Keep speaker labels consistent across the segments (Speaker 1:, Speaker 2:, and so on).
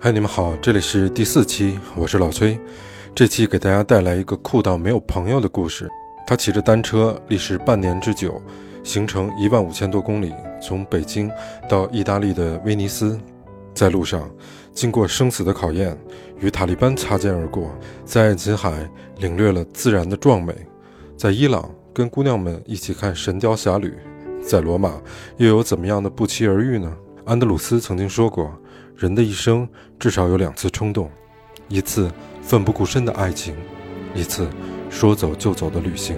Speaker 1: 嗨，你们好，这里是第四期，我是老崔。这期给大家带来一个酷到没有朋友的故事。他骑着单车，历时半年之久，行程一万五千多公里，从北京到意大利的威尼斯，在路上经过生死的考验，与塔利班擦肩而过，在爱琴海领略了自然的壮美，在伊朗跟姑娘们一起看《神雕侠侣》，在罗马又有怎么样的不期而遇呢？安德鲁斯曾经说过，人的一生至少有两次冲动，一次奋不顾身的爱情，一次说走就走的旅行。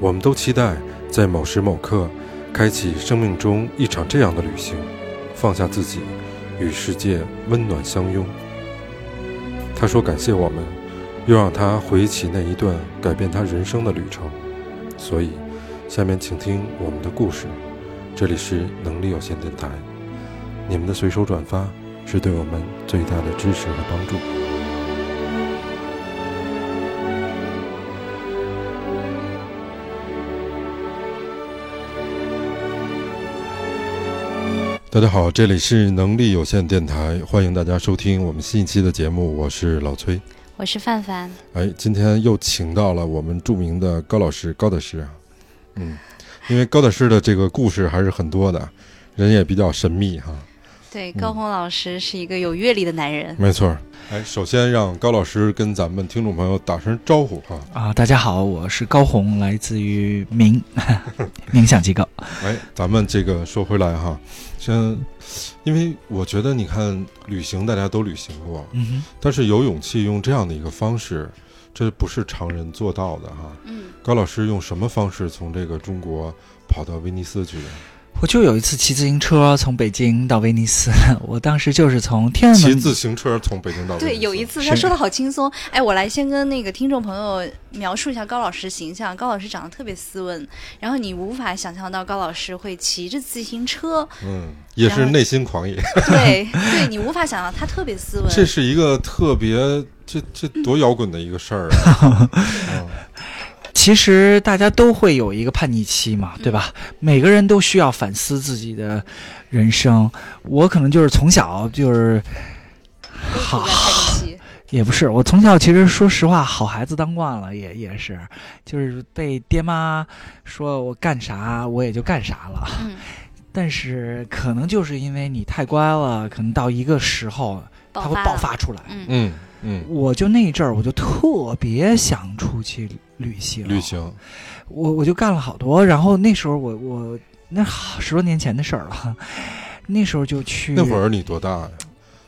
Speaker 1: 我们都期待在某时某刻，开启生命中一场这样的旅行，放下自己，与世界温暖相拥。他说感谢我们，又让他回忆起那一段改变他人生的旅程。所以，下面请听我们的故事。这里是能力有限电台，你们的随手转发是对我们最大的支持和帮助。大家好，这里是能力有限电台，欢迎大家收听我们新一期的节目，我是老崔。
Speaker 2: 我是范范，
Speaker 1: 哎，今天又请到了我们著名的高老师高大师啊，嗯，因为高大师的这个故事还是很多的，人也比较神秘哈、
Speaker 2: 对高红老师是一个有阅历的男 人。
Speaker 1: 没错儿，哎，首先让高老师跟咱们听众朋友打声招呼哈、
Speaker 3: 啊，大家好，我是高红，来自于冥 冥想机构。
Speaker 1: 哎，咱们这个说回来哈，先，因为我觉得你看旅行大家都旅行过，
Speaker 3: 嗯
Speaker 1: 但是有勇气用这样的一个方式，这不是常人做到的哈。
Speaker 2: 嗯，
Speaker 1: 高老师用什么方式从这个中国跑到威尼斯去的？
Speaker 3: 哼，我就有一次骑自行车从北京到威尼斯， 我当时就是从天安
Speaker 1: 骑
Speaker 3: 门
Speaker 1: 自行车从北京到威尼
Speaker 2: 对，
Speaker 1: 斯
Speaker 2: 有一次
Speaker 3: 是
Speaker 2: 他说的好轻松。哎，我来先跟那个听众朋友描述一下高老师形象。高老师长得特别斯文，然后你无法想象到高老师会骑着自行车，
Speaker 1: 嗯，也是内心狂野。
Speaker 2: 对，对你无法想象他特别斯文。
Speaker 1: 这是一个特别，这这多摇滚的一个事儿啊！嗯
Speaker 3: 其实大家都会有一个叛逆期嘛，
Speaker 1: 嗯
Speaker 3: 对吧？每个人都需要反思自己的人生。我可能就是从小就是
Speaker 2: 都处在叛逆期，
Speaker 3: 也不是，我从小其实说实话，好孩子当惯了，也也是，就是被爹妈说我干啥我也就干啥了。
Speaker 2: 嗯，
Speaker 3: 但是可能就是因为你太乖了，可能到一个时候它会
Speaker 2: 发
Speaker 3: 爆
Speaker 2: 了，
Speaker 3: 发出来。
Speaker 2: 嗯，
Speaker 1: 嗯嗯，
Speaker 3: 我就那一阵儿，我就特别想出去旅行，
Speaker 1: 旅，行，
Speaker 3: 我我就干了好多。然后那时候我我那好十多年前的事儿了， 那时候就去
Speaker 1: 那会儿你多大呀？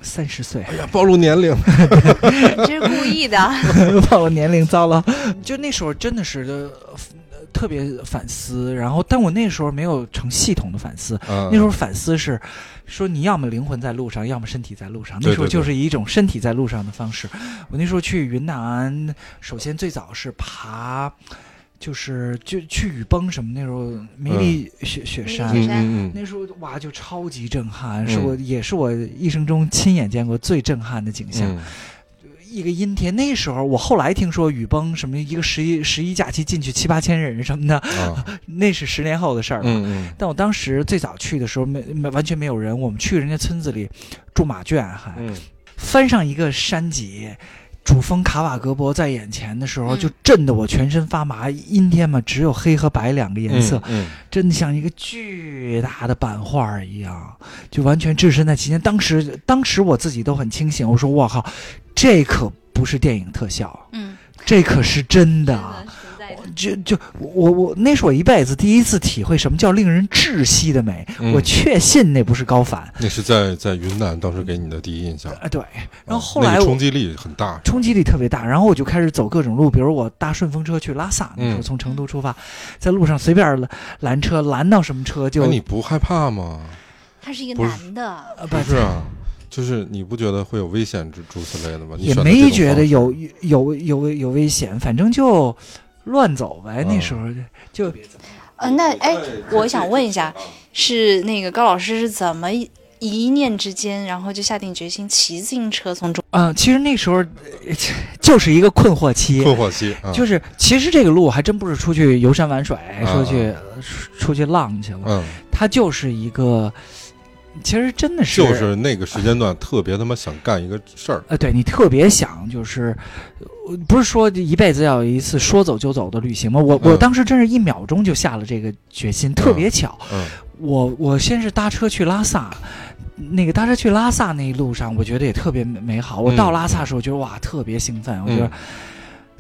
Speaker 3: 三十岁，
Speaker 1: 哎呀，暴露年龄。
Speaker 2: 这是故意的。
Speaker 3: 暴露年龄，糟了。就那时候真的是呃特别反思，然后但我那时候没有成系统的反思，
Speaker 1: 那
Speaker 3: 那时候反思是说你要么灵魂在路上，要么身体在路上。
Speaker 1: 对
Speaker 3: 那时候
Speaker 1: 对对
Speaker 3: 就是一种身体在路上的方式。我那时候去云南，首先最早是爬，就是就去雨崩什么那时候梅里雪、雪山。
Speaker 2: 嗯
Speaker 1: 嗯嗯
Speaker 3: 那时候哇，就超级震撼，
Speaker 1: 嗯
Speaker 3: 是我也是我一生中亲眼见过最震撼的景象。
Speaker 1: 嗯，
Speaker 3: 一个阴天，那时候我后来听说雨崩什么一个十一十一假期进去七八千人什么的，
Speaker 1: 嗯啊，
Speaker 3: 那是十年后的事儿了。
Speaker 1: 嗯嗯，
Speaker 3: 但我当时最早去的时候没没完全没有人，我们去人家村子里住马圈，还、
Speaker 1: 嗯，
Speaker 3: 翻上一个山脊，主峰卡瓦格博在眼前的时候，
Speaker 2: 嗯
Speaker 3: 就震得我全身发麻。阴天嘛，只有黑和白两个颜色，
Speaker 1: 嗯，
Speaker 3: 真的像一个巨大的版画儿一样，就完全置身在其间。当时当时我自己都很清醒，我说我靠，这可不是电影特效，
Speaker 2: 嗯，
Speaker 3: 这可是
Speaker 2: 真
Speaker 3: 真的。
Speaker 2: 的存在的。
Speaker 3: 就就我我那是我一辈子第一次体会什么叫令人窒息的美，
Speaker 1: 嗯
Speaker 3: 我确信那不是高反。
Speaker 1: 那是在在云南当时给你的第一印象。
Speaker 3: 啊，对，
Speaker 1: 啊
Speaker 3: 然后后
Speaker 1: 那
Speaker 3: 来
Speaker 1: 个
Speaker 3: 我
Speaker 1: 冲击力很大，
Speaker 3: 冲击力特别大，然后我就开始走各种路，比如我搭顺风车去拉萨，那时候
Speaker 1: 嗯
Speaker 3: 从成都出发，在路上随便拦拦车，拦到什么车就
Speaker 1: 那哎你不害怕吗？
Speaker 2: 他是一个
Speaker 1: 不是
Speaker 2: 男的，
Speaker 3: 呃不
Speaker 1: 不是啊，就是你不觉得会有危险之诸此类的啊吗？你
Speaker 3: 也
Speaker 1: 选择这
Speaker 3: 没
Speaker 1: 种
Speaker 3: 觉
Speaker 1: 方
Speaker 3: 得
Speaker 1: 式
Speaker 3: 有有有有危险，反正就乱走呗。那时
Speaker 1: 嗯
Speaker 3: 候就
Speaker 2: 呃，那哎，我想问一下，是那个高老师是怎么一一念之间，然后就下定决心骑自行车从中？
Speaker 3: 啊、其实那时候呃就是一个困惑期，
Speaker 1: 困惑期啊，
Speaker 3: 就是其实这个路还真不是出去游
Speaker 1: 啊
Speaker 3: 山玩水，说去、出去浪去了，
Speaker 1: 嗯
Speaker 3: 它就是一个其实真的是
Speaker 1: 就是那个时间段特别他妈想干一个事儿，
Speaker 3: 呃，对你特别想就是，呃不是说一辈子要有一次说走就走的旅行吗？我我
Speaker 1: 嗯
Speaker 3: 当时真是一秒钟就下了这个决心，特别巧。
Speaker 1: 嗯
Speaker 3: 我我先是搭车去拉萨，那个搭车去拉萨那一路上，我觉得也特别美好。我
Speaker 1: 嗯
Speaker 3: 到拉萨的时候，觉得哇，特别兴奋，我觉得
Speaker 1: 嗯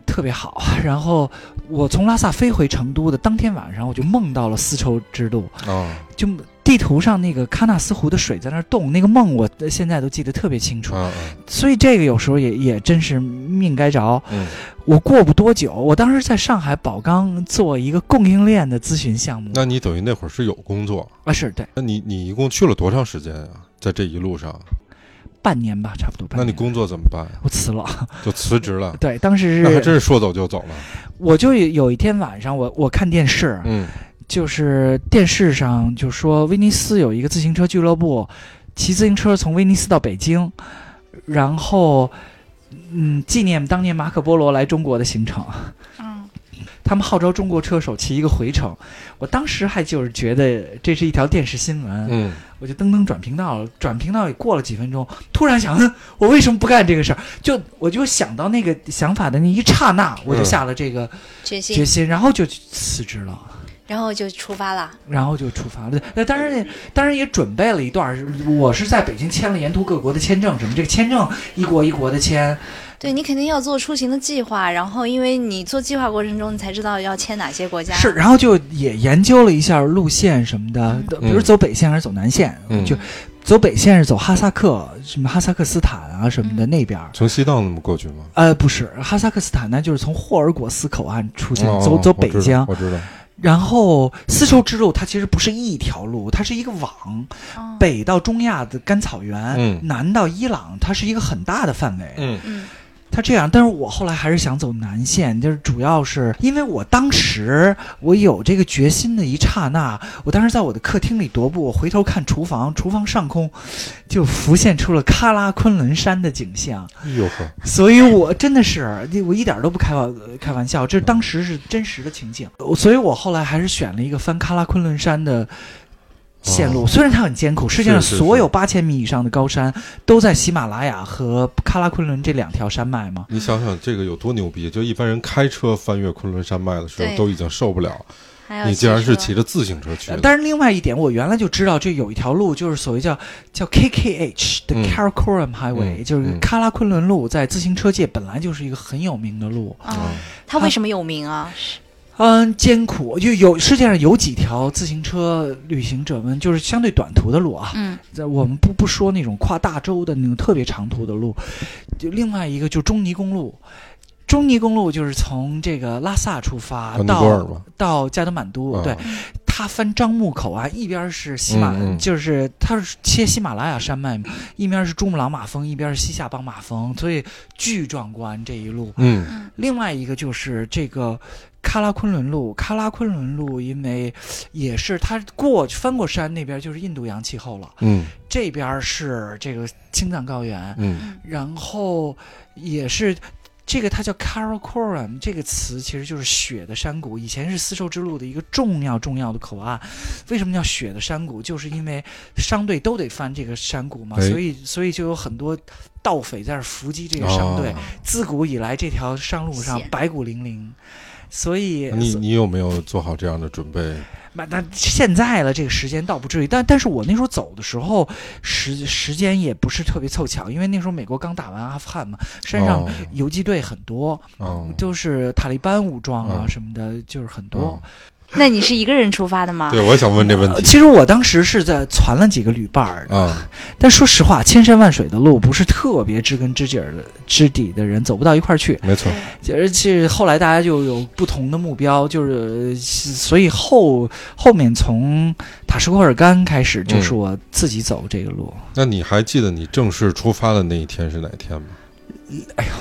Speaker 3: 特别好。 然后我从拉萨飞回成都的当天晚上，我就梦到了丝绸之路，
Speaker 1: 啊
Speaker 3: 就地图上那个喀纳斯湖的水在那儿动，那个梦我现在都记得特别清楚。
Speaker 1: 啊
Speaker 3: 所以这个有时候也也真是命该着。
Speaker 1: 嗯
Speaker 3: 我过不多久，我当时在上海宝钢做一个供应链的咨询项目
Speaker 1: 那你等于那会儿是有工作，
Speaker 3: 啊，是对，
Speaker 1: 那你你一共去了多长时间啊？在这一路上，
Speaker 3: 半年吧，差不多 半
Speaker 1: 那
Speaker 3: 年。
Speaker 1: 你工作怎么 办呀？啊
Speaker 3: 我辞了，？
Speaker 1: 就辞职了
Speaker 3: 对，当时
Speaker 1: 那还真
Speaker 3: 是，
Speaker 1: 是说走就走了。
Speaker 3: 我就有一天晚上，我我看电视，
Speaker 1: 嗯
Speaker 3: 就是电视上就说威尼斯有一个自行车俱乐部，骑自行车从威尼斯到北京，然后嗯，纪念当年马可波罗来中国的行程。
Speaker 2: 嗯，
Speaker 3: 他们号召中国车手骑一个回程。我当时还就是觉得这是一条电视新闻，
Speaker 1: 嗯
Speaker 3: 我就噔噔转频道了。转频道也过了几分钟，突然想，哼 我为什么不干这个事儿？就我就想到那个想法的那一刹那，我就下了这个
Speaker 2: 决心
Speaker 3: 决，心，然后就辞职了。
Speaker 2: 然后就出发了。
Speaker 3: 然后就出发了。那当然也，当然也准备了一段儿。我是在北京签了沿途各国的签证，什么这个签证一国一国的签。
Speaker 2: 对
Speaker 1: 嗯
Speaker 2: 你肯定要做出行的计划，然后因为你做计划过程中，你才知道要签哪些国家。
Speaker 3: 是，，然后就也研究了一下路线什么的，
Speaker 2: 嗯
Speaker 3: 比如走北线还是走南线，
Speaker 1: 嗯，
Speaker 3: 就走北线是走哈萨克，什么哈萨克斯坦啊什么的
Speaker 2: 嗯
Speaker 3: 那边儿。
Speaker 1: 从西藏那么过去吗？
Speaker 3: 呃，不是，哈萨克斯坦呢，就是从霍尔果斯口岸出去，
Speaker 1: 哦
Speaker 3: 走走北
Speaker 1: 我知道
Speaker 3: 疆，
Speaker 1: 我知道。
Speaker 3: 然后丝绸之路它其实不是一条路，它是一个网，
Speaker 2: 哦、
Speaker 3: 北到中亚的干草原，
Speaker 1: 嗯
Speaker 3: 南到伊朗，它是一个很大的范围。
Speaker 1: 嗯
Speaker 2: 嗯
Speaker 3: 它这样，但是我后来还是想走南线，就是主要是因为我当时我有这个决心的一刹那，我当时在我的客厅里踱步，我回头看厨房，厨房上空就浮现出了喀拉昆仑山的景象，
Speaker 1: 哎呦呵，
Speaker 3: 所以我真的是我一点都不开玩开玩笑，这当时是真实的情景，所以我后来还是选了一个翻喀拉昆仑山的。线路
Speaker 1: 哦
Speaker 3: 虽然它很艰苦，世界上
Speaker 1: 是是
Speaker 3: 所有
Speaker 1: 是
Speaker 3: 八千米以上的高山都在喜马拉雅和喀拉昆仑这两条山脉嘛，
Speaker 1: 你想想这个有多牛逼！就一般人开车翻越昆仑山脉的时候
Speaker 2: 对
Speaker 1: 都已经受不了，
Speaker 2: 还有
Speaker 1: 你竟然是
Speaker 2: 骑
Speaker 1: 骑着自行车去的。
Speaker 3: 呃但是另外一点，我原来就知道这有一条路，就是所谓叫叫 KKH 的
Speaker 1: 嗯
Speaker 3: Karakoram Highway，、
Speaker 1: 嗯
Speaker 3: 就是
Speaker 1: 嗯
Speaker 3: 喀拉昆仑路，在自行车界本来就是一个很有名的路。
Speaker 2: 车
Speaker 1: 嗯
Speaker 2: 啊，他为什么有名啊？
Speaker 3: 嗯，艰苦就有世界上有几条自行车旅行者们就是相对短途的路啊，
Speaker 2: 嗯
Speaker 3: 在我们不不说那种跨大洲的那种特别长途的路，就另外一个就中尼公路。中尼公路就是从这个拉萨出发
Speaker 1: 啊尼泊尔
Speaker 3: 到
Speaker 1: 吗
Speaker 3: 到加德满都，
Speaker 1: 啊
Speaker 3: 对，它翻樟木口啊，一边是喜马，
Speaker 1: 嗯嗯
Speaker 3: 就是它是切喜马拉雅山脉嘛，一边是珠穆朗玛峰，一边是西夏邦马峰，所以巨壮观这一路。
Speaker 1: 嗯
Speaker 3: 另外一个就是这个喀拉昆仑路，喀拉昆仑路因为也是它过翻过山那边就是印度洋气候了，
Speaker 1: 嗯
Speaker 3: 这边是这个青藏高原，
Speaker 1: 嗯
Speaker 2: 嗯
Speaker 3: 然后也是这个它叫 Karakoram 这个词，其实就是雪的山谷。以前是丝绸之路的一个重要重要的口岸。为什么叫雪的山谷？就是因为商队都得翻这个山谷嘛，
Speaker 1: 哎
Speaker 3: 所以所以就有很多盗匪在这儿伏击这个商队。
Speaker 1: 哦
Speaker 3: 自古以来，这条商路上
Speaker 2: 险
Speaker 3: 白骨凛凛。所以，
Speaker 1: 你你有没有做好这样的准备？
Speaker 3: 那那现在了，这个时间倒不至于，但但是我那时候走的时候，时时间也不是特别凑巧，因为那时候美国刚打完阿富汗嘛，山上
Speaker 1: 哦
Speaker 3: 游击队很多，
Speaker 1: 哦
Speaker 3: 就是塔利班武装啊
Speaker 1: 嗯哦
Speaker 3: 什么的，就是很多。
Speaker 2: 那你是一个人出发的吗？
Speaker 1: 对，我也想问这问
Speaker 3: 呃
Speaker 1: 题
Speaker 3: 其实我当时是在攒了几个旅伴儿，
Speaker 1: 啊。
Speaker 3: 但说实话，千山万水的路不是特别知根知底儿的知底的人走不到一块儿去。
Speaker 1: 没错，
Speaker 3: 而且后来大家就有不同的目标，就是所以后后面从塔什库尔干开始，就是
Speaker 1: 嗯
Speaker 3: 我自己走这个路。
Speaker 1: 那你还记得你正式出发的那一天是哪天吗？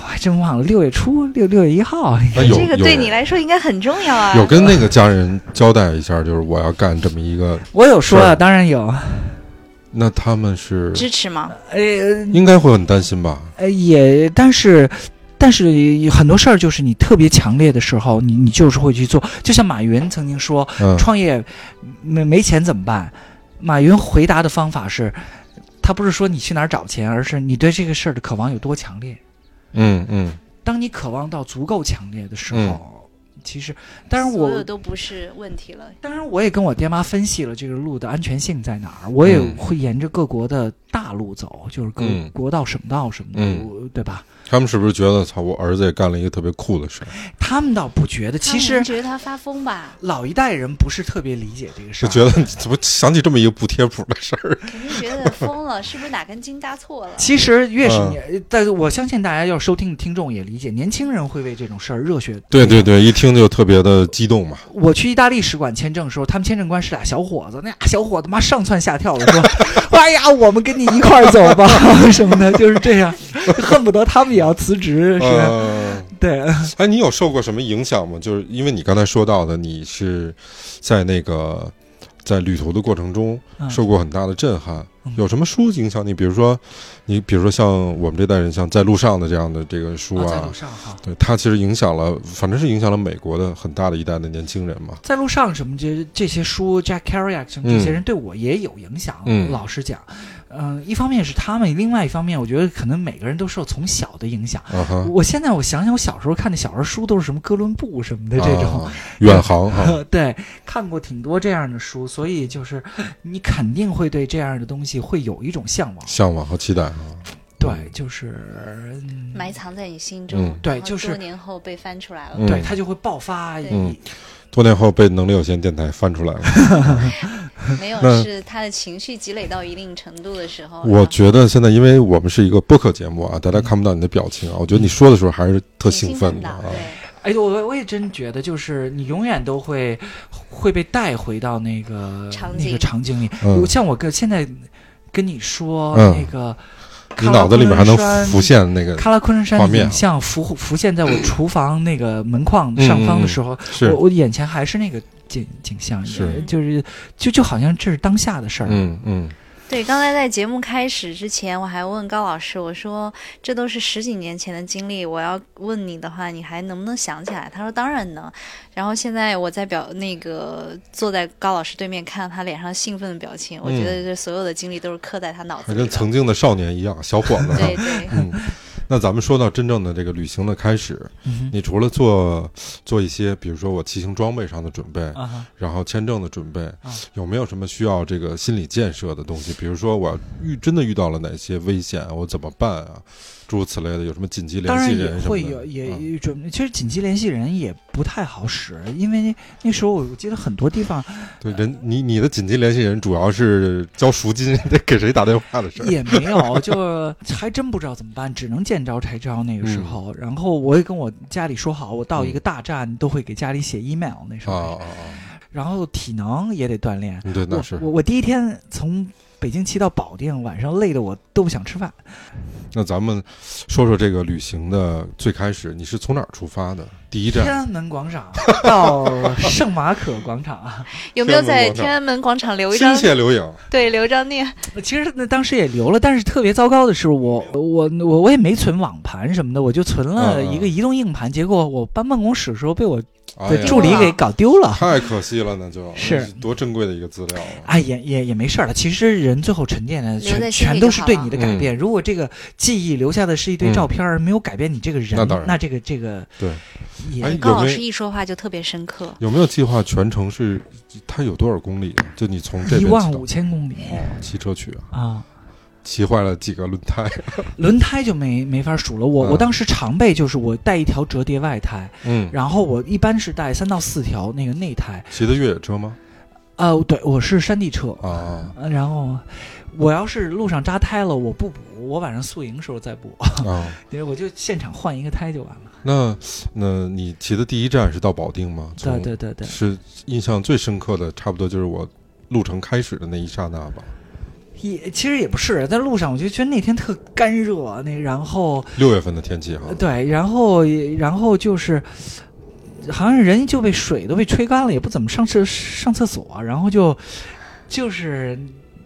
Speaker 3: 我还真忘了六月初六六月一号，
Speaker 1: 那有
Speaker 2: 这个对你
Speaker 1: 有
Speaker 2: 来说应该很重要 啊。
Speaker 1: 有跟那个家人交代一下，就是我要干这么一个。
Speaker 3: 我有说啊，
Speaker 1: 是
Speaker 3: 当然有，
Speaker 1: 那他们是
Speaker 2: 支持吗？
Speaker 3: 呃，
Speaker 1: 应该会很担心吧？
Speaker 3: 呃，也，但是，但是很多事儿就是你特别强烈的时候，你你就是会去做。就像马云曾经说，
Speaker 1: 嗯
Speaker 3: 创业没没钱怎么办？马云回答的方法是，他不是说你去哪儿找钱，而是你对这个事儿的渴望有多强烈。
Speaker 1: 嗯嗯
Speaker 3: 当你渴望到足够强烈的时候，其实，当然
Speaker 2: 所有
Speaker 3: 我
Speaker 2: 都不是问题了。
Speaker 3: 当然我也跟我爹妈分析了这个路的安全性在哪儿，我也
Speaker 1: 嗯
Speaker 3: 会沿着各国的大路走，就是各
Speaker 1: 嗯
Speaker 3: 国道、省道什么的，
Speaker 1: 嗯
Speaker 3: 我对吧？
Speaker 1: 他们是不是觉得操，我儿子也干了一个特别酷的事儿，
Speaker 3: 他们倒不觉得，
Speaker 2: 他
Speaker 3: 其
Speaker 2: 可能
Speaker 3: 实
Speaker 2: 觉得他发疯吧，
Speaker 3: 老一代人不是特别理解这个事
Speaker 1: 就
Speaker 3: 儿，
Speaker 1: 觉得你怎么想起这么一个不贴谱的事儿？
Speaker 2: 肯定觉得疯了，是不是哪根筋搭错 了？
Speaker 3: 其实越是
Speaker 1: 嗯
Speaker 3: 年，呃但是我相信大家要收听的听众也理解，年轻人会为这种事儿热血。
Speaker 1: 对对对，一听就特别的激动嘛。
Speaker 3: 我去意大利使馆签证的时候，他们签证官是俩小伙子，那俩小伙子妈上蹿下跳的说：“ 哎呀，我们跟你一块儿走吧， 什么的，就是这样， 恨不得他们也要辞职。是”
Speaker 1: 呃，
Speaker 3: 对，
Speaker 1: 哎，你有受过什么影响吗？就是因为你刚才说到的，你是在那个在旅途的过程中
Speaker 3: 嗯
Speaker 1: 受过很大的震撼
Speaker 3: 嗯。
Speaker 1: 有什么书影响你？比如说，你比如说像我们这代人，像在路上的这样的这个书
Speaker 3: 啊在
Speaker 1: 啊
Speaker 3: 路，上哈，
Speaker 1: 对，它其实影响了，反正是影响了美国的很大的一代的年轻人嘛。
Speaker 3: 在路上什么这这些书，Jack Kerouac 什么这些人对我也有影响。
Speaker 1: 嗯
Speaker 3: 老实讲，嗯、一方面是他们，另外一方面，我觉得可能每个人都受从小的影响。
Speaker 1: 啊哈，
Speaker 3: 我现在我想想，我小时候看的小说书都是什么哥伦布什么的这种，
Speaker 1: 啊远航 哈，
Speaker 3: 对，看过挺多这样的书，所以就是 你肯定会对这样的东西会有一种向往。
Speaker 1: 向往和期待啊。
Speaker 3: 对，就是嗯
Speaker 2: 埋藏在你心中，
Speaker 1: 嗯，
Speaker 3: 对
Speaker 2: 然后
Speaker 3: 就是
Speaker 2: 多年后被翻出来了。
Speaker 1: 嗯
Speaker 3: 对，它就会爆发。
Speaker 1: 嗯多年后被能力有限电台翻出来了。
Speaker 2: 没有
Speaker 1: 那，
Speaker 2: 是他的情绪积累到一定程度的时候，哦然
Speaker 1: 我
Speaker 2: 后
Speaker 1: 觉得现在，因为我们是一个播客节目啊，大家看不到你的表情啊，我觉得你说的时候还是特
Speaker 2: 挺
Speaker 1: 兴
Speaker 2: 兴
Speaker 1: 奋的
Speaker 2: 的
Speaker 1: 啊。
Speaker 2: 对，
Speaker 3: 哎，我我也真觉得，就是你永远都会会被带回到那个
Speaker 2: 场景
Speaker 3: 那个场景里。
Speaker 1: 嗯
Speaker 3: 我像我跟现在跟你说
Speaker 1: 嗯
Speaker 3: 那个，
Speaker 1: 你脑子里面还能浮现那个，
Speaker 3: 喀拉昆仑山
Speaker 1: 画
Speaker 3: 的
Speaker 1: 面啊
Speaker 3: 影像浮浮现在我厨房那个门
Speaker 1: 嗯
Speaker 3: 框上方的时候，
Speaker 1: 是
Speaker 3: 我我眼前还是那个景景象，
Speaker 1: 是
Speaker 3: 也就是就就好像这是当下的事儿。
Speaker 1: 嗯嗯
Speaker 2: 对，刚才在节目开始之前，我还问高老师，我说这都是十几年前的经历，我要问你的话，你还能不能想起来？他说当然能。然后现在我在表那个坐在高老师对面，看到他脸上兴奋的表情，我觉得这所有的经历都是刻在他脑子
Speaker 1: 嗯还
Speaker 2: 里的。
Speaker 1: 跟曾经的少年一样，小伙子哈
Speaker 2: 对。对，
Speaker 1: 嗯， 那咱们说到真正的这个旅行的开始，
Speaker 3: 嗯
Speaker 1: 你除了做做一些，比如说我骑行装备上的准备，
Speaker 3: 哼啊哈，
Speaker 1: 然后签证的准备，有没有什么需要这个心理建设的东西？比如说，我要遇真的遇到了哪些危险，我怎么办啊？诸如此类的，有什么紧急
Speaker 3: 当
Speaker 1: 联系
Speaker 3: 然也
Speaker 1: 人什么
Speaker 3: 会
Speaker 1: 的？
Speaker 3: 有也
Speaker 1: 嗯
Speaker 3: 也准备。其实紧急联系人也不太好使，因为那时候我记得很多地方
Speaker 1: 对人，你你的紧急联系人主要是交赎金， 得给谁打电话的事儿。
Speaker 3: 也没有，就还真不知道怎么办，只能见招拆招那个
Speaker 1: 嗯
Speaker 3: 时候。然后我也跟我家里说好，我到一个大站都会给家里写 email 那时
Speaker 1: 啊
Speaker 3: 候，
Speaker 1: 啊啊！
Speaker 3: 然后体能也得锻炼。
Speaker 1: 嗯对，那
Speaker 3: 我
Speaker 1: 是
Speaker 3: 我我第一天从北京骑到保定，晚上累得我都不想吃饭。
Speaker 1: 那咱们说说这个旅行的最开始，你是从哪儿出发的？第一
Speaker 3: 天
Speaker 1: 站
Speaker 2: 啊
Speaker 3: 安门广场 到圣马可广场啊，
Speaker 2: 有没有在
Speaker 1: 天
Speaker 2: 天
Speaker 1: 安
Speaker 2: 安门广场留一
Speaker 1: 心
Speaker 2: 张？
Speaker 1: 血留影，
Speaker 2: 对，留一张念。
Speaker 3: 其实那当时也留了，但是特别糟糕的是我，我我我也没存网盘什么的，我就存了
Speaker 1: 嗯嗯
Speaker 3: 一个移动硬盘，结果我搬办公室的时候被我
Speaker 1: 哎
Speaker 3: 的
Speaker 1: 呀
Speaker 3: 助理给搞丢了。
Speaker 1: 太可惜了，那就是多珍贵的一个资料啊！
Speaker 3: 哎，也也也没事儿了。其实人最后沉淀的
Speaker 2: 留在心里
Speaker 3: 全全
Speaker 2: 就
Speaker 3: 都是
Speaker 2: 好
Speaker 3: 对
Speaker 2: 了
Speaker 3: 你的改变。如果这个记忆留下的是一堆
Speaker 1: 嗯
Speaker 3: 照片儿，没有改变你这个人，
Speaker 1: 那当然
Speaker 3: 这个这个
Speaker 1: 对
Speaker 3: 也、
Speaker 1: 哎
Speaker 2: 高
Speaker 1: 有
Speaker 2: 老
Speaker 1: 没
Speaker 2: 师一说话就特别深刻。
Speaker 1: 有没有计划全程是它有多少公里啊？就你从这边
Speaker 3: 一
Speaker 1: 骑
Speaker 3: 万
Speaker 1: 到
Speaker 3: 五千公里
Speaker 1: 哦，骑车去啊，
Speaker 3: 啊，
Speaker 1: 骑坏了几个轮 胎。
Speaker 3: 轮胎就没没法数了。我、
Speaker 1: 嗯
Speaker 3: 我当时常备就是我带一条折叠外胎，
Speaker 1: 嗯，
Speaker 3: 然后我一般是带三到四条那个内胎。
Speaker 1: 骑的越野车吗？
Speaker 3: 呃，对，我是山地车，
Speaker 1: 啊
Speaker 3: 呃然后我要是路上扎胎了，我不补，我晚上宿营时候再补，
Speaker 1: 啊，
Speaker 3: 对我就现场换一个胎就完了。
Speaker 1: 那那你骑的第一站是到保定吗？
Speaker 3: 对
Speaker 1: 从
Speaker 3: 对对对。
Speaker 1: 是印象最深刻的，差不多就是我路程开始的那一刹那吧。
Speaker 3: 也其实也不是，在路上我就觉得那天特干热，那然后
Speaker 1: 六月份的天气哈
Speaker 3: 呃，对，然后然后就是，好像人就被水都被吹干了，也不怎么上厕上厕所，然后就就是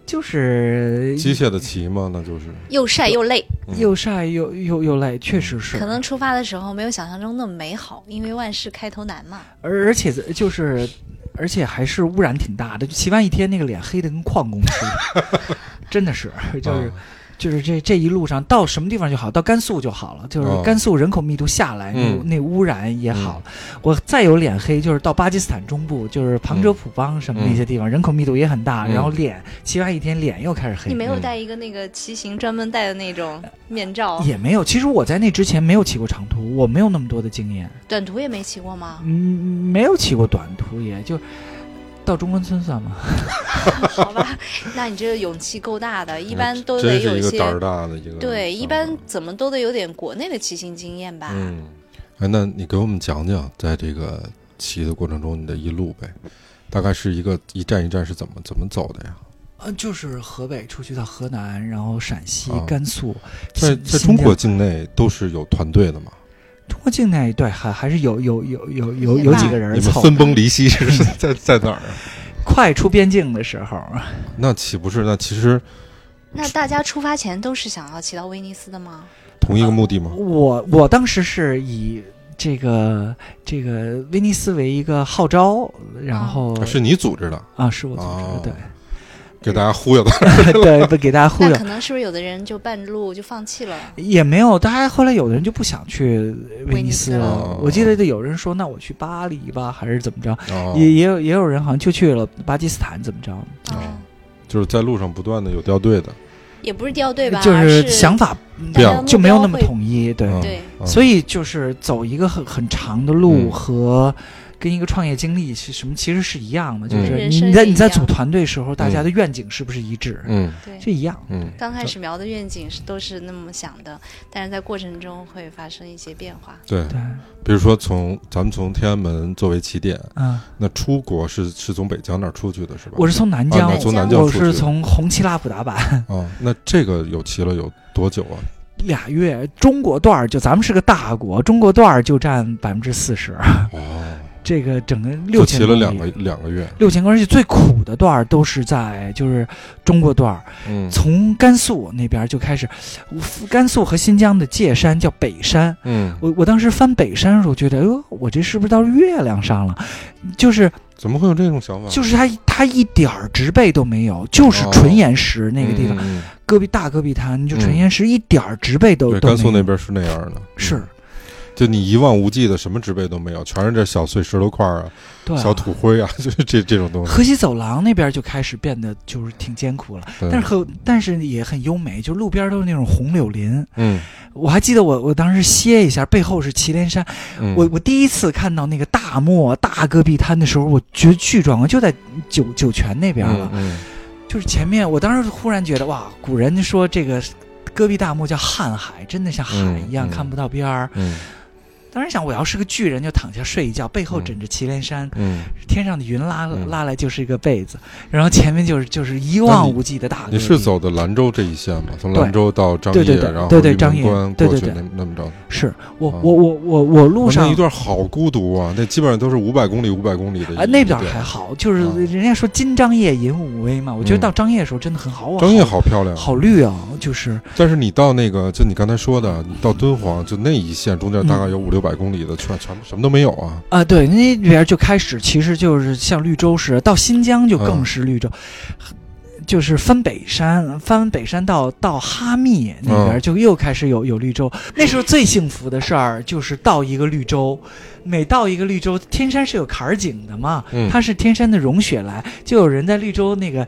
Speaker 3: 就是
Speaker 1: 机械的骑嘛，那就是
Speaker 2: 又晒又累，
Speaker 1: 嗯
Speaker 3: 又晒又又又累，确实是
Speaker 2: 可能出发的时候没有想象中那么美好，因为万事开头难嘛。
Speaker 3: 而而且就是。而且还是污染挺大的，就骑完一天那个脸黑的跟矿工似的， 真的是就是。
Speaker 1: 啊
Speaker 3: 就是这这一路上到什么地方就好，到甘肃就好了。就是
Speaker 1: 哦
Speaker 3: 甘肃人口密度下来，
Speaker 1: 嗯
Speaker 3: 那那污染也好了。我再有脸黑，就是到巴基斯坦中部，就是旁遮普邦什么那些地方，人口密度也很大，
Speaker 1: 嗯
Speaker 3: 然后脸骑完一天脸又开始黑
Speaker 2: 你。没有
Speaker 1: 嗯
Speaker 2: 戴一个那个骑行专门戴的那种面罩，
Speaker 1: 嗯
Speaker 3: 也没有，其实我在那之前没有骑过长途，我没有那么多的经验，
Speaker 2: 短途也没骑 过吗？
Speaker 3: 嗯，没有骑过短途也，就到中关村算吗？
Speaker 2: 好吧，那你这个勇气够大的，一般都得
Speaker 1: 嗯真
Speaker 2: 有
Speaker 1: 是一个
Speaker 2: 些
Speaker 1: 胆儿大的一个。
Speaker 2: 对，一般怎么都得有点国内的骑行经验吧。
Speaker 1: 嗯，哎，那你给我们讲讲，在这个骑的过程中，你的一路呗，大概是一个一站一站是怎么怎么走的呀？
Speaker 3: 呃，就是河北出去到河南，然后陕西、
Speaker 1: 啊
Speaker 3: 甘肃，
Speaker 1: 在
Speaker 3: 新
Speaker 1: 在中
Speaker 3: 新疆
Speaker 1: 国境内都是有团队的嘛？
Speaker 3: 中国境内对还还是有有有有有有几个人
Speaker 1: 你们
Speaker 3: 凑。
Speaker 1: 分崩离析是 是在在哪儿啊？
Speaker 3: 快出边境的时候，
Speaker 1: 那岂不是？那其实
Speaker 2: 那大家出发前都是想要骑到威尼斯的吗？
Speaker 1: 同一个目的吗？
Speaker 3: 我我当时是以这个这个威尼斯为一个号召，然后
Speaker 1: 啊是你组织的，
Speaker 3: 啊是我组
Speaker 1: 哦
Speaker 3: 织的，
Speaker 1: 给大家忽 悠的。
Speaker 3: 对对，不给大家忽
Speaker 2: 那
Speaker 3: 悠
Speaker 2: 可。能是不是有的人就半路就放弃了？
Speaker 3: 也没有，大家后来有的人就不想去威
Speaker 2: 威尼
Speaker 3: 尼斯
Speaker 2: 斯
Speaker 3: 了
Speaker 1: 了。
Speaker 3: 我记得有人说，那我去巴黎吧，还是怎么着？
Speaker 1: 哦
Speaker 3: 也也有也有人好像就去了巴基斯坦，怎么着？
Speaker 1: 哦
Speaker 2: 啊，
Speaker 1: 就是在路上不断的有掉队的，
Speaker 2: 也不是掉队吧？
Speaker 3: 就
Speaker 2: 而
Speaker 3: 是
Speaker 2: 是
Speaker 3: 想法
Speaker 1: 不一样
Speaker 2: 大家目标
Speaker 3: 就没有那么
Speaker 2: 会
Speaker 3: 统一，对。
Speaker 1: 嗯
Speaker 2: 对
Speaker 1: 嗯
Speaker 3: 所以就是走一个很很长的路
Speaker 1: 嗯
Speaker 3: 和跟一个创业经历是什么其实是一样的，就
Speaker 1: 嗯
Speaker 3: 是
Speaker 2: 人
Speaker 3: 你
Speaker 2: 生
Speaker 3: 你在
Speaker 2: 也一
Speaker 3: 你在
Speaker 2: 样
Speaker 3: 组团队时候，大家的愿景是不是一致？
Speaker 1: 嗯
Speaker 2: 对
Speaker 3: 这一样。
Speaker 1: 嗯，
Speaker 2: 刚开始苗的愿景是都是那么想的，但是在过程中会发生一些变化。
Speaker 1: 对，
Speaker 3: 对，
Speaker 2: 嗯
Speaker 1: 比如说从咱们从天安门作为起点，
Speaker 3: 嗯，
Speaker 1: 那出国是是从北疆那儿出去的是吧？
Speaker 3: 我是从南疆
Speaker 1: 啊，那从南疆
Speaker 3: 我
Speaker 1: 出去
Speaker 3: 是从红旗拉普达版。
Speaker 1: 哦，那这个有骑了有多久啊？
Speaker 3: 俩月，中国段儿就咱们是个大国，中国段儿就占百分之四十，
Speaker 1: 哦，
Speaker 3: 这个整个
Speaker 1: 就
Speaker 3: 六千
Speaker 1: 骑了两个两个月。
Speaker 3: 六千公里，而且最苦的段儿都是在就是中国段儿，
Speaker 1: 嗯
Speaker 3: 从甘肃那边就开始，甘肃和新疆的界山叫北山。
Speaker 1: 嗯，
Speaker 3: 我我当时翻北山的时候，觉得，哟、我这是不是到月亮上了？就是
Speaker 1: 怎么会有这种想法？
Speaker 3: 就是它它一点儿植被都没有，就是纯岩石那个地方，
Speaker 1: 嗯，嗯嗯
Speaker 3: 戈壁大戈壁滩就纯
Speaker 1: 嗯
Speaker 3: 岩石，一点儿植被都、
Speaker 1: 对，
Speaker 3: 都
Speaker 1: 甘肃那
Speaker 3: 没有。
Speaker 1: 边是那样的，
Speaker 3: 是
Speaker 1: 嗯，就你一望无际的，什么植被都没有，全是这小碎石头块儿啊、
Speaker 3: 对、
Speaker 1: 小。土灰啊， 就是这这种东西。
Speaker 3: 河西走廊那边就开始变得就是挺艰苦了，
Speaker 1: 对
Speaker 3: 但是很但是也很优美，就路边都是那种红柳林。
Speaker 1: 嗯，
Speaker 3: 我还记得我我当时歇一下，背后是祁连山，
Speaker 1: 嗯
Speaker 3: 我我第一次看到那个大漠大戈壁滩的时候，我觉得巨壮观，就在酒酒泉那边了。
Speaker 1: 嗯
Speaker 3: 就是前面，我当时忽然觉得哇，古人说这个戈壁大漠叫瀚海，真的像海一样、
Speaker 1: 嗯嗯
Speaker 3: 看不到边儿。
Speaker 1: 嗯
Speaker 3: 当时想，我要是个巨人，就躺下睡一觉，背后枕着祁连山，
Speaker 1: 嗯，
Speaker 3: 天上的云拉
Speaker 1: 嗯
Speaker 3: 拉来就是一个被子，然后前面就是就是一
Speaker 1: 那
Speaker 3: 望
Speaker 1: 你
Speaker 3: 无际的大戈
Speaker 1: 你
Speaker 3: 壁。
Speaker 1: 是走的兰州这一线吗？从兰
Speaker 3: 对
Speaker 1: 州到张掖，
Speaker 3: 对对对
Speaker 1: 然后
Speaker 3: 对对
Speaker 1: 玉门
Speaker 3: 张掖
Speaker 1: 关
Speaker 3: 对
Speaker 1: 过
Speaker 3: 对
Speaker 1: 去
Speaker 3: 对
Speaker 1: 那那么着。
Speaker 3: 是我
Speaker 1: 啊
Speaker 3: 我我我我路
Speaker 1: 哇
Speaker 3: 上
Speaker 1: 那一段好孤独啊，那基本上都是五百公里、五百公里的一。
Speaker 3: 啊，那边
Speaker 1: 一段
Speaker 3: 还好，就是
Speaker 1: 啊
Speaker 3: 人家说金张掖银武威嘛，我觉得
Speaker 1: 嗯
Speaker 3: 到张掖的时候真的很好，哇
Speaker 1: 张掖好漂亮，
Speaker 3: 好绿啊，就是
Speaker 1: 但是你到那个，就你刚才说的，你到敦煌，就那一线中间大概有五六百公里的，全全部什么都没有啊。
Speaker 3: 啊，对，那边就开始其实就是像绿洲似的，到新疆就更
Speaker 1: 嗯
Speaker 3: 是绿洲。就是翻北山，翻北山到到哈密那边
Speaker 1: 嗯
Speaker 3: 就又开始有有绿洲。那时候最幸福的事儿就是到一个绿洲，每到一个绿洲，天山是有坎儿井的嘛，
Speaker 1: 嗯
Speaker 3: 它是天山的融雪来，就有人在绿洲那个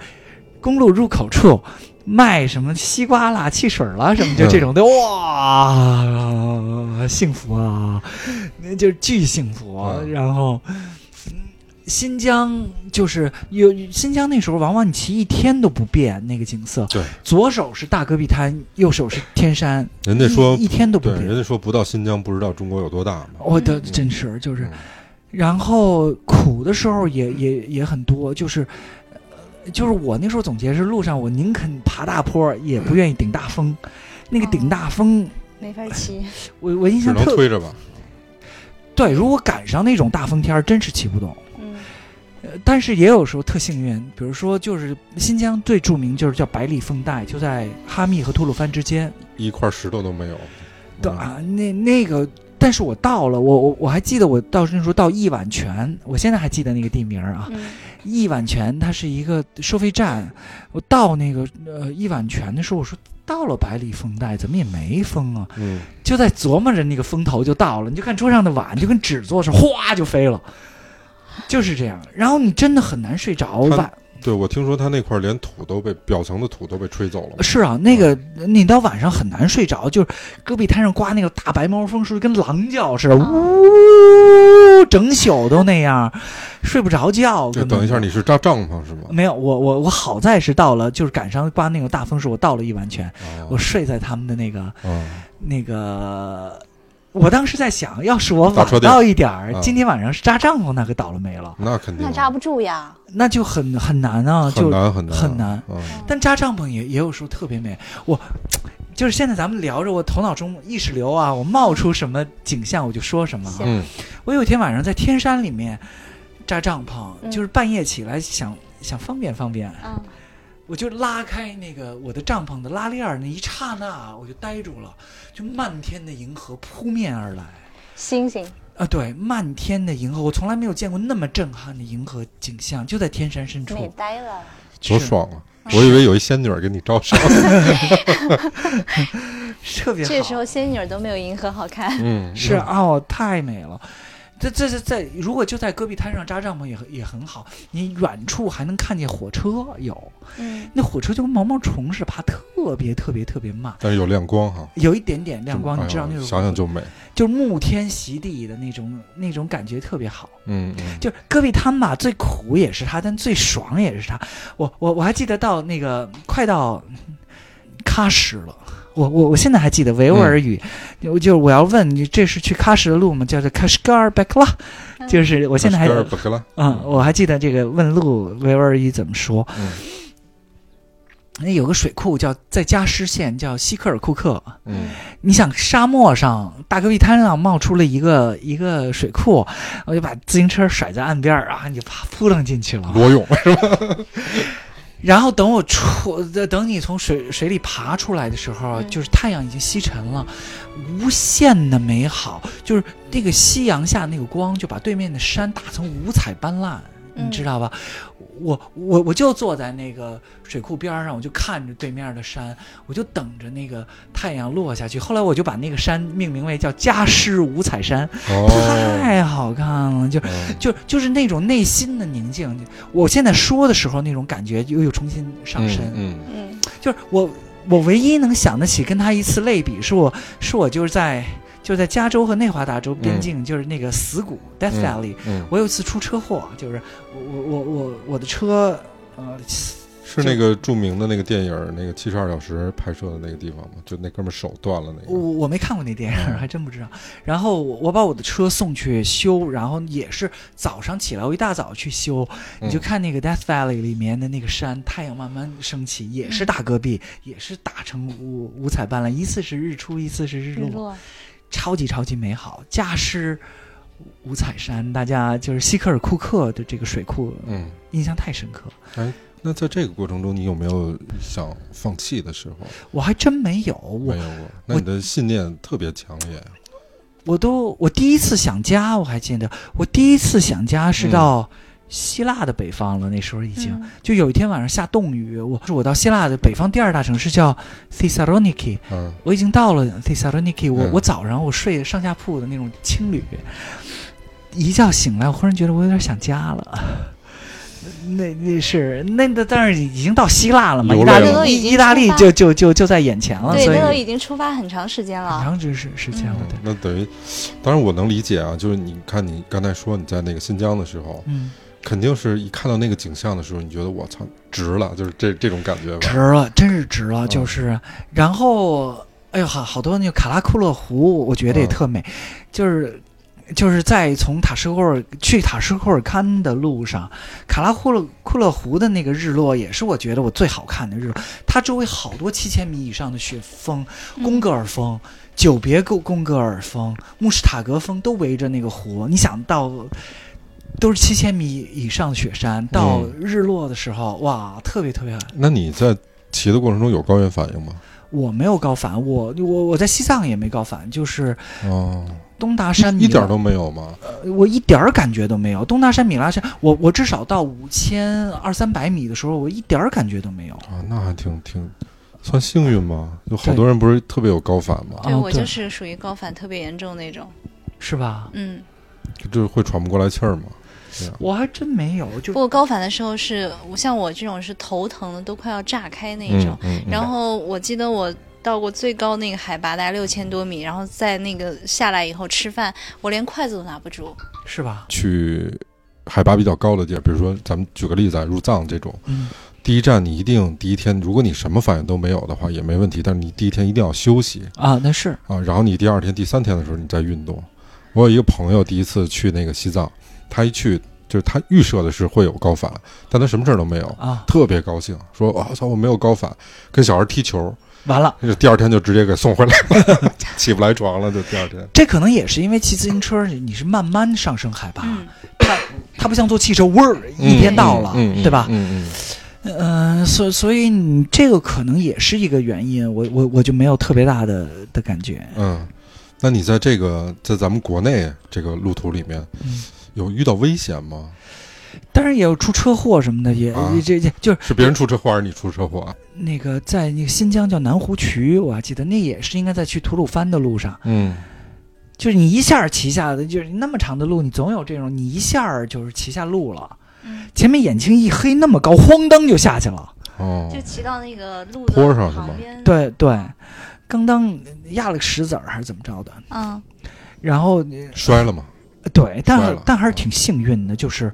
Speaker 3: 公路入口处卖什么西瓜啦、汽水 啦什么，
Speaker 1: 嗯
Speaker 3: 就这种的，哇，幸福啊，那就是巨幸福。
Speaker 1: 嗯
Speaker 3: 然后，嗯新疆就是有新疆那时候，往往你骑一天都不变那个景色，
Speaker 1: 对，
Speaker 3: 左手是大戈壁滩，右手是天山，
Speaker 1: 人家说
Speaker 3: 一一天都不
Speaker 1: 对，人
Speaker 3: 变。
Speaker 1: 家说不到新疆不知道中国有多大嘛。
Speaker 3: 我的
Speaker 2: 嗯
Speaker 3: 哦真是就是
Speaker 1: 嗯，
Speaker 3: 然后苦的时候也也也很多，就是。呃就是我那时候总结是，路上我宁肯爬大坡，也
Speaker 1: 嗯
Speaker 3: 不愿意顶大风。那个顶大风，
Speaker 2: 没法 骑，
Speaker 3: 我我印
Speaker 1: 只
Speaker 3: 象
Speaker 1: 能
Speaker 3: 特
Speaker 1: 推着吧。
Speaker 3: 对。如果赶上那种大风天儿，真是骑不动。
Speaker 2: 嗯，
Speaker 3: 呃，但是也有时候特幸运，比如说就是新疆最著名就是叫百里风带，
Speaker 1: 嗯
Speaker 3: 就在哈密和吐鲁番之间。啊
Speaker 1: 一块石头都没有。
Speaker 3: 对、啊，那那个但是我到了，我我我还记得我到那时候到一碗泉，我现在还记得那个地名儿啊，
Speaker 2: 嗯
Speaker 3: 一碗泉它是一个收费站，我到那个呃一碗泉的时候，我说到了百里风带，怎么也没风啊？
Speaker 1: 嗯，
Speaker 3: 就在琢磨着那个风头就到了，你就看桌上的碗就跟纸做似的，哗就飞了，就是这样。然后你真的很难睡着，
Speaker 1: 它
Speaker 3: 晚
Speaker 1: 对我听说他那块儿连土都被表层的土都被吹走了嘛，
Speaker 3: 是啊，那个你到晚上很难睡着，就是戈壁滩上刮那个大白毛风，是不是跟狼叫似的，呜，整宿都那样，睡不着觉。
Speaker 1: 就
Speaker 3: 根本
Speaker 1: 等一下，你是扎帐篷是吗？
Speaker 3: 没有我我我好在是到了，就是赶上刮那种大风时，我到了一完全，
Speaker 1: 啊
Speaker 3: 我睡在他们的那个
Speaker 1: 啊，
Speaker 3: 那个。我当时在想，要是我
Speaker 1: 大车
Speaker 3: 晚
Speaker 1: 店
Speaker 3: 到一点儿，
Speaker 1: 啊
Speaker 3: 今天晚上扎帐篷那可倒了霉了，
Speaker 1: 那肯定
Speaker 4: 那扎不住呀。
Speaker 3: 那就很很难啊，
Speaker 1: 很
Speaker 3: 就
Speaker 1: 难很难
Speaker 3: 很难
Speaker 1: 啊
Speaker 3: 但扎帐篷也也有时候特别美。我就是现在咱们聊着，我头脑中意识流啊，我冒出什么景象我就说什么啊。
Speaker 4: 行
Speaker 1: 嗯
Speaker 3: 我有一天晚上在天山里面扎帐篷，
Speaker 4: 嗯
Speaker 3: 就是半夜起来想想方便方便，
Speaker 4: 嗯，
Speaker 3: 我就拉开那个我的帐篷的拉链儿，那一刹那我就呆住了，就漫天的银河扑面而来。
Speaker 4: 星星，
Speaker 3: 啊，对，漫天的银河，我从来没有见过那么震撼的银河景象，就在天山深
Speaker 4: 美
Speaker 3: 处，
Speaker 4: 呆了。
Speaker 1: 多
Speaker 3: 是
Speaker 1: 爽啊！我以为有一仙女儿给你照 相，
Speaker 3: 特别好。
Speaker 4: 这时候仙女儿都没有银河好看。
Speaker 1: 嗯，
Speaker 3: 是哦，太美了。这这是在如果就在戈壁滩上扎帐篷也很也很好，你远处还能看见火车有，
Speaker 4: 嗯，
Speaker 3: 那火车就跟毛毛虫似的爬，特别特别特别慢，
Speaker 1: 但是有亮光哈，
Speaker 3: 有一点点亮光，
Speaker 1: 哎
Speaker 3: 你知道那
Speaker 1: 呦
Speaker 3: 种
Speaker 1: 想想就美，
Speaker 3: 就是沐天席地的那种那种感觉特别好。
Speaker 1: 嗯嗯，
Speaker 3: 就是戈壁滩吧，最苦也是它，但最爽也是它。我我我还记得到那个快到喀什了，我我我现在还记得维吾尔语，我就是我要问你这是去喀什的路吗？叫做喀什噶尔贝克拉，
Speaker 4: 嗯
Speaker 3: 就是我现在还
Speaker 1: 有点不克拉，
Speaker 3: 嗯，我还记得这个问路维吾尔语怎么说。
Speaker 1: 嗯
Speaker 3: 那有个水库叫在加湿县，叫西科尔库克。
Speaker 1: 嗯
Speaker 3: 你想沙漠上大戈壁滩上冒出了一个一个水库，我就把自行车甩在岸边儿啊，你就啪扑棱进去了。
Speaker 1: 裸泳，
Speaker 3: 然后等我出，等你从水水里爬出来的时候，
Speaker 4: 嗯
Speaker 3: 就是太阳已经西沉了，无限的美好，就是那个夕阳下那个光，就把对面的山打成五彩斑斓，
Speaker 4: 嗯
Speaker 3: 你知道吧？我我我就坐在那个水库边儿上，我就看着对面的山，我就等着那个太阳落下去。后来我就把那个山命名为叫加湿五彩山，
Speaker 1: 哦，
Speaker 3: 太好看了，就
Speaker 1: 嗯
Speaker 3: 就就是那种内心的宁静。我现在说的时候，那种感觉又又重新上身。
Speaker 1: 嗯
Speaker 4: 嗯，
Speaker 3: 就是我我唯一能想得起跟他一次类比，是我是我就是在就是在加州和内华达州边境，就是那个死谷 Death
Speaker 1: 嗯
Speaker 3: Valley、
Speaker 1: 嗯，
Speaker 3: 我有一次出车祸，就是我我我我我的车呃
Speaker 1: 是那个著名的那个电影儿，那个七十二小时拍摄的那个地方吗？就那哥们儿手断了那个，
Speaker 3: 我我没看过那电影儿，还真不知道。然后我我把我的车送去修，然后也是早上起来，我一大早去修，
Speaker 1: 嗯
Speaker 3: 你就看那个 Death Valley 里面的那个山，太阳慢慢升起，也是大戈壁，也是打成五五彩斑斓，一次是日出，一次是
Speaker 4: 日
Speaker 3: 日落，
Speaker 4: 落。
Speaker 3: 超级超级美好。加湿五彩山，大家就是希克尔库克的这个水库，
Speaker 1: 嗯。
Speaker 3: 印象太深刻。
Speaker 1: 那在这个过程中，你有没有想放弃的时候？
Speaker 3: 我还真没有，我
Speaker 1: 没有过。那你的信念特别强烈啊。
Speaker 3: 我都我第一次想家，我还记得我第一次想家是到希腊的北方了，那时候已经、
Speaker 4: 嗯
Speaker 3: 就有一天晚上下冻雨，我是我到希腊的北方第二大城市叫 Thessaloniki，
Speaker 1: 嗯
Speaker 3: 我已经到了 Thessaloniki，我、
Speaker 1: 嗯
Speaker 3: 我早上我睡上下铺的那种青旅，一觉醒来，我忽然觉得我有点想家了。 那那是那那，但是已经到希腊了嘛？
Speaker 1: 流泪
Speaker 3: 意大
Speaker 1: 了那都
Speaker 3: 利
Speaker 4: 已经
Speaker 3: 意大利
Speaker 4: 出发
Speaker 3: 就就就就在眼前了，
Speaker 4: 对，
Speaker 3: 所以
Speaker 4: 那都
Speaker 3: 很
Speaker 4: 已经出发很长时间了。
Speaker 3: 长时时时间了
Speaker 1: 嗯，
Speaker 3: 对，
Speaker 1: 那等于，当然我能理解啊，就是你看你刚才说你在那个新疆的时候，
Speaker 3: 嗯，
Speaker 1: 肯定是一看到那个景象的时候，你觉得我操值了，就是这这种感觉
Speaker 3: 值
Speaker 1: 吧。
Speaker 3: 了，真是值了，
Speaker 1: 嗯
Speaker 3: 就是，然后，哎呦，好好多那个卡拉库勒湖，我觉得也
Speaker 1: 嗯
Speaker 3: 特美，就是。就是在从塔什库尔去塔什库尔堪的路上，卡拉库勒库勒湖的那个日落也是我觉得我最好看的日落。它周围好多七千米以上的雪峰，贡格尔峰、久别贡贡格尔峰、穆什塔格峰都围着那个湖。你想到都是七千米以上的雪山，到
Speaker 1: 嗯
Speaker 3: 日落的时候，哇，特别特别
Speaker 1: 那你在骑的过程中有高原反应吗？
Speaker 3: 我没有高反，我我我在西藏也没高反，就是
Speaker 1: 哦，
Speaker 3: 东达山
Speaker 1: 一
Speaker 3: 米
Speaker 1: 点
Speaker 3: 拉
Speaker 1: 儿都没有吗？
Speaker 3: 我一点儿感觉都没有。东大山、米拉山，我我至少到五千二三百米的时候，我一点儿感觉都没有。
Speaker 1: 啊，那还挺挺算幸运吗？有好多人不是特别有高反吗？
Speaker 2: 对
Speaker 3: 哦
Speaker 2: 我
Speaker 3: 对
Speaker 2: 就是属于高反特别严重那种，
Speaker 3: 是吧？
Speaker 2: 嗯，
Speaker 1: 就是会喘不过来气儿吗？
Speaker 3: 我还真没有，
Speaker 2: 不
Speaker 3: 就
Speaker 2: 过高反的时候是像我这种是头疼的都快要炸开那种
Speaker 1: 嗯，嗯，
Speaker 2: 然
Speaker 1: 后
Speaker 2: 后我记得我到过最高那个海拔大概六千多米，然后在那个下来以后吃饭，我连筷子都拿不住。
Speaker 3: 是吧？
Speaker 1: 去海拔比较高的地儿，比如说咱们举个例子啊，入藏这种，
Speaker 3: 嗯，
Speaker 1: 第一站你一定第一天，如果你什么反应都没有的话也没问题，但是你第一天一定要休息
Speaker 3: 啊，那是
Speaker 1: 啊，然后你第二天、第三天的时候你再运动。我有一个朋友第一次去那个西藏，他一去就是他预设的是会有高反，但他什么事儿都没有。
Speaker 3: 啊，
Speaker 1: 特别高兴，说：“我、操，我没有高反，跟小孩踢球，
Speaker 3: 完了。
Speaker 1: 就第二天就直接给送回来了， 起不来床了，就第二天。
Speaker 3: 这可能也是因为骑自行车，你你是慢慢上升海
Speaker 1: 啊
Speaker 3: 拔，
Speaker 2: 嗯，
Speaker 3: 它它不像坐汽车，嗡儿一天到了，
Speaker 1: 嗯嗯
Speaker 3: 对吧？
Speaker 1: 嗯嗯
Speaker 3: 嗯，所、所以你这个可能也是一个原因，我我我就没有特别大的的感觉。
Speaker 1: 嗯嗯。那你在这个在咱们国内这个路途里面，
Speaker 3: 嗯
Speaker 1: 有遇到危险吗？
Speaker 3: 当然也有出车祸什么的，也、
Speaker 1: 啊
Speaker 3: 这这就是
Speaker 1: 是别人出车祸还是你出车祸啊？
Speaker 3: 那个在那个新疆叫南湖渠，我还记得那也是应该在去吐鲁番的路上，
Speaker 1: 嗯，
Speaker 3: 就是你一下儿骑下的，就是那么长的路，你总有这种你一下儿就是骑下路了，
Speaker 2: 嗯
Speaker 3: 前面眼睛一黑那么高，咣当就下去了，
Speaker 1: 哦，
Speaker 2: 就骑到那个路
Speaker 1: 坡
Speaker 2: 的
Speaker 1: 上是吗
Speaker 2: 旁边。，
Speaker 3: 对对，刚当压了个石子儿还是怎么着的，
Speaker 2: 嗯，
Speaker 3: 然后呃
Speaker 1: 摔了吗？
Speaker 3: 对，但
Speaker 1: 摔
Speaker 3: 是
Speaker 1: 了
Speaker 3: 但还是挺幸运的，就是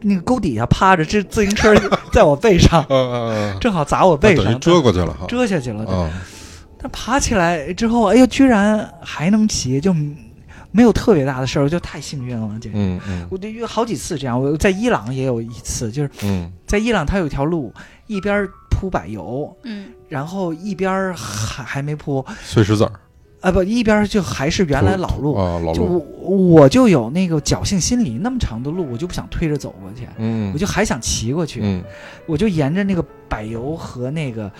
Speaker 3: 那个沟底下趴着，这自行车在我背上，
Speaker 1: 呃呃，
Speaker 3: 正好砸我背
Speaker 1: 等于
Speaker 3: 上，
Speaker 1: 遮过去了哈。
Speaker 3: 遮下去了，
Speaker 1: 啊，
Speaker 3: 但爬起来之后，哎呦，居然还能骑，就没有特别大的事儿，我就太幸运了。这，
Speaker 1: 嗯嗯
Speaker 3: 我就有好几次这样，我在伊朗也有一次，就是
Speaker 1: 嗯，
Speaker 3: 在伊朗它有一条路，一边铺柏油，
Speaker 2: 嗯，
Speaker 3: 然后一边还还没铺，
Speaker 1: 碎石子儿，
Speaker 3: 啊不，一边就还是原来老路。
Speaker 1: 啊，老
Speaker 3: 就
Speaker 1: 路，
Speaker 3: 我我就有那个侥幸心理，那么长的路我就不想推着走过去，
Speaker 1: 嗯，
Speaker 3: 我就还想骑过去，
Speaker 1: 嗯
Speaker 3: 我就沿着那个柏油和那个，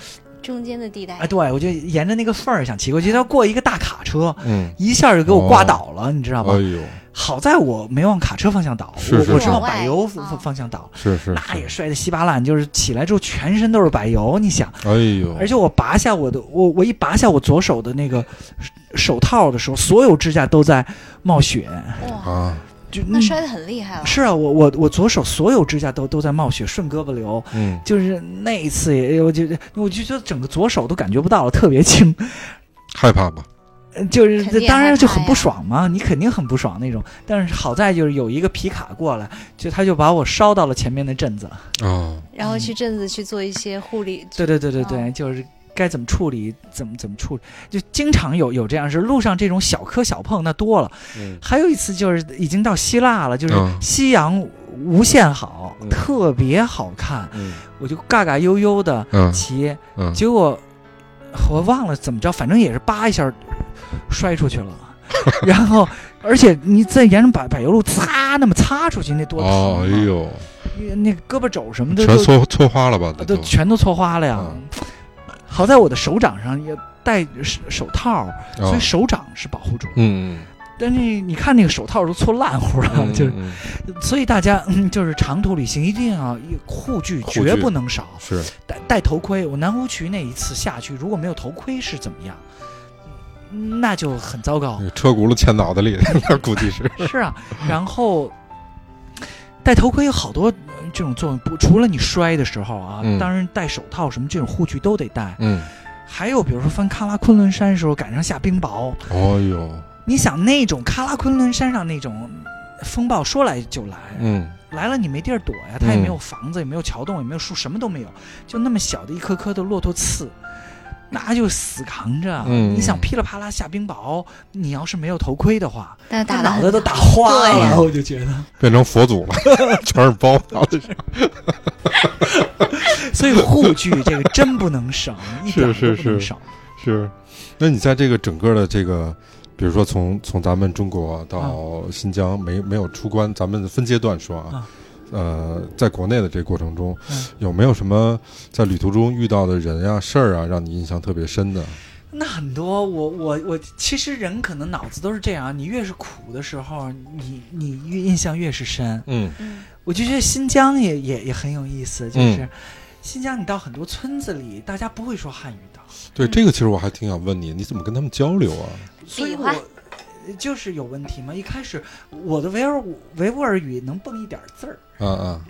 Speaker 2: 中间的地带
Speaker 3: 哎，对我就沿着那个缝儿想骑过去，要过一个大卡车，
Speaker 1: 嗯，
Speaker 3: 一下就给我挂倒了，你知道吧
Speaker 1: 哎？呦，
Speaker 3: 好在我没往卡车方向倒，
Speaker 1: 是是
Speaker 3: 我我
Speaker 1: 是
Speaker 3: 是
Speaker 2: 往
Speaker 3: 往
Speaker 2: 外
Speaker 3: 柏油方
Speaker 2: 啊
Speaker 3: 方向倒，
Speaker 1: 是是，
Speaker 3: 那也
Speaker 1: 是，
Speaker 3: 摔得稀巴烂，就是起来之后全身都是柏油，你想，
Speaker 1: 哎呦，
Speaker 3: 而且我拔下我的我我一拔下我左手的那个手套的时候，所有指甲都在冒血，
Speaker 2: 哇，
Speaker 1: 啊，
Speaker 3: 就嗯
Speaker 2: 那摔得很厉害了。
Speaker 3: 是啊，我我我左手所有指甲都都在冒血，顺胳膊瘤，
Speaker 1: 嗯
Speaker 3: 就是那一次也，我就我就觉得整个左手都感觉不到了，特别轻，，
Speaker 1: 害怕吧？
Speaker 3: 呃就是
Speaker 2: 肯定
Speaker 3: 当然
Speaker 2: 害
Speaker 3: 就
Speaker 2: 怕
Speaker 3: 很不
Speaker 2: 呀
Speaker 3: 爽嘛，你肯定很不爽那种。但是好在就是有一个皮卡过来，就他就把我捎到了前面的镇子。
Speaker 1: 啊，
Speaker 2: 然后去镇子去做一些护理，
Speaker 3: 对对对对对，
Speaker 2: 哦
Speaker 3: 就是该怎么处理怎么怎么处理，就经常有有这样事。路上这种小磕小碰那多了。
Speaker 1: 嗯
Speaker 3: 还有一次就是已经到希腊了，就是
Speaker 1: 嗯
Speaker 3: 夕阳无限好，
Speaker 1: 嗯
Speaker 3: 特别好看，
Speaker 1: 嗯
Speaker 3: 我就嘎嘎悠悠的
Speaker 1: 嗯
Speaker 3: 骑，
Speaker 1: 嗯，
Speaker 3: 结果我忘了怎么着，反正也是叭一下摔出去 了。然后，而且你再沿着柏柏油路擦那么擦出去，那多疼、啊
Speaker 1: 哦，哎，呦，
Speaker 3: 那个胳膊肘什么的
Speaker 1: 全
Speaker 3: 都
Speaker 1: 搓搓花了吧？这
Speaker 3: 都全都搓花了呀。
Speaker 1: 嗯
Speaker 3: 好在我的手掌上也戴手手套，所
Speaker 1: 啊
Speaker 3: 以手掌是保护住。
Speaker 1: 嗯嗯
Speaker 3: 但是你看那个手套都搓烂乎了，
Speaker 1: 嗯，
Speaker 3: 就是
Speaker 1: 嗯
Speaker 3: 所以大家、嗯、就是长途旅行一定要护具
Speaker 1: 护
Speaker 3: 绝
Speaker 1: 具
Speaker 3: 不能少。
Speaker 1: 是
Speaker 3: 戴戴头盔。我南湖渠那一次下去，如果没有头盔是怎么样？嗯那就很糟糕。
Speaker 1: 那车轱辘嵌脑袋里， 那估计是
Speaker 3: 是啊，然后戴头盔有好多呃这种作用，不除了你摔的时候啊，
Speaker 1: 嗯
Speaker 3: 当然戴手套什么这种护具都得戴。
Speaker 1: 嗯，
Speaker 3: 还有比如说翻喀拉昆仑山的时候赶上下冰雹，
Speaker 1: 哎呦，
Speaker 3: 你想那种喀拉昆仑山上那种风暴说来就来，
Speaker 1: 嗯
Speaker 3: 来了你没地儿躲呀，它也没有
Speaker 1: 嗯
Speaker 3: 房子，也没有桥洞，也没有树，什么都没有，就那么小的一颗颗的骆驼刺，那就死扛着。啊
Speaker 1: 嗯
Speaker 3: 你想噼里啪啦下冰雹，你要是没有头盔的话，
Speaker 2: 但是打
Speaker 3: 那
Speaker 2: 得
Speaker 3: 脑
Speaker 2: 很
Speaker 3: 袋都打花
Speaker 2: 对呀
Speaker 3: 了，我就觉得。
Speaker 1: 变成佛祖了，全是包脑袋上，
Speaker 3: 所以护具这个真不能 省，一点儿都
Speaker 1: 是
Speaker 3: 不
Speaker 1: 是
Speaker 3: 能省。
Speaker 1: 是。那你在这个整个的这个，比如说从从咱们中国到新疆没没有出关，咱们分阶段说啊
Speaker 3: 啊，
Speaker 1: 呃，在国内的这个过程中
Speaker 3: 嗯，
Speaker 1: 有没有什么在旅途中遇到的人呀、事儿啊，让你印象特别深的？
Speaker 3: 那很多，我我我，其实人可能脑子都是这样，啊你越是苦的时候，你你越印象越是深。
Speaker 1: 嗯
Speaker 4: 嗯
Speaker 3: 我就觉得新疆也也也很有意思，就
Speaker 1: 嗯
Speaker 3: 是、新疆你到很多村子里，大家不会说汉语的，
Speaker 1: 对，这个其实我还挺想问你，你怎么跟他们交流啊？
Speaker 3: 所以
Speaker 2: 比
Speaker 3: 我
Speaker 2: 划
Speaker 3: 呃就是有问题嘛。一开始我的维吾尔语维吾尔语能蹦一点字儿，
Speaker 1: 啊啊，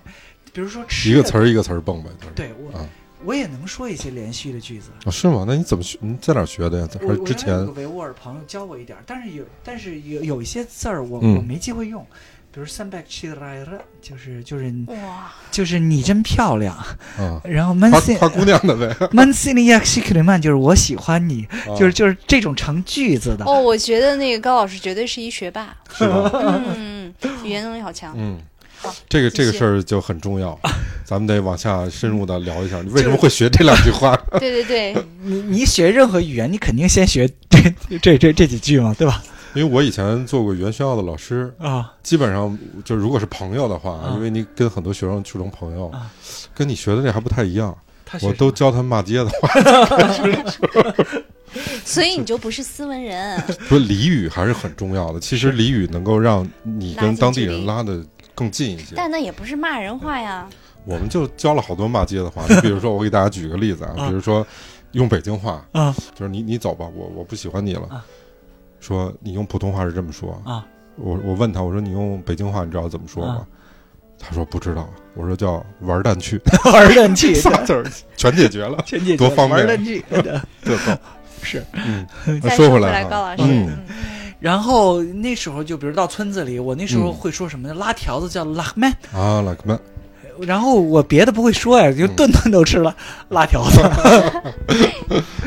Speaker 3: 比如说吃
Speaker 1: 一个词儿一个词儿蹦呗，就是
Speaker 3: 对我、
Speaker 1: 啊
Speaker 3: 我也能说一些连续的句子。
Speaker 1: 哦，是吗？那你怎么学？你在哪儿学的呀？还
Speaker 3: 我
Speaker 1: 是
Speaker 3: 我
Speaker 1: 之
Speaker 3: 原来有
Speaker 1: 前
Speaker 3: 个维吾尔朋友教我一点儿，但是有但是有有一些字儿我、
Speaker 1: 嗯
Speaker 3: 我没机会用，比如三百七来了，就是就是你
Speaker 2: 哇，
Speaker 3: 就是你真漂亮，
Speaker 1: 啊？
Speaker 3: 然后 man
Speaker 1: 夸
Speaker 3: sin
Speaker 1: 夸姑娘的呗，
Speaker 3: man sin y a k s h i k r i m a n 就是我喜欢你，
Speaker 1: 啊
Speaker 3: 就是就是这种成句子的。
Speaker 2: 哦，我觉得那个高老师绝对是一 学霸，
Speaker 1: 是吧？
Speaker 2: 嗯， 语言能力好强。
Speaker 1: 嗯
Speaker 2: 好，
Speaker 1: 这个
Speaker 2: 继
Speaker 1: 这个
Speaker 2: 续
Speaker 1: 事儿就很重要，咱们得往下深入的聊一下，你为什么会学这两句话？
Speaker 2: 对对对，
Speaker 3: 你你学任何语言，你肯定先学这这这这几句嘛，对吧？
Speaker 1: 因为我以前做过语言学校的老师，
Speaker 3: 啊、
Speaker 1: 基本上就如果是朋友的话，
Speaker 3: 啊
Speaker 1: 因为你跟很多学生处成朋友
Speaker 3: 啊，
Speaker 1: 跟你学的那还不太一样，
Speaker 3: 他学
Speaker 1: 我都教他们骂街的话，
Speaker 2: 所以你就不是斯文人，
Speaker 1: 说俚语还是很重要的。其实俚语能够让你
Speaker 2: 拉
Speaker 1: 跟
Speaker 2: 近
Speaker 1: 当地
Speaker 2: 距离
Speaker 1: 人拉的更近一些。
Speaker 2: 但那也不是骂人 话呀。
Speaker 1: 我们就教了好多骂街的 话，你比如说，我给大家举个例子啊，
Speaker 3: 啊
Speaker 1: 比如说用北京话，
Speaker 3: 啊
Speaker 1: 就是你你走吧，我我不喜欢你了。
Speaker 3: 啊
Speaker 1: 说你用普通话是这么说，
Speaker 3: 啊
Speaker 1: 我我问他，我说你用北京话你知道怎么说吗？他说不知道，我说叫玩蛋 去，
Speaker 3: 啊玩儿蛋去，
Speaker 1: 仨字儿 全解决 了，
Speaker 3: 全解决
Speaker 1: 多方便
Speaker 3: 玩儿蛋 去。
Speaker 1: 特逗。
Speaker 3: 是，
Speaker 1: 嗯，
Speaker 2: 再
Speaker 1: 说
Speaker 2: 回
Speaker 1: 来啊，
Speaker 2: 高老师，
Speaker 1: 嗯，
Speaker 2: 嗯
Speaker 3: 然后那时候就比如到村子里，我那时候
Speaker 1: 嗯
Speaker 3: 会说什么呢？拉条子叫拉面，
Speaker 1: 啊，老哥们，
Speaker 3: 然后我别的不会说呀，就
Speaker 1: 嗯
Speaker 3: 顿顿都吃了拉条子，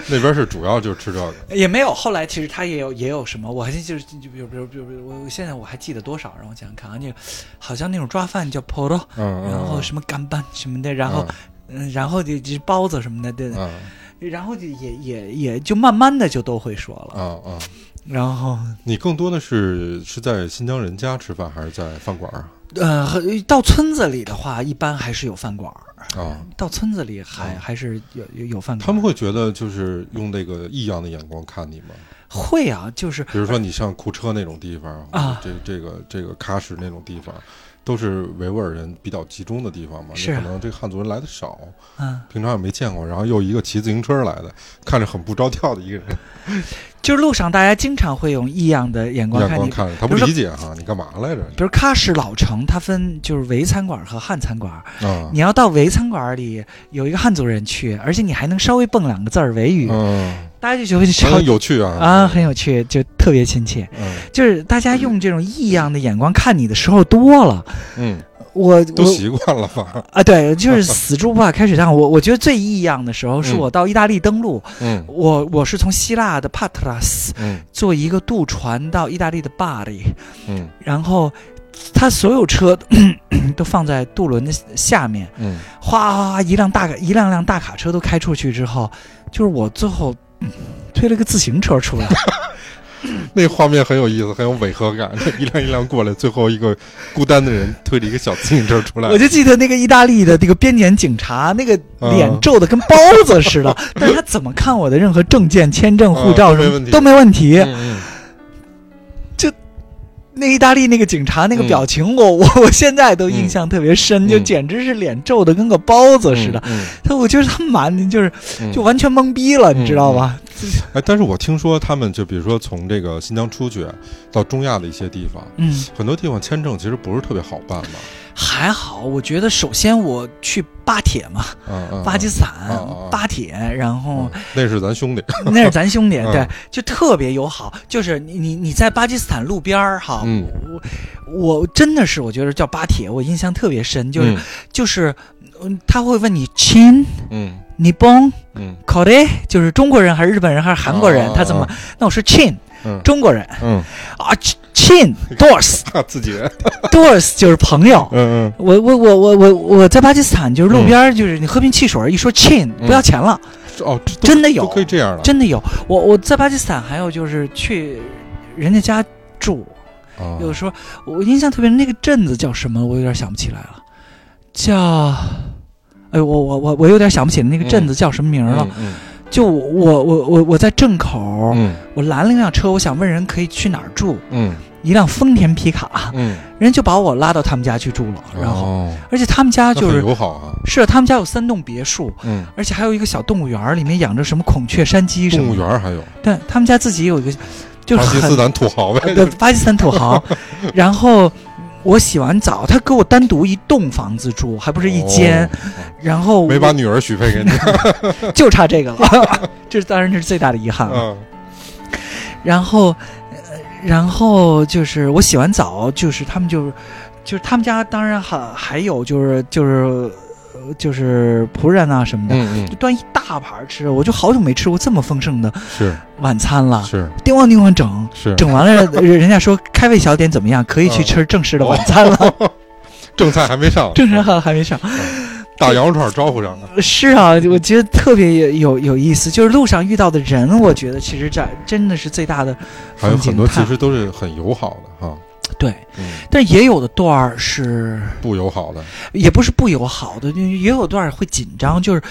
Speaker 1: 那边是主要就吃这个，
Speaker 3: 也没有。后来其实他也有也有什么，我还记就是就比如比如比如比如我我现在我还记得多少，让我想想看啊，那个好像那种抓饭叫 polo，
Speaker 1: 嗯，
Speaker 3: 然后什么干拌什么的，然后嗯，然后就就包子什么的，对，
Speaker 1: 啊
Speaker 3: 然后就也也也就慢慢的就都会说
Speaker 1: 啊
Speaker 3: 了。
Speaker 1: 啊，
Speaker 3: 然后
Speaker 1: 你更多的是是在新疆人家吃饭，还是在饭馆儿
Speaker 3: 呃，和到村子里的话，一般还是有饭馆儿。
Speaker 1: 啊？
Speaker 3: 到村子里还
Speaker 1: 嗯
Speaker 3: 还是有有有饭馆儿。
Speaker 1: 他们会觉得就是用那个异样的眼光看你吗？
Speaker 3: 会啊，就是
Speaker 1: 比如说你像库车那种地方，
Speaker 3: 啊
Speaker 1: 或者这这个这个喀什那种地方，都是维吾尔人比较集中的地方嘛，
Speaker 3: 是
Speaker 1: 那可能这个汉族人来的少，
Speaker 3: 嗯，
Speaker 1: 平常也没见过，然后又一个骑自行车来的，看着很不着调的一个人，
Speaker 3: 就是路上大家经常会用异样的眼 光
Speaker 1: 眼
Speaker 3: 看
Speaker 1: 光
Speaker 3: 你。
Speaker 1: 看着他不理解哈，你干嘛来着？
Speaker 3: 比如喀什老城，它分就是维餐馆和汉餐馆。
Speaker 1: 啊，
Speaker 3: 你要到维餐馆里有一个汉族人去，而且你还能稍微蹦两个字儿维语，
Speaker 1: 嗯，
Speaker 3: 大家就觉 得
Speaker 1: 很
Speaker 3: 超
Speaker 1: 有趣啊
Speaker 3: 啊很有趣，就特别亲切。
Speaker 1: 嗯
Speaker 3: 就是大家用这种异样的眼光看你的时候多了，
Speaker 1: 嗯，
Speaker 3: 我
Speaker 1: 都
Speaker 3: 我
Speaker 1: 习惯了吧？
Speaker 3: 啊，对，就是死猪不怕开水烫。我我觉得最异样的时候是
Speaker 1: 嗯
Speaker 3: 我到意大利登陆，
Speaker 1: 嗯
Speaker 3: 我我是从希腊的帕特拉斯
Speaker 1: 嗯
Speaker 3: 坐一个渡船到意大利的巴黎，
Speaker 1: 嗯
Speaker 3: 然后他所有车 都放在渡轮的下面，
Speaker 1: 嗯，
Speaker 3: 哗哗哗，一辆大卡一辆辆大卡车都开出去之后，就是我最后嗯推了个自行 车出来，
Speaker 1: 那画面很有意思，很有违和感，一辆一辆过来，最后一个孤单的人推着一个小自行车出来
Speaker 3: 我，就记得那个意大利的那个边检警察，那个脸皱的跟包子似的，但是他怎么看我的任何证件、签证、护照
Speaker 1: 嗯
Speaker 3: 什
Speaker 1: 都没
Speaker 3: 么、
Speaker 1: 问题
Speaker 3: 都没问题。
Speaker 1: 嗯
Speaker 3: 那意大利那个警察那个表情，我 我我现在都印象特别
Speaker 1: 嗯
Speaker 3: 深，就简直是脸皱的跟个包子
Speaker 1: 嗯，
Speaker 3: 似的。
Speaker 1: 嗯，
Speaker 3: 他我觉得他满的就是
Speaker 1: 嗯
Speaker 3: 就完全懵逼了，
Speaker 1: 嗯
Speaker 3: 你知道吧？
Speaker 1: 哎，但是我听说他们就比如说从这个新疆出去到中亚的一些地方，
Speaker 3: 嗯，
Speaker 1: 很多地方签证其实不是特别好办嘛。
Speaker 3: 还好，我觉得首先我去巴铁嘛，
Speaker 1: 嗯嗯，
Speaker 3: 巴基斯坦
Speaker 1: 嗯嗯
Speaker 3: 巴铁，然后
Speaker 1: 嗯那是咱兄弟。
Speaker 3: 那是咱兄弟，
Speaker 1: 嗯
Speaker 3: 对，就特别友好。就是你你你在巴基斯坦路边儿哈，
Speaker 1: 嗯
Speaker 3: 我我真的是我觉得叫巴铁，我印象特别深，就是、就是，嗯，他会问你亲。
Speaker 1: 嗯
Speaker 3: 你崩
Speaker 1: 嗯
Speaker 3: 考的，就是中国人还是日本人还是韩国人，
Speaker 1: 啊
Speaker 3: 他怎么
Speaker 1: 啊？
Speaker 3: 那我说 Chin
Speaker 1: 嗯
Speaker 3: 中国人
Speaker 1: 嗯，
Speaker 3: 啊，Chin Doors
Speaker 1: 他自己人。
Speaker 3: Doors 就是朋友。
Speaker 1: 嗯
Speaker 3: 我我我我我我在巴基斯坦就是路边儿就是你喝瓶汽水一说 Chin
Speaker 1: 嗯
Speaker 3: 不要钱了，
Speaker 1: 嗯，哦，这都
Speaker 3: 真的有
Speaker 1: 都，可以这样了。
Speaker 3: 真的有。我我在巴基斯坦还有就是去人家家住，
Speaker 1: 啊
Speaker 3: 有时候我印象特别，那个镇子叫什么，我有点想不起来了，叫，哎，我我我我有点想不起来那个镇子叫什么名儿了，
Speaker 1: 嗯嗯嗯
Speaker 3: 就我我我我在镇口，
Speaker 1: 嗯
Speaker 3: 我拦了一辆车，我想问人可以去哪儿住，
Speaker 1: 嗯
Speaker 3: 一辆丰田皮卡，
Speaker 1: 嗯，
Speaker 3: 人家就把我拉到他们家去住了，然后、
Speaker 1: 哦
Speaker 3: 而且他们
Speaker 1: 那
Speaker 3: 家就
Speaker 1: 很
Speaker 3: 是
Speaker 1: 友好啊，
Speaker 3: 是他们家有三栋别墅，
Speaker 1: 嗯，
Speaker 3: 而且还有一个小动物园儿，里面养着什么孔雀、山鸡什
Speaker 1: 动
Speaker 3: 么
Speaker 1: 物
Speaker 3: 的。
Speaker 1: 园儿还有
Speaker 3: 对他们家自己有一个，就是
Speaker 1: 巴基斯
Speaker 3: 很
Speaker 1: 坦土豪呗，
Speaker 3: 对巴基斯坦土 豪。然后我洗完澡，他给我单独一栋房子住，还不是一间。然后
Speaker 1: 哦，
Speaker 3: 我
Speaker 1: 没把女儿许配给 你，
Speaker 3: 就差这个 了，这当然这是最大的遗憾了。
Speaker 1: 嗯
Speaker 3: 然后，呃，然后就是我洗完澡，就是他们就是，就是他们家当然还还有就是就是、呃就是仆人啊什么的，
Speaker 1: 嗯
Speaker 3: 就端一大盘吃，我就好久没吃过这么丰盛的
Speaker 1: 嗯，是
Speaker 3: 晚餐了，
Speaker 1: 是
Speaker 3: 叮咣叮咣整，
Speaker 1: 是，
Speaker 3: 整完了 人人家说开胃小点怎么样，可以去吃正式的晚餐
Speaker 1: 嗯
Speaker 3: 了，
Speaker 1: 正菜还没上，嗯
Speaker 3: 正式还还没上。
Speaker 1: 大羊肉串招呼上了，
Speaker 3: 是啊，我觉得特别有有有意思，就是路上遇到的人，我觉得其实这真的是最大的
Speaker 1: 还有很
Speaker 3: 风景
Speaker 1: 多其
Speaker 3: 看。
Speaker 1: 实都是很友好的哈，
Speaker 3: 对，
Speaker 1: 嗯，
Speaker 3: 但也有的段儿是
Speaker 1: 不友好的，
Speaker 3: 也不是不友好的，也有段儿会紧张，就是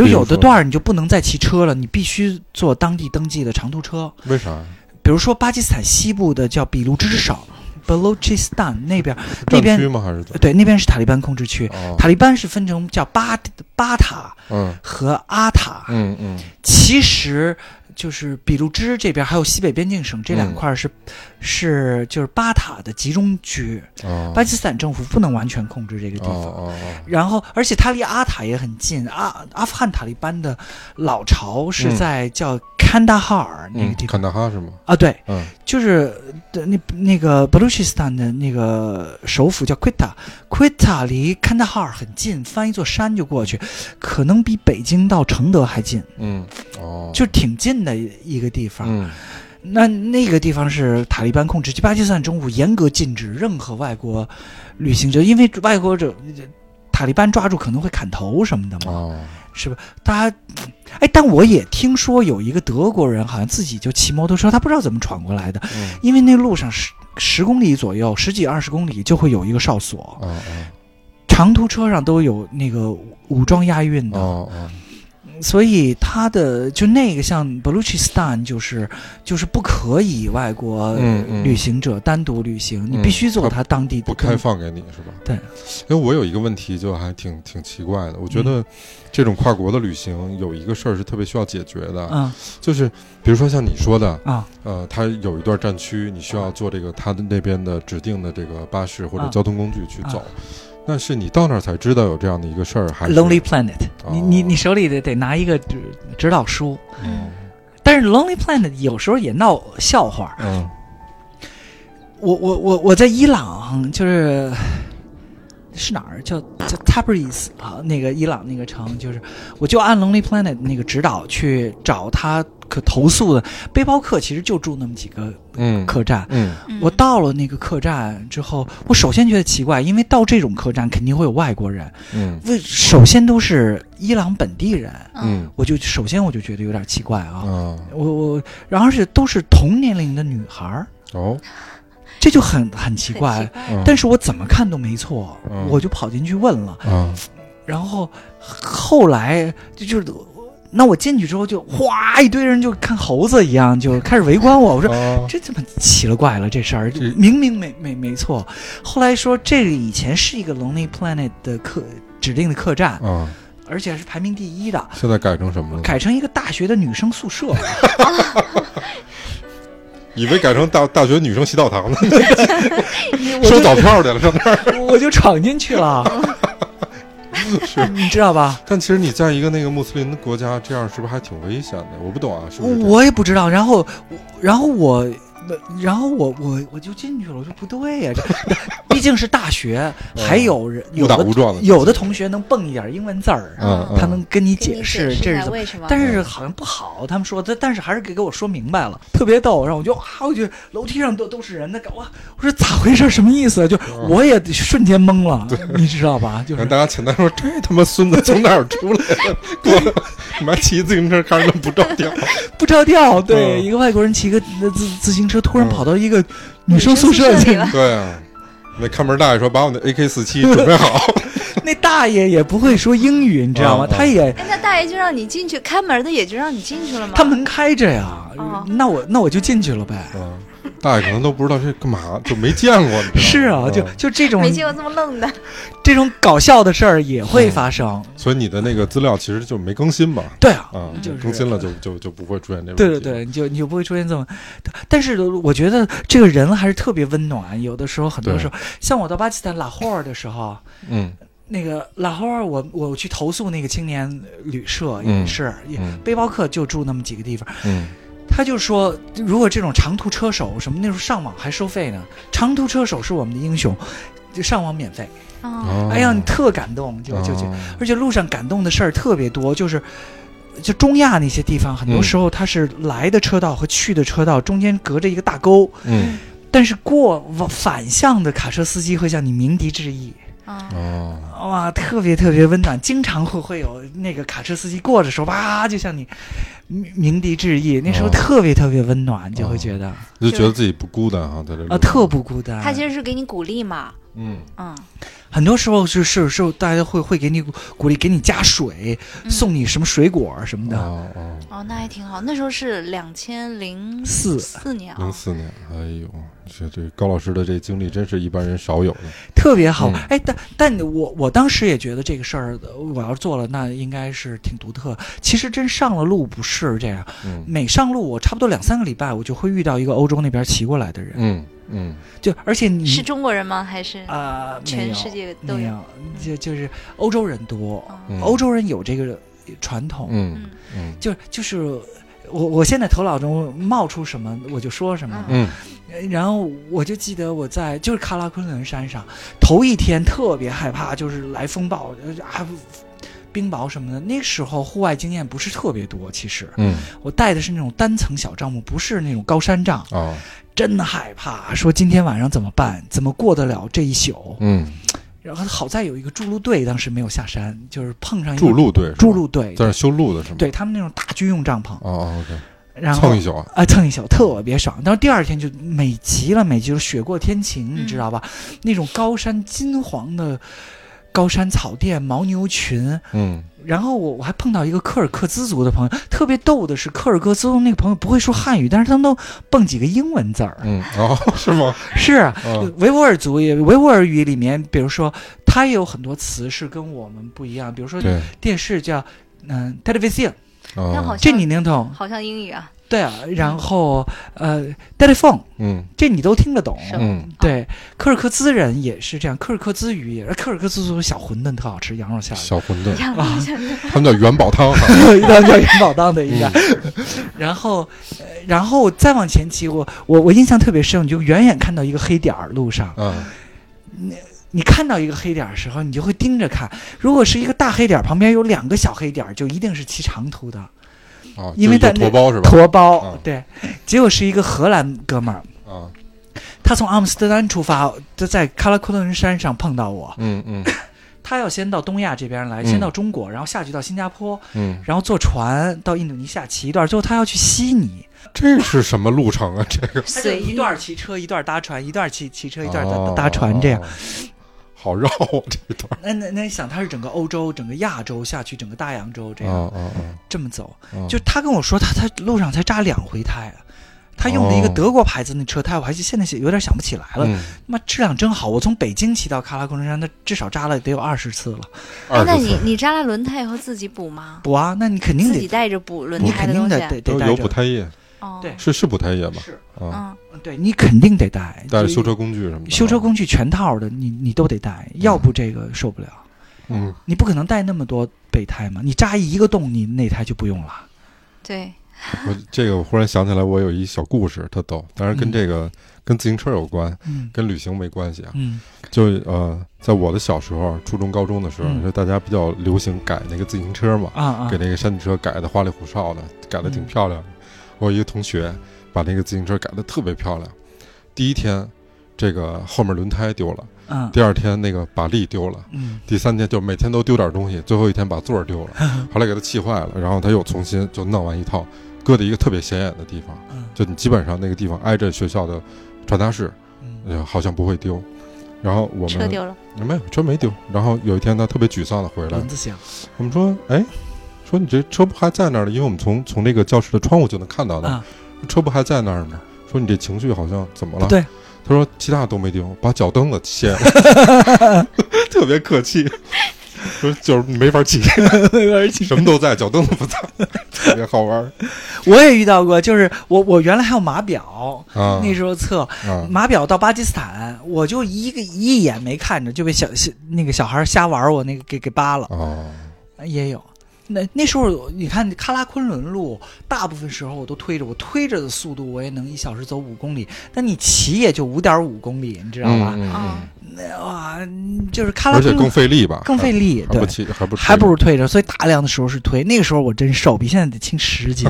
Speaker 1: 比
Speaker 3: 如
Speaker 1: 如
Speaker 3: 有的
Speaker 1: 说
Speaker 3: 段儿你就不能再骑车了，你必须坐当地登记的长途车。
Speaker 1: 为啥呀？
Speaker 3: 比如说巴基斯坦西部的叫俾路支省 （Balochistan） 那边儿，那
Speaker 1: 战
Speaker 3: 边
Speaker 1: 区吗？还是怎么？
Speaker 3: 对，那边是塔利班控制区。
Speaker 1: 哦，
Speaker 3: 塔利班是分成叫巴巴塔
Speaker 1: 嗯
Speaker 3: 和阿塔，
Speaker 1: 嗯嗯，
Speaker 3: 其实就是俾路支这边还有西北边境省这两
Speaker 1: 嗯
Speaker 3: 块儿是、是就是巴塔的集中区，
Speaker 1: 哦，
Speaker 3: 巴基斯坦政府不能完全控制这个地
Speaker 1: 哦
Speaker 3: 方。
Speaker 1: 哦哦，
Speaker 3: 然后，而且它离阿塔也很近。阿阿富汗塔利班的老巢是在叫坎大哈尔那个
Speaker 1: 嗯，
Speaker 3: 地方、
Speaker 1: 坎大哈是吗？
Speaker 3: 啊，对，
Speaker 1: 嗯嗯
Speaker 3: 就是的那那个巴鲁 c 斯坦的那个首府叫 Quetta，Quetta 离坎大哈尔很近，翻一座山就过去，可能比北京到承德还近，
Speaker 1: 嗯，哦，
Speaker 3: 就是挺近的一个地方。
Speaker 1: 嗯
Speaker 3: 那那个地方是塔利班控制，巴基斯坦政府严格禁止任何外国旅行者，因为外国者塔利班抓住可能会砍头什么的嘛，
Speaker 1: 哦，
Speaker 3: 是吧？大家，哎，但我也听说有一个德国人好像自己就骑摩托车，他不知道怎么闯过来的，
Speaker 1: 嗯
Speaker 3: 因为那路上十十公里左右，十几二十公里就会有一个哨所，
Speaker 1: 哦
Speaker 3: 长途车上都有那个武装押运
Speaker 1: 哦
Speaker 3: 的，
Speaker 1: 哦哦，
Speaker 3: 所以他的就那个像 Baluchistan 就是就是不可以外国
Speaker 1: 嗯嗯
Speaker 3: 旅行者单独旅行，你
Speaker 1: 嗯
Speaker 3: 必须做
Speaker 1: 他
Speaker 3: 他当地的
Speaker 1: 不开放给你是吧？
Speaker 3: 对。
Speaker 1: 因为我有一个问题，就还挺挺奇怪的。我觉
Speaker 3: 嗯
Speaker 1: 得这种跨国的旅行有一个事儿是特别需要解决的，
Speaker 3: 嗯
Speaker 1: 就是比如说像你说的，
Speaker 3: 啊
Speaker 1: 呃，它有一段战区，你需要坐这个它的那边的指定的这个巴士或者
Speaker 3: 啊
Speaker 1: 交通工具去
Speaker 3: 啊
Speaker 1: 走。但是你到那儿才知道有这样的一个事儿，还是
Speaker 3: ，Lonely Planet，、
Speaker 1: 哦
Speaker 3: 你你你手里得得拿一个指指导书，
Speaker 1: 嗯
Speaker 3: 但是 Lonely Planet 有时候也闹笑话。
Speaker 1: 嗯
Speaker 3: 我我我我在伊朗就是是哪儿叫叫 Tabriz 啊，那个伊朗那个城，就是我就按 Lonely Planet 那个指导去找他可投诉的背包客，其实就住那么几个
Speaker 1: 嗯
Speaker 3: 客栈。
Speaker 1: 嗯
Speaker 2: 嗯
Speaker 3: 我到了那个客栈之后，我首先觉得奇怪，因为到这种客栈肯定会有外国人，
Speaker 1: 嗯
Speaker 3: 为首先都是伊朗本地人，
Speaker 2: 嗯
Speaker 1: 嗯
Speaker 3: 我就首先我就觉得有点奇怪啊。
Speaker 1: 啊
Speaker 3: 我我，然后而且都是同年龄的女孩儿，
Speaker 1: 哦，
Speaker 3: 这就很很奇
Speaker 2: 很
Speaker 3: 怪。
Speaker 1: 嗯
Speaker 3: 但是我怎么看都没错，
Speaker 1: 嗯
Speaker 3: 我就跑进去问了，
Speaker 1: 啊
Speaker 3: 然后后来就就是，那我进去之后就哗一堆人就看猴子一样就开始围观我，我说。
Speaker 1: 啊
Speaker 3: 这怎么奇了怪了？这事儿就
Speaker 1: 这
Speaker 3: 明明没没没错。后来说这个以前是一个 Lonely Planet 的客指定的客栈，
Speaker 1: 啊！
Speaker 3: 而且是排名第一的，
Speaker 1: 现在改成什么了？
Speaker 3: 改成一个大学的女生宿舍。
Speaker 1: 以为改成大大学女生洗澡堂呢，
Speaker 3: 我
Speaker 1: 收
Speaker 3: 就
Speaker 1: 早票去了上那儿。
Speaker 3: 我就闯进 去了，你知道吧？
Speaker 1: 但其实你在一个那个穆斯林的国家，这样是不是还挺危险的？我不懂啊，是不是这样？
Speaker 3: 我也不知道。然后，然后我，然后我我我就进去了，我说不对呀、这毕竟是大学，
Speaker 1: 嗯
Speaker 3: 还有人有
Speaker 1: 误打
Speaker 3: 的
Speaker 1: 误撞的，
Speaker 3: 有的同学能蹦一点英文字儿，
Speaker 1: 嗯，嗯
Speaker 3: 他能跟你
Speaker 2: 给你
Speaker 3: 解释这
Speaker 2: 一
Speaker 3: 是
Speaker 2: 下
Speaker 3: 怎么。
Speaker 2: 为什么？
Speaker 3: 但是好像不好，他们说，但但是还是给给我说明白了，特别逗。然后我就啊，我就楼梯上都都是人的，我我说咋回事？什么意思？啊就
Speaker 1: 嗯
Speaker 3: 我也瞬间懵了，你知道吧？就是
Speaker 1: 让大家简单说，这他妈孙子从哪儿出来 的？给我妈骑自行车看着那么不着调，
Speaker 3: 不着调，对，
Speaker 1: 嗯
Speaker 3: 一个外国人骑个呃自自行车，突然
Speaker 1: 嗯
Speaker 3: 跑到一个女生宿舍
Speaker 2: 女生宿舍
Speaker 3: 去
Speaker 2: 里，了
Speaker 1: 对啊。那看门大爷说：“把我的 AK 四七准备好。
Speaker 3: 那大爷也不会说英语，你知道吗？
Speaker 1: 嗯嗯
Speaker 3: 他也
Speaker 2: 哎，那大爷就让你进去，看门的也就让你进去了吗？
Speaker 3: 他门开着呀
Speaker 2: 哦，
Speaker 3: 那我那我就进去了呗。
Speaker 1: 啊，大爷可能都不知道这干嘛，就没见过，你知道吗？
Speaker 3: 是啊，就
Speaker 1: 嗯
Speaker 3: 就这种
Speaker 2: 没见过这么愣的。
Speaker 3: 这种搞笑的事儿也会发生。
Speaker 1: 所以你的那个资料其实就没更新吧？
Speaker 3: 对啊，
Speaker 1: 啊，
Speaker 3: 就是
Speaker 1: 更新了就就就不会出现这问题。
Speaker 3: 对对对，你就你就不会出现这么，但是我觉得这个人还是特别温暖。有的时候，很多
Speaker 1: 对
Speaker 3: 时候，像我到巴基斯坦拉霍尔的时候，
Speaker 1: 嗯，
Speaker 3: 那个拉霍尔，我我去投诉那个青年旅社
Speaker 1: 嗯
Speaker 3: 也是，也
Speaker 1: 嗯
Speaker 3: 背包客就住那么几个地方，
Speaker 1: 嗯
Speaker 3: 他就说，如果这种长途车手什么那时候上网还收费呢，长途车手是我们的英雄，就上网免费。
Speaker 2: 哦，
Speaker 1: 嗯，
Speaker 3: 哎呀，你特感动，就就就，
Speaker 1: 哦
Speaker 3: 而且路上感动的事儿特别多，就是。就中亚那些地方，很多
Speaker 1: 嗯
Speaker 3: 时候它是来的车道和去的车道中间隔着一个大沟，
Speaker 1: 嗯
Speaker 3: 但是过往反向的卡车司机会向你鸣笛致意，
Speaker 2: 啊，
Speaker 1: 哦，
Speaker 3: 哇，特别特别温暖。经常会会有那个卡车司机过的时候，哇，就向你鸣鸣笛致意，那时候
Speaker 1: 哦
Speaker 3: 特别特别温暖，就会觉得啊、
Speaker 1: 就觉得自己不孤单啊，在这里
Speaker 3: 呃特不孤单。
Speaker 2: 他其实是给你鼓励嘛，
Speaker 1: 嗯
Speaker 2: 嗯，
Speaker 3: 很多时候是是是，大家会会给你鼓励，给你加水，
Speaker 2: 嗯
Speaker 3: 送你什么水果什么的。
Speaker 1: 哦哦，
Speaker 2: 哦，那还挺好。那时候是两千零
Speaker 3: 四
Speaker 2: 四年啊
Speaker 1: 零，四年，哎呦，这这高老师的这经历真是一般人少有的。
Speaker 3: 特别好
Speaker 1: 嗯。
Speaker 3: 哎、但但我我当时也觉得这个事儿，呃我要做了，那应该是挺独特。其实真上了路不是这样，
Speaker 1: 嗯
Speaker 3: 每上路我差不多两三个礼拜，我就会遇到一个欧洲那边骑过来的人，
Speaker 1: 嗯嗯
Speaker 3: 就而且你
Speaker 2: 是中国人吗？还是
Speaker 3: 啊、没
Speaker 2: 全
Speaker 3: 有
Speaker 2: 世界都
Speaker 3: 没
Speaker 2: 有哦
Speaker 3: 有，就就是欧洲人多，
Speaker 1: 嗯，
Speaker 3: 欧洲人有这个传统，
Speaker 1: 嗯
Speaker 2: 嗯
Speaker 1: 嗯
Speaker 3: 就就是我我现在头脑中冒出什么我就说什么。呃
Speaker 2: 嗯
Speaker 1: 嗯
Speaker 3: 然后我就记得我在就是喀拉昆仑山上，头一天特别害怕，就是来风暴呃啊，冰雹什么的。那时候户外经验不是特别多，其实
Speaker 1: 嗯
Speaker 3: 我带的是那种单层小帐篷，不是那种高山帐，
Speaker 1: 啊
Speaker 3: 真的害怕。说今天晚上怎么办？怎么过得了这一宿？
Speaker 1: 嗯，
Speaker 3: 然后好在有一个筑路队，当时没有下山，就是碰上一个
Speaker 1: 筑路队，
Speaker 3: 筑路队，
Speaker 1: 在那修路的是吗？，
Speaker 3: 对他们那种大军用帐篷，
Speaker 1: 哦哦，OK，
Speaker 3: 然后
Speaker 1: 蹭一宿啊，
Speaker 3: 啊，蹭一宿特别爽。但是第二天就美极了，美极了，雪过天晴，你知道吧？那种高山金黄的高山草甸、牦牛群。
Speaker 1: 嗯
Speaker 3: 然后我我还碰到一个科尔克孜族的朋友，特别逗的是，科尔克孜族那个朋友不会说汉语，但是他们都蹦几个英文 字儿。
Speaker 1: 嗯，哦，是吗？
Speaker 3: 是
Speaker 1: 嗯
Speaker 3: 维吾尔族也维吾尔语里面，比如说它也有很多词是跟我们不一样，比如说
Speaker 1: 对，
Speaker 3: 电视叫嗯 television，
Speaker 2: 那好
Speaker 1: 啊，
Speaker 2: 像
Speaker 3: 这你能懂？
Speaker 2: 好像英语啊，
Speaker 3: 对啊，然后呃 telephone。
Speaker 1: 嗯
Speaker 3: 这你都听得懂。
Speaker 2: 是
Speaker 1: 嗯
Speaker 3: 对，科尔克孜人也是这样，科尔克孜语也，科尔克孜族小馄饨特好吃，羊肉馅儿的，
Speaker 1: 小馄饨，
Speaker 2: 让
Speaker 3: 啊
Speaker 2: 我想想
Speaker 1: 他们叫元宝汤哈。
Speaker 3: 一道叫元宝当的一个。
Speaker 1: 嗯
Speaker 3: 然后，呃然后再往前骑，我我我印象特别深，你就远远看到一个黑点儿，路上
Speaker 1: 嗯
Speaker 3: 你看到一个黑点儿的时候，你就会盯着看，如果是一个大黑点儿，旁边有两个小黑点儿，就一定是骑长途的
Speaker 1: 啊，
Speaker 3: 因为
Speaker 1: 就
Speaker 3: 在
Speaker 1: 有驼
Speaker 3: 那
Speaker 1: 包是吧？
Speaker 3: 驼包
Speaker 1: 嗯。
Speaker 3: 对，结果是一个荷兰哥们儿，
Speaker 1: 啊，
Speaker 3: 他从阿姆斯特丹出发，就在喀拉昆仑山上碰到我。
Speaker 1: 嗯嗯
Speaker 3: 他要先到东亚这边来，
Speaker 1: 嗯
Speaker 3: 先到中国，然后下去到新加坡，
Speaker 1: 嗯，
Speaker 3: 然后坐船到印度尼西亚骑一段，最后他要去悉尼，
Speaker 1: 这是什么路程啊？这个
Speaker 3: 他就
Speaker 2: 随
Speaker 3: 一
Speaker 2: 意
Speaker 3: 段骑车，一段搭船，一段骑骑车，一段搭、
Speaker 1: 哦
Speaker 3: 搭船，这样。
Speaker 1: 哦好绕啊这段。
Speaker 3: 那那那你想，他是整个欧洲、整个亚洲下去，整个大洋洲这样、
Speaker 1: 啊啊啊！
Speaker 3: 这么走。
Speaker 1: 啊
Speaker 3: 就他跟我说，他他路上才扎两回胎。啊他用的一个
Speaker 1: 哦
Speaker 3: 德国牌子那车胎，我还记现在有点想不起来了。
Speaker 1: 嗯，
Speaker 3: 妈、质量真好！我从北京骑到喀拉昆仑山，他至少扎了得有二十次了。
Speaker 2: 哎
Speaker 1: 二，
Speaker 2: 那
Speaker 1: 十
Speaker 2: 你
Speaker 1: 次
Speaker 2: 你扎了轮胎以后自己补吗？
Speaker 3: 补啊，那你肯定
Speaker 2: 自己
Speaker 3: 得，
Speaker 2: 带着补轮
Speaker 3: 你
Speaker 2: 胎
Speaker 3: 肯
Speaker 2: 的
Speaker 3: 定
Speaker 2: 东
Speaker 3: 得
Speaker 2: 西
Speaker 3: 得
Speaker 2: 啊？
Speaker 3: 得
Speaker 1: 都
Speaker 3: 带
Speaker 1: 是有
Speaker 3: 着
Speaker 1: 补胎液，
Speaker 2: 哦，
Speaker 3: 对
Speaker 1: 是是补胎液吧？
Speaker 3: 是
Speaker 1: 啊，
Speaker 2: 嗯，
Speaker 3: 对你肯定得带，
Speaker 1: 带着
Speaker 3: 就
Speaker 1: 修车工具啊嗯什么的。
Speaker 3: 修车工具全套的，你你都得带，要不这个受不了。
Speaker 1: 嗯，
Speaker 3: 你不可能带那么多备胎嘛，你扎一个洞，你那胎就不用了。
Speaker 2: 对，
Speaker 1: 我这个我忽然想起来，我有一小故事，特逗，当然跟
Speaker 3: 嗯
Speaker 1: 这个跟自行车有关，
Speaker 3: 嗯
Speaker 1: 跟旅行没关系啊。
Speaker 3: 嗯
Speaker 1: 就呃，在我的小时候，初中、高中的时候，
Speaker 3: 嗯
Speaker 1: 就大家比较流行改那个自行车嘛，
Speaker 3: 啊啊
Speaker 1: 给，那个山地车改的花里胡哨的，改的挺
Speaker 3: 嗯
Speaker 1: 漂亮的。我有一个同学把那个自行车改的特别漂亮，第一天这个后面轮胎丢了，
Speaker 3: 嗯
Speaker 1: 第二天那个把力丢了。
Speaker 3: 嗯
Speaker 1: 第三天就每天都丢点东西，最后一天把座儿丢 了，后来给他气坏了，然后他又重新就弄完一套，搁在一个特别显眼的地方，
Speaker 3: 嗯
Speaker 1: 就你基本上那个地方挨着学校的传达室，
Speaker 3: 嗯
Speaker 1: 呃，好像不会丢。然后我
Speaker 2: 车
Speaker 1: 们
Speaker 2: 丢了，嗯
Speaker 1: 没有车没丢。然后有一天他特别沮丧的回来
Speaker 3: 蚊，子响，
Speaker 1: 我们说，哎，说你这车不还在那儿呢？因为我们从从那个教室的窗户就能看到的，
Speaker 3: 啊
Speaker 1: 车不还在那儿吗？说你这情绪好像怎么了？
Speaker 3: 对，
Speaker 1: 他说其他的都没丢，把脚蹬子 掀了，特别客气，说就是没法 骑，什么都在，脚蹬子不在，特别好 玩儿
Speaker 3: 我也遇到过，就是我我原来还有码表，
Speaker 1: 啊
Speaker 3: 那时候测
Speaker 1: 啊
Speaker 3: 码表到巴基斯坦，我就一个一眼没看着就被小小那个小孩瞎玩儿，我那个给给扒了，
Speaker 1: 啊！
Speaker 3: 也有。那那时候你看喀拉昆仑路，大部分时候我都推着，我推着的速度我也能一小时走五公里，但你骑也就五点五公里，你知
Speaker 1: 知
Speaker 3: 道吧？
Speaker 1: 嗯嗯
Speaker 2: 嗯，
Speaker 3: 那哇，嗯就是喀拉
Speaker 1: 而且更
Speaker 3: 昆仑
Speaker 1: 费力吧？啊
Speaker 3: 更费力，
Speaker 1: 还
Speaker 3: 对
Speaker 1: 不，骑，还不
Speaker 3: 还不
Speaker 1: 如。
Speaker 3: 如推着，所以大量的时候是推。那个时候我真瘦，比现在得轻十 斤。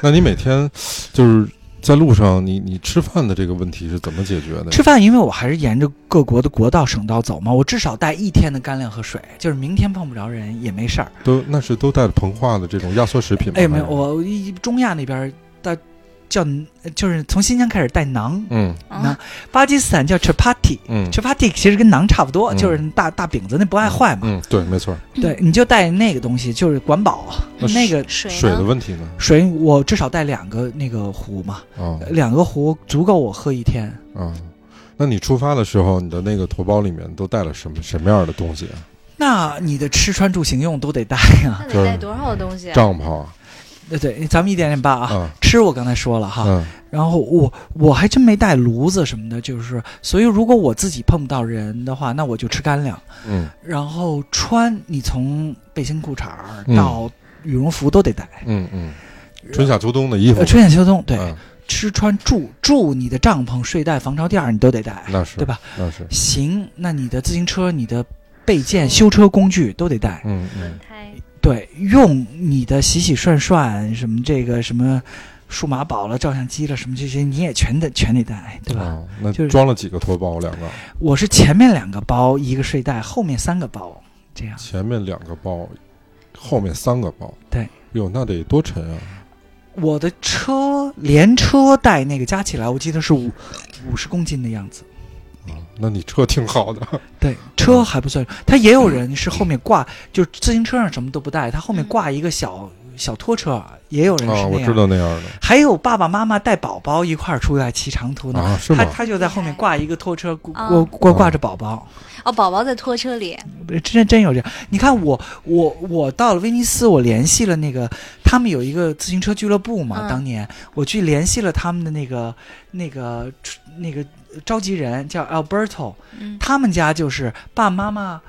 Speaker 1: 那你每天就是在路上，你你吃饭的这个问题是怎么解决的？
Speaker 3: 吃饭，因为我还是沿着各国的国道、省道走嘛，我至少带一天的干粮和水，就是明天碰不着人也没事儿。
Speaker 1: 都那是都带着膨化的这种压缩食品吗？
Speaker 3: 哎，没有，
Speaker 1: 还是
Speaker 3: 我一中亚那边到叫就是从新疆开始带馕，
Speaker 1: 嗯
Speaker 3: 馕巴基斯坦叫 chapati。
Speaker 1: 嗯
Speaker 3: chapati 其实跟馕差不多，
Speaker 1: 嗯
Speaker 3: 就是大大饼子，那不爱坏嘛。
Speaker 1: 嗯，对，没错。
Speaker 3: 对，你就带那个东西，就是管饱。
Speaker 1: 那
Speaker 3: 那个
Speaker 2: 水
Speaker 1: 水的
Speaker 2: 呢？
Speaker 1: 问题呢？
Speaker 3: 水，我至少带两个那个壶嘛，
Speaker 1: 啊
Speaker 3: 两个壶足够我喝一天。
Speaker 1: 啊，那你出发的时候，你的那个驮包里面都带了什么什么样的东西啊？
Speaker 3: 那你的吃穿住行用都得带呀、
Speaker 2: 那
Speaker 1: 就
Speaker 2: 得
Speaker 1: 是
Speaker 2: 带多少东西啊？
Speaker 1: 帐篷啊
Speaker 3: 对对，咱们一点点办啊。
Speaker 1: 啊，
Speaker 3: 吃我刚才说了哈，
Speaker 1: 嗯
Speaker 3: 然后我我还真没带炉子什么的，就是所以如果我自己碰不到人的话，那我就吃干粮。
Speaker 1: 嗯
Speaker 3: 然后穿你从背心裤衩儿到羽绒服都得带，
Speaker 1: 嗯嗯，春夏秋冬的衣服
Speaker 3: 呃，，春夏秋冬对，
Speaker 1: 嗯
Speaker 3: 吃穿住住你的帐篷、睡袋、防潮垫儿你都得带，
Speaker 1: 那是
Speaker 3: 对吧？
Speaker 1: 那是，
Speaker 3: 行，那你的自行车、你的备件、修车工具都得带，
Speaker 1: 嗯
Speaker 2: 轮
Speaker 1: 嗯
Speaker 2: 胎
Speaker 3: 对，用你的洗洗涮涮什么这个什么数码宝了、照相机了什么这些你也全得全得带，对吧？
Speaker 1: 啊，那
Speaker 3: 就是
Speaker 1: 装了几个驮包？两个，
Speaker 3: 我是前面两个包一个睡袋，后面三个包，这样
Speaker 1: 前面两个包，后面三个包。
Speaker 3: 对，
Speaker 1: 哟，那得多沉啊！
Speaker 3: 我的车连车带那个加起来，我记得是五五十公斤的样子。
Speaker 1: 啊，那你车挺好的。
Speaker 3: 对，车还不算，他也有人是后面挂，就自行车上什么都不带，他后面挂一个小小拖车，也有人是
Speaker 1: 啊，
Speaker 3: 那
Speaker 1: 嗯我
Speaker 3: 样。
Speaker 1: 知道那样的
Speaker 3: 还有爸爸妈妈带宝宝一块儿出来骑长途呢，
Speaker 1: 啊，是
Speaker 3: 他
Speaker 1: 吗？
Speaker 3: 他就在后面挂一个拖车，
Speaker 2: 啊
Speaker 3: 挂挂挂着宝宝。
Speaker 2: 哦，宝宝在拖车里，
Speaker 3: 真真有这样。你看我我我到了威尼斯，我联系了那个他们有一个自行车俱乐部嘛，
Speaker 2: 嗯
Speaker 3: 当年我去联系了他们的那个那个那个召集人叫 Alberto，
Speaker 2: 嗯，
Speaker 3: 他们家就是爸爸妈妈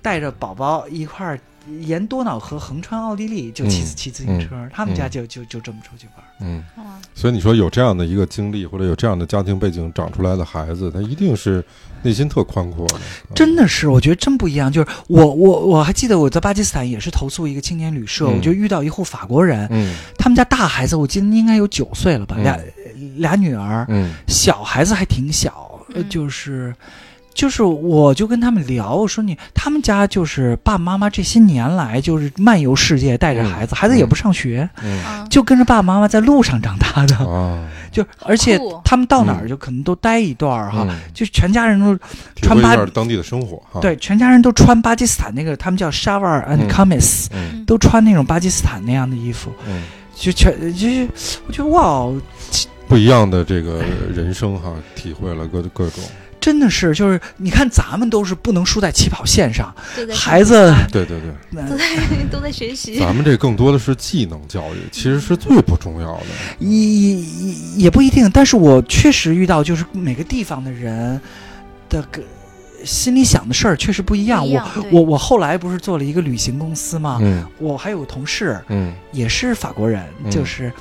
Speaker 3: 带着宝宝一块儿。沿多瑙河横穿奥地利，就骑
Speaker 1: 嗯
Speaker 3: 骑自行车，他们家就就就这么出去玩。
Speaker 1: 嗯，
Speaker 2: 哇
Speaker 1: 所以你说有这样的一个经历，或者有这样的家庭背景长出来的孩子，他一定是内心特宽阔的。啊
Speaker 3: 真的是，我觉得真不一样。就是我我我还记得我在巴基斯坦也是投诉一个青年旅社，
Speaker 1: 嗯
Speaker 3: 我就遇到一户法国人，
Speaker 1: 嗯
Speaker 3: 他们家大孩子，我记得应该有九岁了吧，
Speaker 1: 嗯
Speaker 3: 俩俩女儿，
Speaker 1: 嗯
Speaker 3: 小孩子还挺小，呃
Speaker 2: 嗯
Speaker 3: 就是就是，我就跟他们聊，我说你他们家就是爸爸妈妈这些年来就是漫游世界，带着孩子，
Speaker 1: 嗯
Speaker 3: 孩子也不上学，
Speaker 1: 嗯
Speaker 2: 啊，
Speaker 3: 就跟着爸爸妈妈在路上长大的，
Speaker 1: 啊，
Speaker 3: 就而且
Speaker 2: 酷哦
Speaker 3: 他们到哪儿就可能都待一段儿哈。
Speaker 1: 嗯
Speaker 3: 就全家人都
Speaker 1: 体会
Speaker 3: 穿
Speaker 1: 一
Speaker 3: 巴
Speaker 1: 下当地的生活哈。，
Speaker 3: 对，全家人都穿巴基斯坦那个，他们叫 shawar
Speaker 1: 嗯
Speaker 3: and kamis，、
Speaker 1: 嗯
Speaker 3: 都穿那种巴基斯坦那样的衣服，
Speaker 1: 嗯，
Speaker 3: 就全就是我觉得哇哦，
Speaker 1: 不一样的这个人生哈，体会了 各各种。
Speaker 3: 真的是，就是你看，咱们都是不能输在起跑线上，
Speaker 2: 都在
Speaker 3: 孩子
Speaker 1: 对对对，
Speaker 2: 都在都在学习，
Speaker 1: 咱们这更多的是技能教育，其实是最不重要的。
Speaker 3: 也也也不一定。但是我确实遇到，就是每个地方的人的个心里想的事儿确实不一样。
Speaker 2: 不一样
Speaker 3: 我
Speaker 2: 对
Speaker 3: 我我后来不是做了一个旅行公司嘛，
Speaker 1: 嗯
Speaker 3: 我还有个同事
Speaker 1: 嗯
Speaker 3: 也是法国人，
Speaker 1: 嗯
Speaker 3: 就是。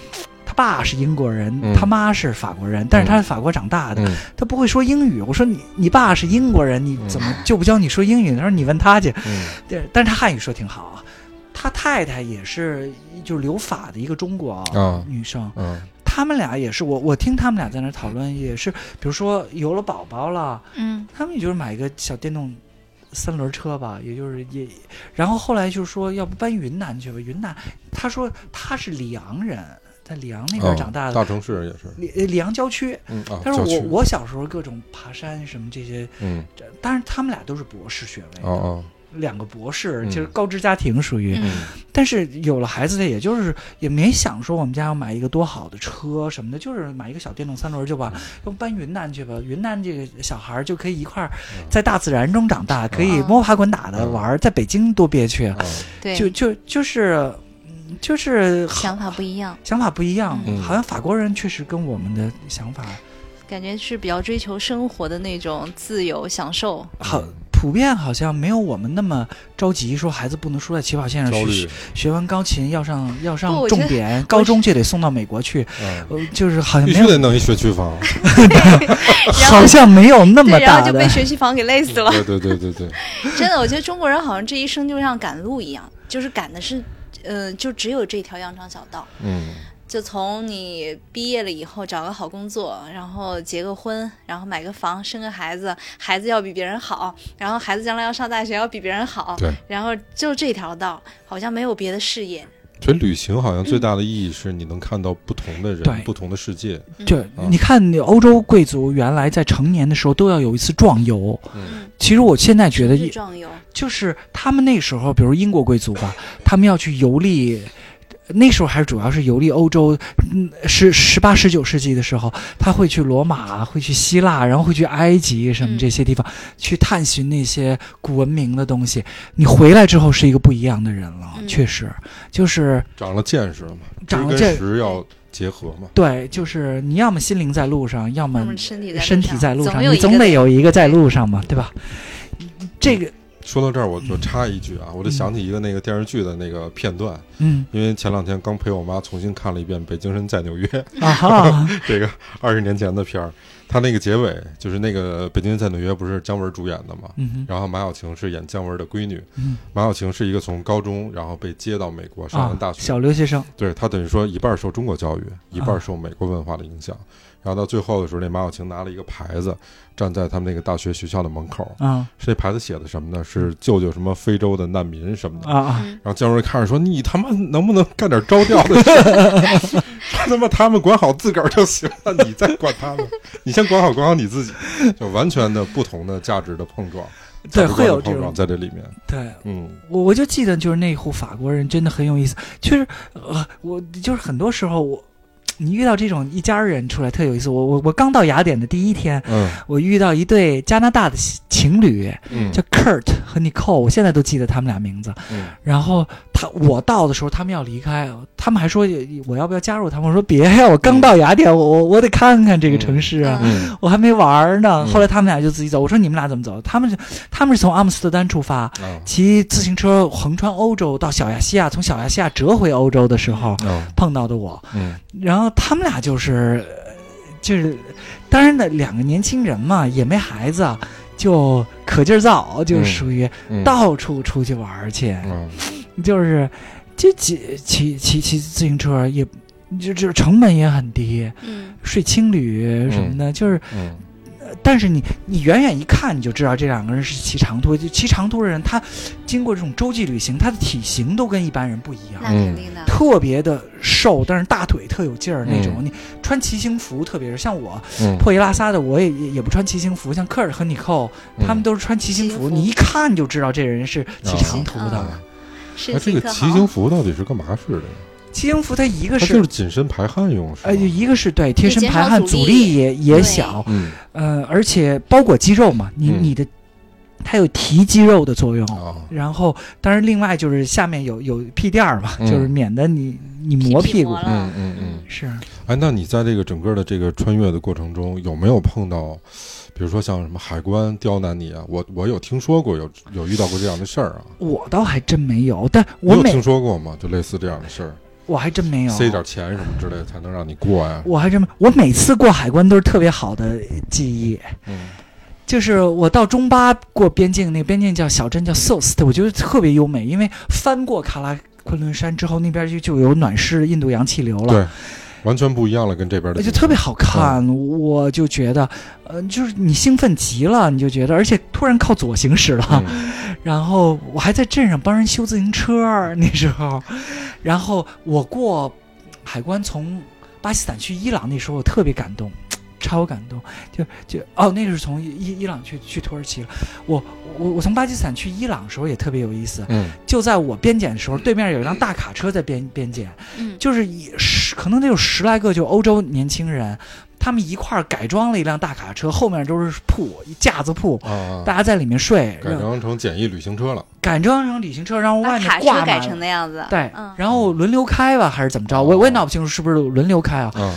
Speaker 3: 他爸是英国人，
Speaker 1: 嗯
Speaker 3: 他妈是法国人，但是他在法国长大的，
Speaker 1: 嗯
Speaker 3: 他不会说英语。我说你你爸是英国人，你怎么就不教你说英语？他说你问他去。
Speaker 1: 嗯
Speaker 3: 对，但是他汉语说挺好啊。他太太也是就是留法的一个中国
Speaker 1: 啊
Speaker 3: 女生，
Speaker 1: 嗯
Speaker 3: 他们俩也是我我听他们俩在那儿讨论，也是比如说有了宝宝了，
Speaker 2: 嗯，
Speaker 3: 他们也就是买个小电动三轮车吧，也就是也，然后后来就说要不搬云南去吧，云南他说他是里昂人。在里昂那边长大
Speaker 1: 啊
Speaker 3: 的，
Speaker 1: 大城市也是，
Speaker 3: 里里昂郊区。
Speaker 1: 嗯啊，
Speaker 3: 但
Speaker 1: 郊
Speaker 3: 是我
Speaker 1: 区，
Speaker 3: 我小时候各种爬山什么这些，
Speaker 1: 嗯，
Speaker 3: 这当然他们俩都是博士学位，
Speaker 1: 哦哦，
Speaker 3: 两个博士，
Speaker 1: 嗯
Speaker 3: 就是高知家庭属于。
Speaker 2: 嗯
Speaker 3: 但是有了孩子的，也就是也没想说我们家要买一个多好的车什么的，就是买一个小电动三轮就把
Speaker 2: 嗯
Speaker 3: 要搬云南去吧，云南这个小孩儿就可以一块儿在大自然中长大，可以
Speaker 2: 嗯
Speaker 3: 摸爬滚打的
Speaker 1: 嗯
Speaker 3: 玩儿，在北京多憋屈啊！
Speaker 1: 啊
Speaker 2: 对，
Speaker 3: 就就就是，嗯就是
Speaker 2: 想法不一样，
Speaker 3: 想法不一样，
Speaker 1: 嗯
Speaker 3: 好像法国人确实跟我们的想法
Speaker 2: 感觉是比较追求生活的那种自由享 受。
Speaker 3: 好，普遍好像没有我们那么着急，说孩子不能输在起跑线上，
Speaker 1: 焦
Speaker 3: 学
Speaker 1: 虑，
Speaker 3: 学完高琴要上要
Speaker 2: 不
Speaker 3: 上
Speaker 2: 我觉
Speaker 3: 重
Speaker 2: 得
Speaker 3: 点，高中就得送到美国去，
Speaker 1: 啊，
Speaker 3: 呃，就是好像
Speaker 1: 必
Speaker 3: 没
Speaker 1: 须得
Speaker 3: 有，
Speaker 1: 弄一学区 房，
Speaker 2: 然后
Speaker 3: 好像没有那么
Speaker 2: 对，然
Speaker 3: 大
Speaker 2: 后就被
Speaker 3: 的。
Speaker 2: 学区房给累 死了。
Speaker 1: 对对对对对，
Speaker 2: 真的，我觉得中国人好像这一生就像赶路一样，就是赶的是，呃，就只有这条羊肠小道。
Speaker 1: 嗯，
Speaker 2: 就从你毕业了以后找个好工作，然后结个婚，然后买个房，生个孩子，孩子要比别人好，然后孩子将来要上大学要比别人好，
Speaker 1: 对，
Speaker 2: 然后就这条道，好像没有别的事业。
Speaker 1: 所以旅行好像最大的意义是你能看到不同的
Speaker 3: 嗯对
Speaker 1: 人、不同的世界，
Speaker 3: 就你看，欧洲贵族原来在成年的时候都要有一次壮游。
Speaker 1: 嗯
Speaker 3: 其实我现在觉得嗯
Speaker 2: 是
Speaker 3: 也，
Speaker 2: 壮游，
Speaker 3: 就是他们那时候，比如英国贵族吧，他们要去游历，那时候还是主要是游历欧洲，嗯，十十八、十九世纪的时候，他会去罗马，会去希腊，然后会去埃及什么
Speaker 2: 嗯
Speaker 3: 这些地方，去探寻那些古文明的东西。你回来之后是一个不一样的人了，
Speaker 2: 嗯
Speaker 3: 确实，就是
Speaker 1: 长了见识了嘛，
Speaker 3: 长了
Speaker 1: 知跟
Speaker 3: 见
Speaker 1: 实要结合嘛，
Speaker 3: 对，就是你要么心灵在路上，要么
Speaker 2: 那么身体在
Speaker 3: 身体在路上，
Speaker 2: 总有
Speaker 3: 你
Speaker 2: 一个嗯
Speaker 3: 总得有一个在路上嘛，对吧？这个，
Speaker 1: 说到这儿，我就插一句啊，我就想起一个那个电视剧的那个片段，
Speaker 3: 嗯
Speaker 1: 因为前两天刚陪我妈重新看了一遍《北京人在纽约》
Speaker 3: 啊哈，
Speaker 1: 这个二十年前的片儿，它那个结尾就是那个《北京人在纽约》不是姜文主演的嘛，
Speaker 3: 嗯哼
Speaker 1: 然后马小晴是演姜文的闺女，
Speaker 3: 嗯
Speaker 1: 马小晴是一个从高中然后被接到美国上
Speaker 3: 啊
Speaker 1: 完，大学，
Speaker 3: 小留学生，
Speaker 1: 对她等于说一半受中国教育，一
Speaker 3: 啊
Speaker 1: 半受美国文化的影响，然后到最后的时候，那马小晴拿了一个牌子站在他们那个大学学校的门口，
Speaker 3: 嗯
Speaker 1: 是那牌子写的什么呢？是救救什么非洲的难民什么的
Speaker 3: 啊。啊。
Speaker 2: 嗯，
Speaker 1: 然后姜文看着说：“你他妈能不能干点招调的事儿？ 说他妈他们管好自个儿就行了，你再管他们，你先管好管好你自己，就完全的不同的价值的碰撞，
Speaker 3: 对，
Speaker 1: 价值
Speaker 3: 会
Speaker 1: 观
Speaker 3: 有
Speaker 1: 的
Speaker 3: 这
Speaker 1: 碰
Speaker 3: 种
Speaker 1: 撞。在这里面。
Speaker 3: 对
Speaker 1: 嗯
Speaker 3: 我我就记得，就是那户法国人真的很有意思。就是呃，我就是很多时候我。你遇到这种一家人出来特有意思。我我我刚到雅典的第一天，
Speaker 1: 嗯
Speaker 3: 我遇到一对加拿大的情侣，
Speaker 1: 嗯
Speaker 3: 叫 Kurt 和 Nicole，我现在都记得他们俩名字。
Speaker 1: 嗯
Speaker 3: 然后他我到的时候，他们要离开，他们还说我要不要加入他们？我说别呀，我刚到雅典，我我我得看看这个城市啊。
Speaker 1: 嗯
Speaker 3: 我还没玩儿呢，
Speaker 1: 嗯
Speaker 3: 后来他们俩就自己走。我说你们俩怎么走？他们是他们是从阿姆斯特丹出发，
Speaker 1: 啊
Speaker 3: 骑自行车横穿欧洲到小亚细亚，从小亚细亚折回欧洲的时候
Speaker 1: 啊
Speaker 3: 碰到的我，
Speaker 1: 嗯
Speaker 3: 然后他们俩就是呃就是，当然的两个年轻人嘛，也没孩子，啊就可劲儿造，就
Speaker 1: 嗯
Speaker 3: 属于
Speaker 1: 嗯
Speaker 3: 到处出去玩儿去，
Speaker 1: 嗯
Speaker 3: 就是就骑骑骑骑自行车也。就就成本也很低，
Speaker 2: 嗯，
Speaker 3: 睡青旅什么的，就是，
Speaker 1: 嗯
Speaker 3: 但是你你远远一看你就知道这两个人是骑长途，就骑长途的人，他经过这种洲际旅行，他的体型都跟一般人不一样
Speaker 2: 那，肯定的，
Speaker 3: 特别的瘦，但是大腿特有劲儿那种。
Speaker 1: 嗯
Speaker 3: 你穿骑行服，特别是像我
Speaker 1: 嗯，
Speaker 3: 破衣拉撒的，我也也也不穿骑行服，像科尔和尼寇他们
Speaker 1: 都
Speaker 3: 都是穿骑行
Speaker 2: 骑
Speaker 3: 服，
Speaker 2: 行服
Speaker 3: 你一看就知道这人
Speaker 1: 哦
Speaker 3: 是骑长途
Speaker 2: 嗯
Speaker 3: 的。
Speaker 2: 是
Speaker 1: 啊哎，这个
Speaker 2: 可
Speaker 1: 骑
Speaker 2: 好
Speaker 1: 行服到底是干嘛使的呀？
Speaker 3: 骑行服它一个
Speaker 1: 它
Speaker 3: 是
Speaker 1: 哦就是紧身排汗用是
Speaker 3: 呃，
Speaker 1: 吗？
Speaker 3: 一个是对贴身
Speaker 2: 减
Speaker 3: 排
Speaker 2: 少
Speaker 3: 汗
Speaker 2: 阻
Speaker 3: 阻
Speaker 2: 力
Speaker 3: 力也也
Speaker 2: 对
Speaker 3: 小，
Speaker 1: 嗯
Speaker 3: 呃，而且包裹肌肉嘛，你
Speaker 1: 嗯
Speaker 3: 你的它有提肌肉的作用。
Speaker 1: 啊
Speaker 3: 然后，当然，另外就是下面有有屁垫儿嘛，
Speaker 1: 嗯
Speaker 3: 就是免得你你
Speaker 2: 屁
Speaker 3: 磨
Speaker 2: 屁
Speaker 3: 股
Speaker 2: 磨。
Speaker 1: 嗯
Speaker 2: 了，
Speaker 1: 嗯嗯。
Speaker 3: 是，
Speaker 1: 哎，那你在这个整个的这个穿越的过程中，有没有碰到，比如说像什么海关刁难你啊？我我有听说过，有有遇到过这样的事儿啊？
Speaker 3: 我倒还真没有，但
Speaker 1: 你
Speaker 3: 我
Speaker 1: 有
Speaker 3: 每
Speaker 1: 听说过吗？就类似这样的事儿，
Speaker 3: 我还真没有。
Speaker 1: 塞点钱什么之类的才能让你过呀？
Speaker 3: 我还真没我每次过海关都是特别好的记忆，
Speaker 1: 嗯
Speaker 3: 就是我到中巴过边境，那个边境叫小镇叫 Sost，我觉得特别优美，因为翻过喀拉昆仑山之后，那边就就有暖湿的印度洋气流了。
Speaker 1: 对，完全不一样了，跟这边的
Speaker 3: 哎就特别好看，
Speaker 1: 嗯
Speaker 3: 我就觉得，呃，就是你兴奋极了，你就觉得，而且突然靠左行驶了，
Speaker 1: 嗯
Speaker 3: 然后 我还在镇上帮人修自行车儿那时候，然后我过海关从巴基斯坦去伊朗那时候，我特别感动，超感动。就就哦，那个是从伊伊朗去去土耳其了。我我我从巴基斯坦去伊朗的时候也特别有意思，
Speaker 1: 嗯，
Speaker 3: 就在我边检的时候，对面有一辆大卡车在边边检，
Speaker 2: 嗯
Speaker 3: 就是一十可能得有十来个就欧洲年轻人，他们一块儿改装了一辆大卡车，后面都是铺架子铺，
Speaker 1: 啊啊，
Speaker 3: 大家在里面睡，
Speaker 1: 改装成简易旅行车了，
Speaker 3: 改装成旅行车，然后
Speaker 2: 把
Speaker 3: 外面
Speaker 2: 卡
Speaker 3: 挂
Speaker 2: 车改
Speaker 3: 满
Speaker 2: 成那样子，
Speaker 3: 对
Speaker 2: 嗯，
Speaker 3: 然后轮流开吧，还是怎么着？我我也闹不清楚是不是轮流开啊，
Speaker 1: 啊，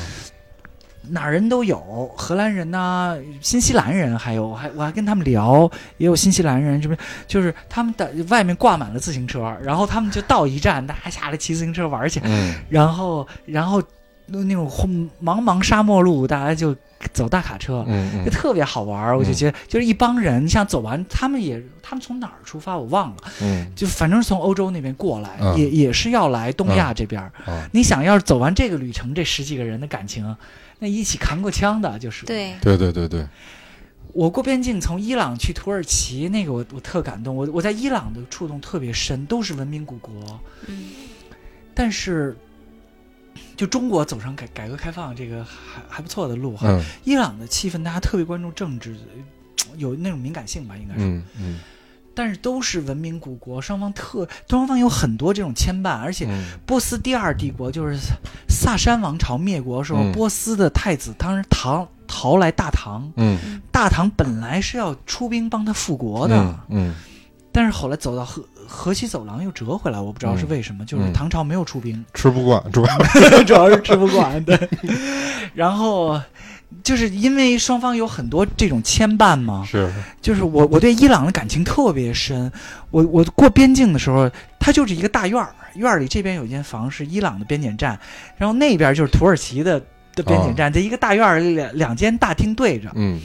Speaker 3: 哪儿人都有，荷兰人呐、新西兰人，还有我还我还跟他们聊，也有新西兰人，是不是？就是他们的外面挂满了自行车，然后他们就到一站，大家下来骑自行车玩去，
Speaker 1: 嗯，
Speaker 3: 然后然后那种轰茫茫沙漠路，大家就走大卡车，
Speaker 1: 嗯
Speaker 3: 就特别好玩儿。我就觉得就是一帮人，像走完他们也他们从哪儿出发我忘了。
Speaker 1: 嗯
Speaker 3: 就反正是从欧洲那边过来，
Speaker 1: 嗯
Speaker 3: 也也是要来东亚这边儿。
Speaker 1: 嗯啊，
Speaker 3: 你想要是走完这个旅程，这十几个人的感情，那一起扛过枪的，就是。
Speaker 2: 对，
Speaker 1: 对对对对，
Speaker 3: 我过边境从伊朗去土耳其，那个我我特感动，我我在伊朗的触动特别深，都是文明古国，
Speaker 2: 嗯
Speaker 3: 但是。就中国走上改改革开放这个还还不错的路哈，
Speaker 1: 嗯
Speaker 3: 伊朗的气氛大家特别关注政治，呃有那种敏感性吧，应该是。
Speaker 1: 嗯嗯，
Speaker 3: 但是都是文明古国，双方特双方有很多这种牵绊，而且
Speaker 1: 嗯
Speaker 3: 波斯第二帝国就是萨珊王朝灭国的时候，
Speaker 1: 嗯
Speaker 3: 波斯的太子当时逃逃来大唐，
Speaker 1: 嗯，
Speaker 3: 大唐本来是要出兵帮他复国
Speaker 1: 嗯
Speaker 3: 的，
Speaker 1: 嗯
Speaker 3: 但是后来走到河河西走廊又折回来，我不知道
Speaker 1: 嗯
Speaker 3: 是为什么，就是唐朝没有出兵，
Speaker 1: 吃不惯，主要
Speaker 3: 主要是吃不惯对， 然后。就是因为双方有很多这种牵绊嘛，
Speaker 1: 是
Speaker 3: 就是我我对伊朗的感情特别深，我我过边境的时候，它就是一个大院儿，院儿里这边有间房是伊朗的边检站，然后那边就是土耳其的的边检站，在一个大院儿里两两间大厅对着。
Speaker 1: 嗯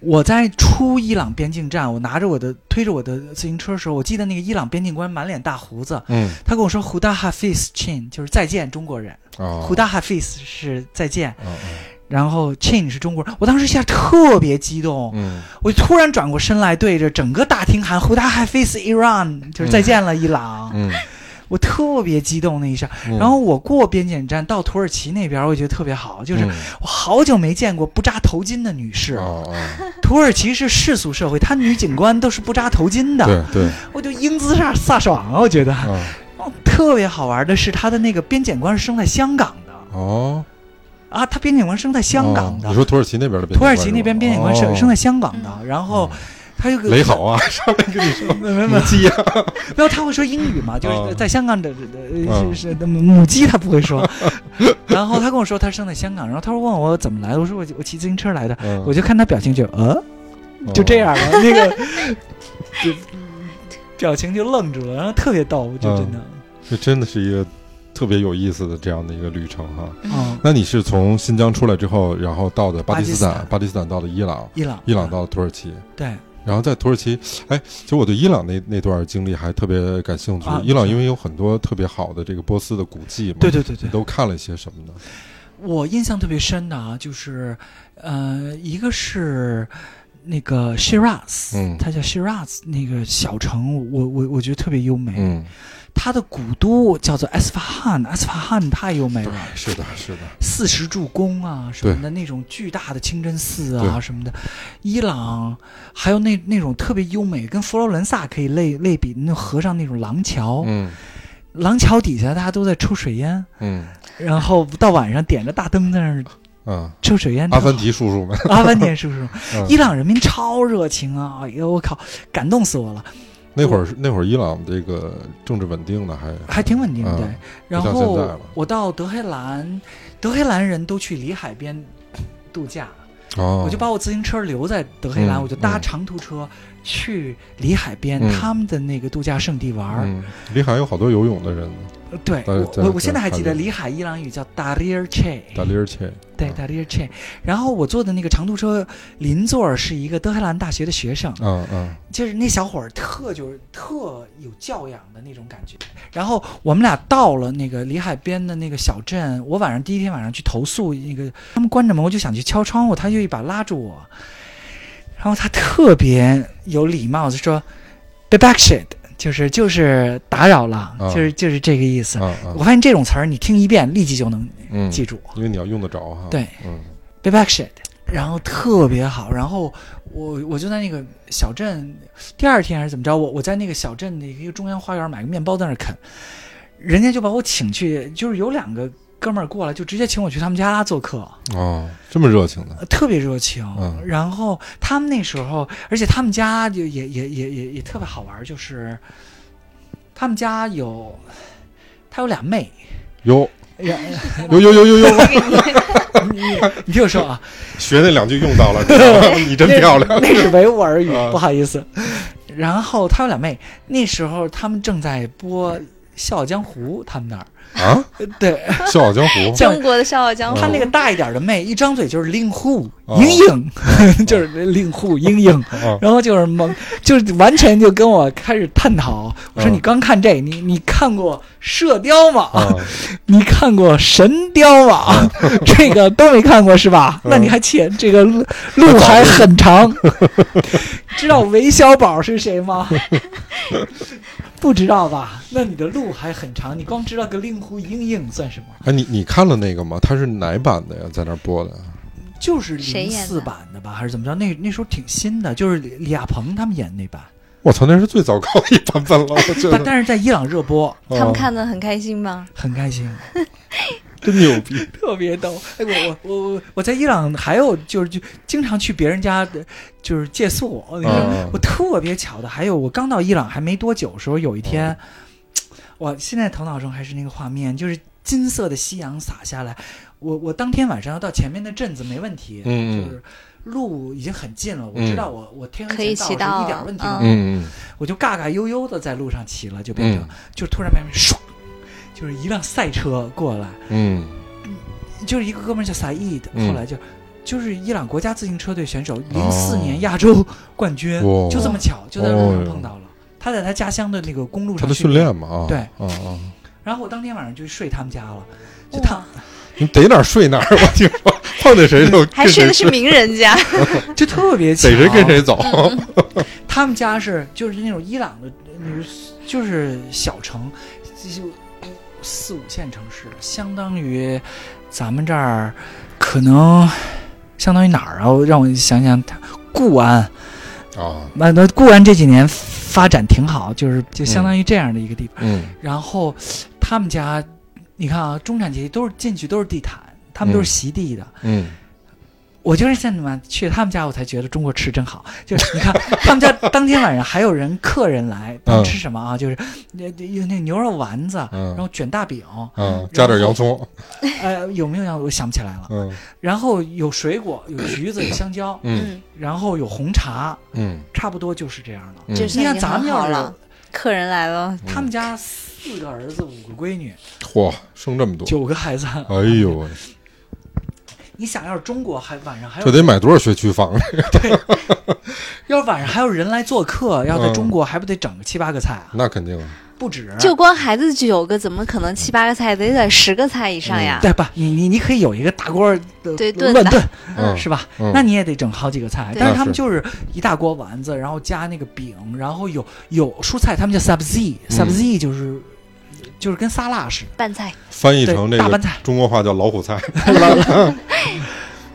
Speaker 3: 我在出伊朗边境站，我拿着我的推着我的自行车的时候，我记得那个伊朗边境官满脸大胡子，
Speaker 1: 嗯
Speaker 3: 他跟我说 “Huda Hafiz Chin”，就是再见中国人
Speaker 1: 啊，
Speaker 3: ，“Huda Hafiz” 是再见，
Speaker 1: 啊
Speaker 3: 然后 “Chin” 是中国人。我当时一下特别激动，
Speaker 1: 嗯
Speaker 3: 我突然转过身来，对着整个大厅喊“胡大海 face Iran”，就是再见了伊朗。
Speaker 1: 嗯，
Speaker 3: 我特别激动那一下。然后我过边检站到土耳其那边，我觉得特别
Speaker 1: 嗯
Speaker 3: 好，就是我好久没见过不扎头巾的女士。
Speaker 1: 啊啊，
Speaker 3: 土耳其是世俗社会，她女警官都是不扎头巾的，
Speaker 1: 对对
Speaker 3: 我就英姿飒飒爽啊！我觉得
Speaker 1: 啊
Speaker 3: 哦特别好玩的是，她的那个边检官是生在香港的
Speaker 1: 哦，
Speaker 3: 啊，她边检官生在香港的
Speaker 1: 你，说土耳其那边的，
Speaker 3: 土耳其那边边检官生生在香港的，
Speaker 2: 嗯
Speaker 3: 然后她就
Speaker 1: 哦雷好啊，上来跟你说
Speaker 3: 没有没有
Speaker 1: 母鸡啊，
Speaker 3: 没有，他会说英语嘛，就是
Speaker 1: 嗯
Speaker 3: 在香港的呃
Speaker 1: 嗯
Speaker 3: 是是母鸡他不 会说。然后他跟我说他生在香港，然后他说问我怎么来的，我说我我骑自行车
Speaker 1: 啊
Speaker 3: 来的，
Speaker 1: 嗯
Speaker 3: 我就看他表情就呃就这
Speaker 1: 哦
Speaker 3: 样了，那个 就表情就愣住了，然后特别逗，就真的
Speaker 1: 啊这真的是一个特别有意思的这样的一个旅程哈。
Speaker 3: 嗯，
Speaker 1: 那你是从新疆出来之后，然后到的巴基斯坦，巴基斯坦到的伊朗，
Speaker 3: 伊朗
Speaker 1: 伊朗到的土耳其，
Speaker 3: 对
Speaker 1: 然后在土耳其，哎，其实我对伊朗那那段经历还特别感兴趣。
Speaker 3: 啊
Speaker 1: 伊朗
Speaker 3: 是
Speaker 1: 因为有很多特别好的这个波斯的古迹嘛，
Speaker 3: 对对对对
Speaker 1: 你，都看了些什么呢？
Speaker 3: 我印象特别深的啊，就是呃，一个是那个 Shiraz，
Speaker 1: 嗯
Speaker 3: 它叫 Shiraz 那个小城，我我我觉得特别优美，
Speaker 1: 嗯，
Speaker 3: 它的古都叫做埃斯法罕，埃斯法罕太优美
Speaker 1: 嗯对
Speaker 3: 了，，
Speaker 1: 是的，是的，
Speaker 3: 四十柱宫啊什么的，那种巨大的清真寺啊
Speaker 1: 对
Speaker 3: 什么的，伊朗还有那那种特别优美，跟佛罗伦萨可以类类比，那河上那种廊桥，
Speaker 1: 嗯
Speaker 3: 廊桥底下大家都在抽水烟，
Speaker 1: 嗯
Speaker 3: 然后到晚上点着大灯在那儿
Speaker 1: 啊，
Speaker 3: 抽水烟。
Speaker 1: 阿凡提叔叔们，
Speaker 3: 阿凡提叔叔，
Speaker 1: 嗯
Speaker 3: 伊朗人民超热情啊！哎呦，我靠，感动死我了，
Speaker 1: 那会儿那会儿伊朗这个政治稳定的还
Speaker 3: 还挺稳定的。
Speaker 1: 嗯
Speaker 3: 然
Speaker 1: 不像现在
Speaker 3: 后
Speaker 1: 了
Speaker 3: 我到德黑兰，德黑兰人都去里海边度假，
Speaker 1: 哦，
Speaker 3: 我就把我自行车留在德黑兰，
Speaker 1: 嗯
Speaker 3: 我就搭
Speaker 1: 嗯
Speaker 3: 长途车去里海边、
Speaker 1: 嗯
Speaker 3: 他们的那个度假胜地玩儿。
Speaker 1: 嗯，里海有好多游泳的人，
Speaker 3: 呃对
Speaker 1: 在
Speaker 3: 我
Speaker 1: 在
Speaker 3: 我
Speaker 1: 在
Speaker 3: 我现在还记得
Speaker 1: 海边
Speaker 3: 里海伊朗语叫 Darir Che，
Speaker 1: 达里尔切，嗯
Speaker 3: 对 Darir Che。然后我坐的那个长途车邻座儿是一个德黑兰大学的学生，
Speaker 1: 嗯嗯
Speaker 3: 就是那小伙儿特就是特有教养的那种感觉。然后我们俩到了那个里海边的那个小镇，我晚上第一天晚上去投诉那个他们关着门，我就想去敲窗户，他就一把拉住我，然后他特别有礼貌的说 b e b a k s h i t 就是就是打扰了，
Speaker 1: 啊
Speaker 3: 就是就是这个意思。
Speaker 1: 啊
Speaker 3: 我
Speaker 1: 啊，
Speaker 3: 发现这种词儿你听一遍立即就能
Speaker 1: 嗯，
Speaker 3: 记住、
Speaker 1: 因为你要用得着哈。
Speaker 3: 对，
Speaker 1: 嗯
Speaker 3: b a b a c shit，然后特别好。然后我我就在那个小镇，第二天还是怎么着，我我在那个小镇的一个中央花园买个面包在那儿啃，人家就把我请去，就是有两个哥们儿过来，就直接请我去他们家做客。
Speaker 1: 哦，这么热情的，
Speaker 3: 呃特别热情。
Speaker 1: 嗯
Speaker 3: 然后他们那时候，而且他们家就也也也也也特别好玩儿，就是他们家有他有俩妹。
Speaker 1: 哟
Speaker 3: 然
Speaker 1: 哟哟哟哟哟，
Speaker 3: 你听我说啊，
Speaker 1: 学那两句用 到了，知道吗你真漂 亮。
Speaker 3: 那是维吾尔语
Speaker 1: 啊，
Speaker 3: 不好意思。 然后他有俩妹，那时候他们正在播《笑傲江湖》，他们那儿
Speaker 1: 啊，
Speaker 3: 呃哦对
Speaker 1: 《笑傲江湖》
Speaker 2: 中国的《笑傲江湖
Speaker 3: 他》那个大一点的妹，一张嘴就是令狐
Speaker 1: 哦
Speaker 3: 英英， 就是令狐英英，
Speaker 1: 啊，
Speaker 3: 然后就是猛，就是完全就跟我开始探讨。我说
Speaker 1: 嗯
Speaker 3: 你刚看这，你你看过《射雕》吗？
Speaker 1: 啊，
Speaker 3: 你看过《神雕》吗？ 这个都没看过是吧？
Speaker 1: 嗯
Speaker 3: 那你还且这个路路还很长。 知道韦小宝是谁吗？ 不知道吧？那你的路还很长，你光知道个令狐英英算什么？
Speaker 1: 哎，你你看了那个吗？它是哪版的呀？在那儿播的？
Speaker 3: 就是
Speaker 2: 谁
Speaker 3: 零
Speaker 2: 演
Speaker 3: 四
Speaker 2: 的
Speaker 3: 版的吧，还是怎么着？那那时候挺新的，就是李李亚鹏他们演那版，
Speaker 1: 我操，那是最糟糕的一版本了，我觉
Speaker 3: 但
Speaker 1: 得。
Speaker 3: 但是在伊朗热播，
Speaker 2: 他们
Speaker 1: 哦
Speaker 2: 看的很开心吗？
Speaker 3: 很开心。
Speaker 1: 真牛逼，
Speaker 3: 特别逗。哎，我我我我我在伊朗还有就是就经常去别人家的，就是借宿。我那个
Speaker 1: 嗯
Speaker 3: 我特别巧的，还有我刚到伊朗还没多久的时候，有一
Speaker 1: 嗯
Speaker 3: 天，我现在头脑中还是那个画面，就是金色的夕阳洒下来。我我当天晚上要到前面的镇子没问题，
Speaker 1: 嗯
Speaker 3: 就是路已经很近了，我
Speaker 1: 嗯
Speaker 3: 知道我我天黑
Speaker 2: 可以
Speaker 3: 前
Speaker 2: 骑到
Speaker 3: 到的时候一点问题都
Speaker 2: 嗯
Speaker 3: 没有，
Speaker 1: 嗯嗯
Speaker 3: 我就嘎嘎悠悠的在路上骑了，就变成、
Speaker 1: 嗯
Speaker 3: 就突然外面唰，就是一辆赛车过来。
Speaker 1: 嗯，
Speaker 3: 就是一个哥们儿叫萨义的，
Speaker 1: 嗯
Speaker 3: 后来就就是伊朗国家自行车队选手，零
Speaker 1: 哦
Speaker 3: 四年亚洲冠军，
Speaker 1: 哇哦
Speaker 3: 就这么巧，就在路上碰到了。他在他家乡的那个公路
Speaker 1: 他
Speaker 3: 上
Speaker 1: 的训
Speaker 3: 练，
Speaker 1: 练嘛啊，
Speaker 3: 对
Speaker 1: 啊啊，
Speaker 3: 然后我当天晚上就睡他们家了，就他
Speaker 4: 哇，
Speaker 1: 你逮哪儿睡哪儿，我听说碰见谁就
Speaker 2: 还
Speaker 1: 跟
Speaker 2: 睡
Speaker 1: 谁
Speaker 2: 的是名人家，
Speaker 3: 就特别巧，
Speaker 1: 逮谁跟谁走，
Speaker 3: 他们家是就是那种伊朗的，那种就是小城，就四五线城市，相当于咱们这儿可能相当于哪儿啊？我让我想想，它固安。
Speaker 1: 啊，
Speaker 3: 那呃那固然这几年发展挺好，就是就相当于这样的一个地方。
Speaker 1: 嗯
Speaker 3: 然后他们家，你看啊，中产阶级都是进去都是地毯，他们都是
Speaker 1: 嗯
Speaker 3: 席地的。
Speaker 1: 嗯，
Speaker 3: 我就是现在嘛去他们家，我才觉得中国吃真好。就是你看 他们家当天晚上还有人客人来，他们吃什么啊？就是那有那牛肉丸子，
Speaker 1: 嗯
Speaker 3: 然后卷大饼，
Speaker 1: 啊，加点洋葱，
Speaker 3: 呃，有没有样子？我想不起来了。
Speaker 1: 嗯
Speaker 3: 然后有水果，有橘子，有香蕉，
Speaker 1: 嗯
Speaker 2: 嗯，
Speaker 3: 然后有红茶，
Speaker 1: 嗯
Speaker 3: 差不多就是这样的。
Speaker 1: 嗯，
Speaker 2: 这是
Speaker 3: 你看咱们要
Speaker 2: 好
Speaker 3: 是
Speaker 2: 了。客人来了，
Speaker 3: 他们家四个儿子，五个闺女，
Speaker 1: 嚯，生这么多，
Speaker 3: 九个孩子。
Speaker 1: 哎呦喂，
Speaker 3: 你想要是中国还晚上还
Speaker 1: 这
Speaker 3: 有，
Speaker 1: 得买多少学区房 啊？
Speaker 3: 要是晚上还有人来做客，要在
Speaker 1: 嗯
Speaker 3: 中国还不得整个七八个菜啊？
Speaker 1: 那肯定啊，
Speaker 3: 不止，
Speaker 2: 就光孩子九个，怎么可能七八个菜？得得十个菜以上呀。
Speaker 3: 对吧？你你你可以有一个大锅的
Speaker 2: 对
Speaker 3: 乱
Speaker 2: 炖
Speaker 3: 炖
Speaker 2: 的，
Speaker 1: 嗯
Speaker 3: 是吧？
Speaker 1: 嗯
Speaker 3: 那你也得整好几个菜，
Speaker 2: 对
Speaker 3: 但是
Speaker 1: 那
Speaker 3: 他们
Speaker 1: 是
Speaker 3: 就是一大锅丸子，然后加那个饼，然后有有蔬菜，他们叫
Speaker 1: 嗯
Speaker 3: subzi，subzi 就是就是跟沙拉似的，
Speaker 2: 拌菜，
Speaker 1: 翻译
Speaker 3: 对
Speaker 1: 成这
Speaker 3: 大
Speaker 1: 个
Speaker 3: 拌菜。
Speaker 1: 中国话叫老虎菜，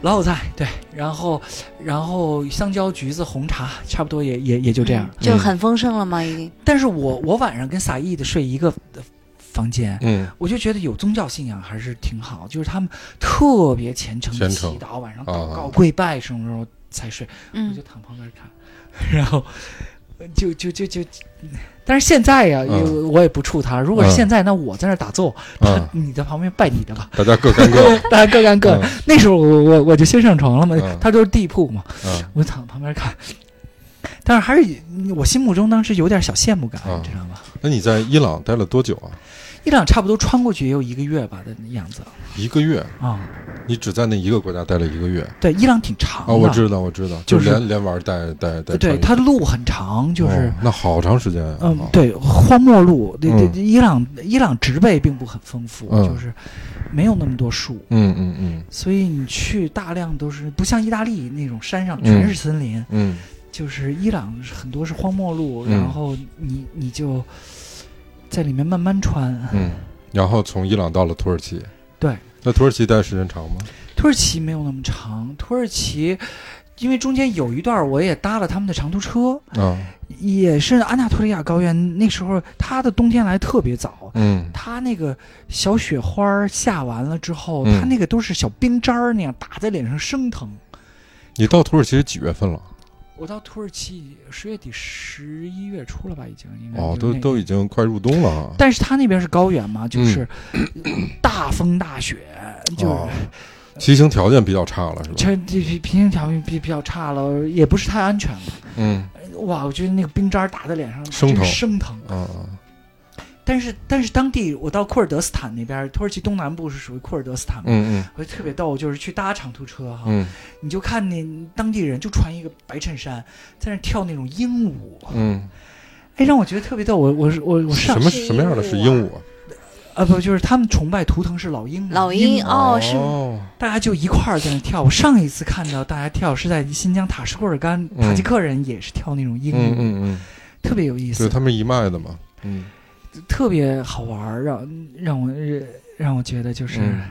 Speaker 3: 老有菜，对，然后然后香蕉、橘子、红茶，差不多也也也就这样。
Speaker 2: 嗯就很丰盛了吗？已经
Speaker 3: 但是我我晚上跟萨义的睡一个呃房间，
Speaker 1: 嗯
Speaker 3: 我就觉得有宗教信仰还是挺好，就是他们特别虔诚的
Speaker 1: 虔
Speaker 3: 祈
Speaker 1: 诚
Speaker 3: 祷，晚上祷告、
Speaker 1: 啊
Speaker 3: 跪拜什么时候才睡，我就
Speaker 2: 嗯，
Speaker 3: 躺旁边看，然后呃就就就就，但是现在呀、
Speaker 1: 嗯
Speaker 3: 也我也不怵他。如果是现在，那我在那儿打坐，他
Speaker 1: 嗯，
Speaker 3: 你在旁边拜你的吧，
Speaker 1: 大家各干各的，
Speaker 3: 大家各干各的。
Speaker 1: 嗯
Speaker 3: 那时候我我我就先上床了嘛
Speaker 1: 嗯，
Speaker 3: 他都是地铺嘛，
Speaker 1: 嗯
Speaker 3: 我躺旁边看。但是还是我心目中当时有点小羡慕感，
Speaker 1: 嗯
Speaker 3: 你知道吗？
Speaker 1: 那你在伊朗待了多久啊？
Speaker 3: 伊朗差不多穿过去也有一个月吧的样子
Speaker 1: 一个月，
Speaker 3: 啊、
Speaker 1: 你只在那一个国家待了一个月
Speaker 3: 对，伊朗挺长的，
Speaker 1: 啊？我知道，我知道，
Speaker 3: 哦就是
Speaker 1: 连连玩带带带穿越，
Speaker 3: 对，它路很长，就是
Speaker 1: 哦。那好长时间啊，
Speaker 3: 嗯
Speaker 1: 哦，
Speaker 3: 对，荒漠路，对对，
Speaker 1: 嗯
Speaker 3: 对伊朗伊朗植被并不很丰富，
Speaker 1: 嗯
Speaker 3: 就是没有那么多树，
Speaker 1: 嗯嗯嗯
Speaker 3: 所以你去大量都是不像意大利那种山上全是森林，
Speaker 1: 嗯
Speaker 3: 就是伊朗是很多是荒漠路，
Speaker 1: 嗯
Speaker 3: 然后你你就在里面慢慢穿。
Speaker 1: 嗯，然后从伊朗到了土耳其。
Speaker 3: 对，
Speaker 1: 那土耳其待的时间长吗？
Speaker 3: 土耳其没有那么长，土耳其因为中间有一段我也搭了他们的长途车，
Speaker 1: 啊，
Speaker 3: 也是安纳托利亚高原，那时候它的冬天来特别早。
Speaker 1: 嗯
Speaker 3: 它那个小雪花儿下完了之后，
Speaker 1: 嗯
Speaker 3: 它那个都是小冰渣儿那样打在脸上生疼。
Speaker 1: 你到土耳其是几月份了？
Speaker 3: 我到土耳其十月底、十一月初了吧，已经应该
Speaker 1: 哦，
Speaker 3: 就
Speaker 1: 都
Speaker 3: 那个
Speaker 1: 都已经嗯快入冬了啊。
Speaker 3: 但是它那边是高原嘛，就是大风大雪，就是
Speaker 1: 哦骑行条件比较差了，是吧？
Speaker 3: 这这这平行条件比比较差了，也不是太安全了。
Speaker 1: 嗯
Speaker 3: 哇，我觉得那个冰渣打在脸上
Speaker 1: 生
Speaker 3: 真
Speaker 1: 疼
Speaker 3: 生疼。
Speaker 1: 啊啊
Speaker 3: 但是但是当地我到库尔德斯坦那边，土耳其东南部是属于库尔德斯坦嘛，
Speaker 1: 嗯
Speaker 3: 我就特别逗，就是去搭长途车哈，
Speaker 1: 嗯
Speaker 3: 你就看那当地人就穿一个白衬衫，在那跳那种鹦鹉，
Speaker 1: 嗯
Speaker 3: 哎，让我觉得特别逗。我我我我
Speaker 1: 嗯，
Speaker 3: 上
Speaker 1: 什么什么样的是鹦鹉啊？
Speaker 3: 啊不就是他们崇拜图腾是老鹰嘛，
Speaker 2: 老
Speaker 3: 鹰
Speaker 2: 鹰哦是
Speaker 1: 哦
Speaker 3: 大家就一块儿在那跳。我上一次看到大家跳是在新疆塔什库尔干，
Speaker 1: 嗯
Speaker 3: 塔吉克人也是跳那种鹦
Speaker 1: 嗯
Speaker 3: 鹉，
Speaker 1: 嗯嗯，
Speaker 3: 特别有意
Speaker 1: 对
Speaker 3: 思，
Speaker 1: 他们一脉的嘛。嗯，
Speaker 3: 特别好玩儿，让让我让我觉得就是、
Speaker 1: 嗯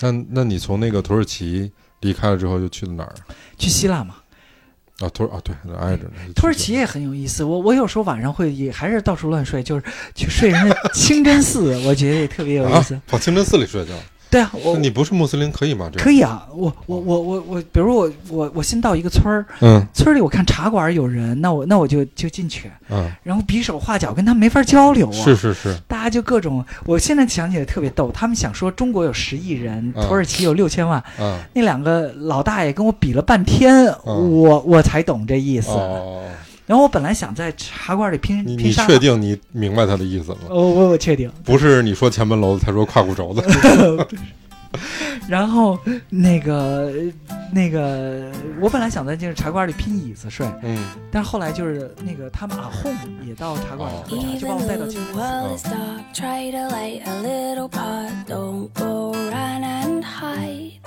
Speaker 1: 那那你从那个土耳其离开了之后，又去了哪儿？
Speaker 3: 去希腊嘛。
Speaker 1: 啊，土耳啊，对，那挨着呢。
Speaker 3: 土耳其也很有意思，我我有时候晚上会也还是到处乱睡，就是去睡人家清真寺， 我觉得也特别有意思。
Speaker 1: 啊，跑清真寺里睡觉。
Speaker 3: 对啊，我
Speaker 1: 那你不是穆斯林可以吗？这
Speaker 3: 可以啊，我我我我我，比如我我我新到一个村儿，
Speaker 1: 嗯
Speaker 3: 村儿里我看茶馆有人，那我那我就就进去，
Speaker 1: 啊，
Speaker 3: 然后比手画脚，跟他没法交流啊。
Speaker 1: 是是是，
Speaker 3: 大家就各种，我现在想起来特别逗。他们想说中国有十亿人，
Speaker 1: 嗯
Speaker 3: 土耳其有六千万，
Speaker 1: 啊
Speaker 3: 那两个老大爷跟我比了半天，
Speaker 1: 嗯
Speaker 3: 我我才懂这意思。
Speaker 1: 哦，
Speaker 3: 然后我本来想在茶馆里拼
Speaker 1: 你
Speaker 3: 拼
Speaker 1: 你
Speaker 3: 沙，
Speaker 1: 确定你明白他的意思吗？
Speaker 3: 我我我确定。
Speaker 1: 不是你说前门楼子，他说胯骨 轴子。
Speaker 3: 然后那个那个，我本来想在这个茶馆里拼椅子睡，
Speaker 1: 嗯
Speaker 3: 但是后来就是那个他们阿訇也到茶馆里喝茶，就把
Speaker 5: Even
Speaker 3: 我带到
Speaker 5: though
Speaker 3: 清
Speaker 5: the
Speaker 3: 真寺。
Speaker 5: world is dark, try to light a little part. Don't go run and hide.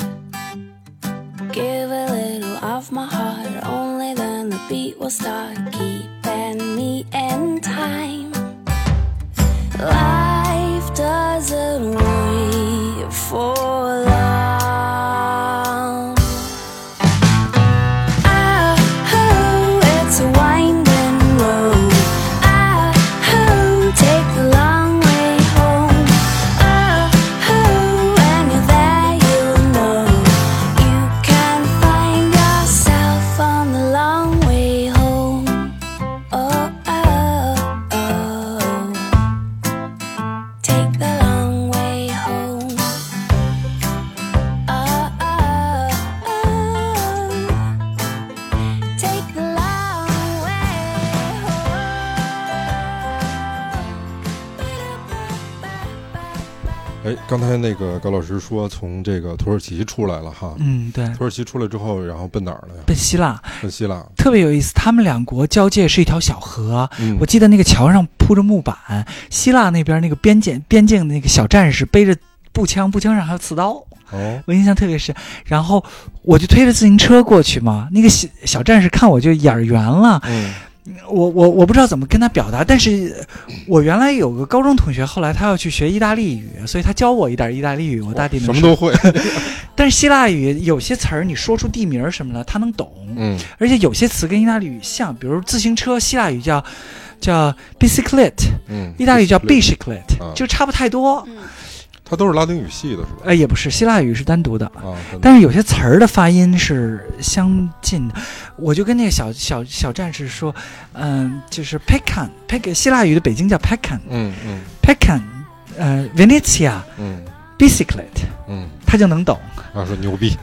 Speaker 5: Give a little of my heart, only then the beat will start keeping me in time. Life doesn't wait for long. It's a winding road. take the long way home. when you're there, you know you can find yourself on the long way home. Oh, take the long way home. Oh, Take the long way home.
Speaker 1: 哎，刚才那个高老师说从这个土耳其出来了哈，
Speaker 3: 嗯，对，
Speaker 1: 土耳其出来之后，然后奔哪儿了呀？
Speaker 3: 奔希腊
Speaker 1: 奔希腊。
Speaker 3: 特别有意思，他们两国交界是一条小河，
Speaker 1: 嗯
Speaker 3: 我记得那个桥上铺着木板，希腊那边那个边境边境的那个小战士背着步枪，步枪上还有刺刀，
Speaker 1: 哦
Speaker 3: 我印象特别深。然后我就推着自行车过去嘛，那个小小战士看我就眼儿圆了，
Speaker 1: 嗯
Speaker 3: 我我我不知道怎么跟他表达，但是我原来有个高中同学，后来他要去学意大利语，所以他教我一点意大利语，我大抵
Speaker 1: 什
Speaker 3: 能
Speaker 1: 么
Speaker 3: 说。
Speaker 1: 都会。
Speaker 3: 但是希腊语有些词儿你说出地名儿什么的，他能懂。
Speaker 1: 嗯
Speaker 3: 而且有些词跟意大利语像，比如自行车，希腊语叫叫 bicyclette，
Speaker 1: 嗯，
Speaker 3: 意大利语叫
Speaker 1: b
Speaker 3: bicyclette，
Speaker 1: 啊
Speaker 3: 就差不太多。
Speaker 2: 嗯，
Speaker 1: 它都是拉丁语系的是吧？
Speaker 3: 呃，也不是，希腊语是单独的，
Speaker 1: 啊，真的
Speaker 3: 但是有些词儿的发音是相近的。我就跟那个小小小战士说，嗯，就是 pecan pec，希腊语的北京叫 pecan
Speaker 1: 嗯嗯
Speaker 3: pecan，呃，Venezia
Speaker 1: 嗯
Speaker 3: bicyclette，
Speaker 1: 嗯，
Speaker 3: 他就能懂。
Speaker 1: 啊，说牛逼，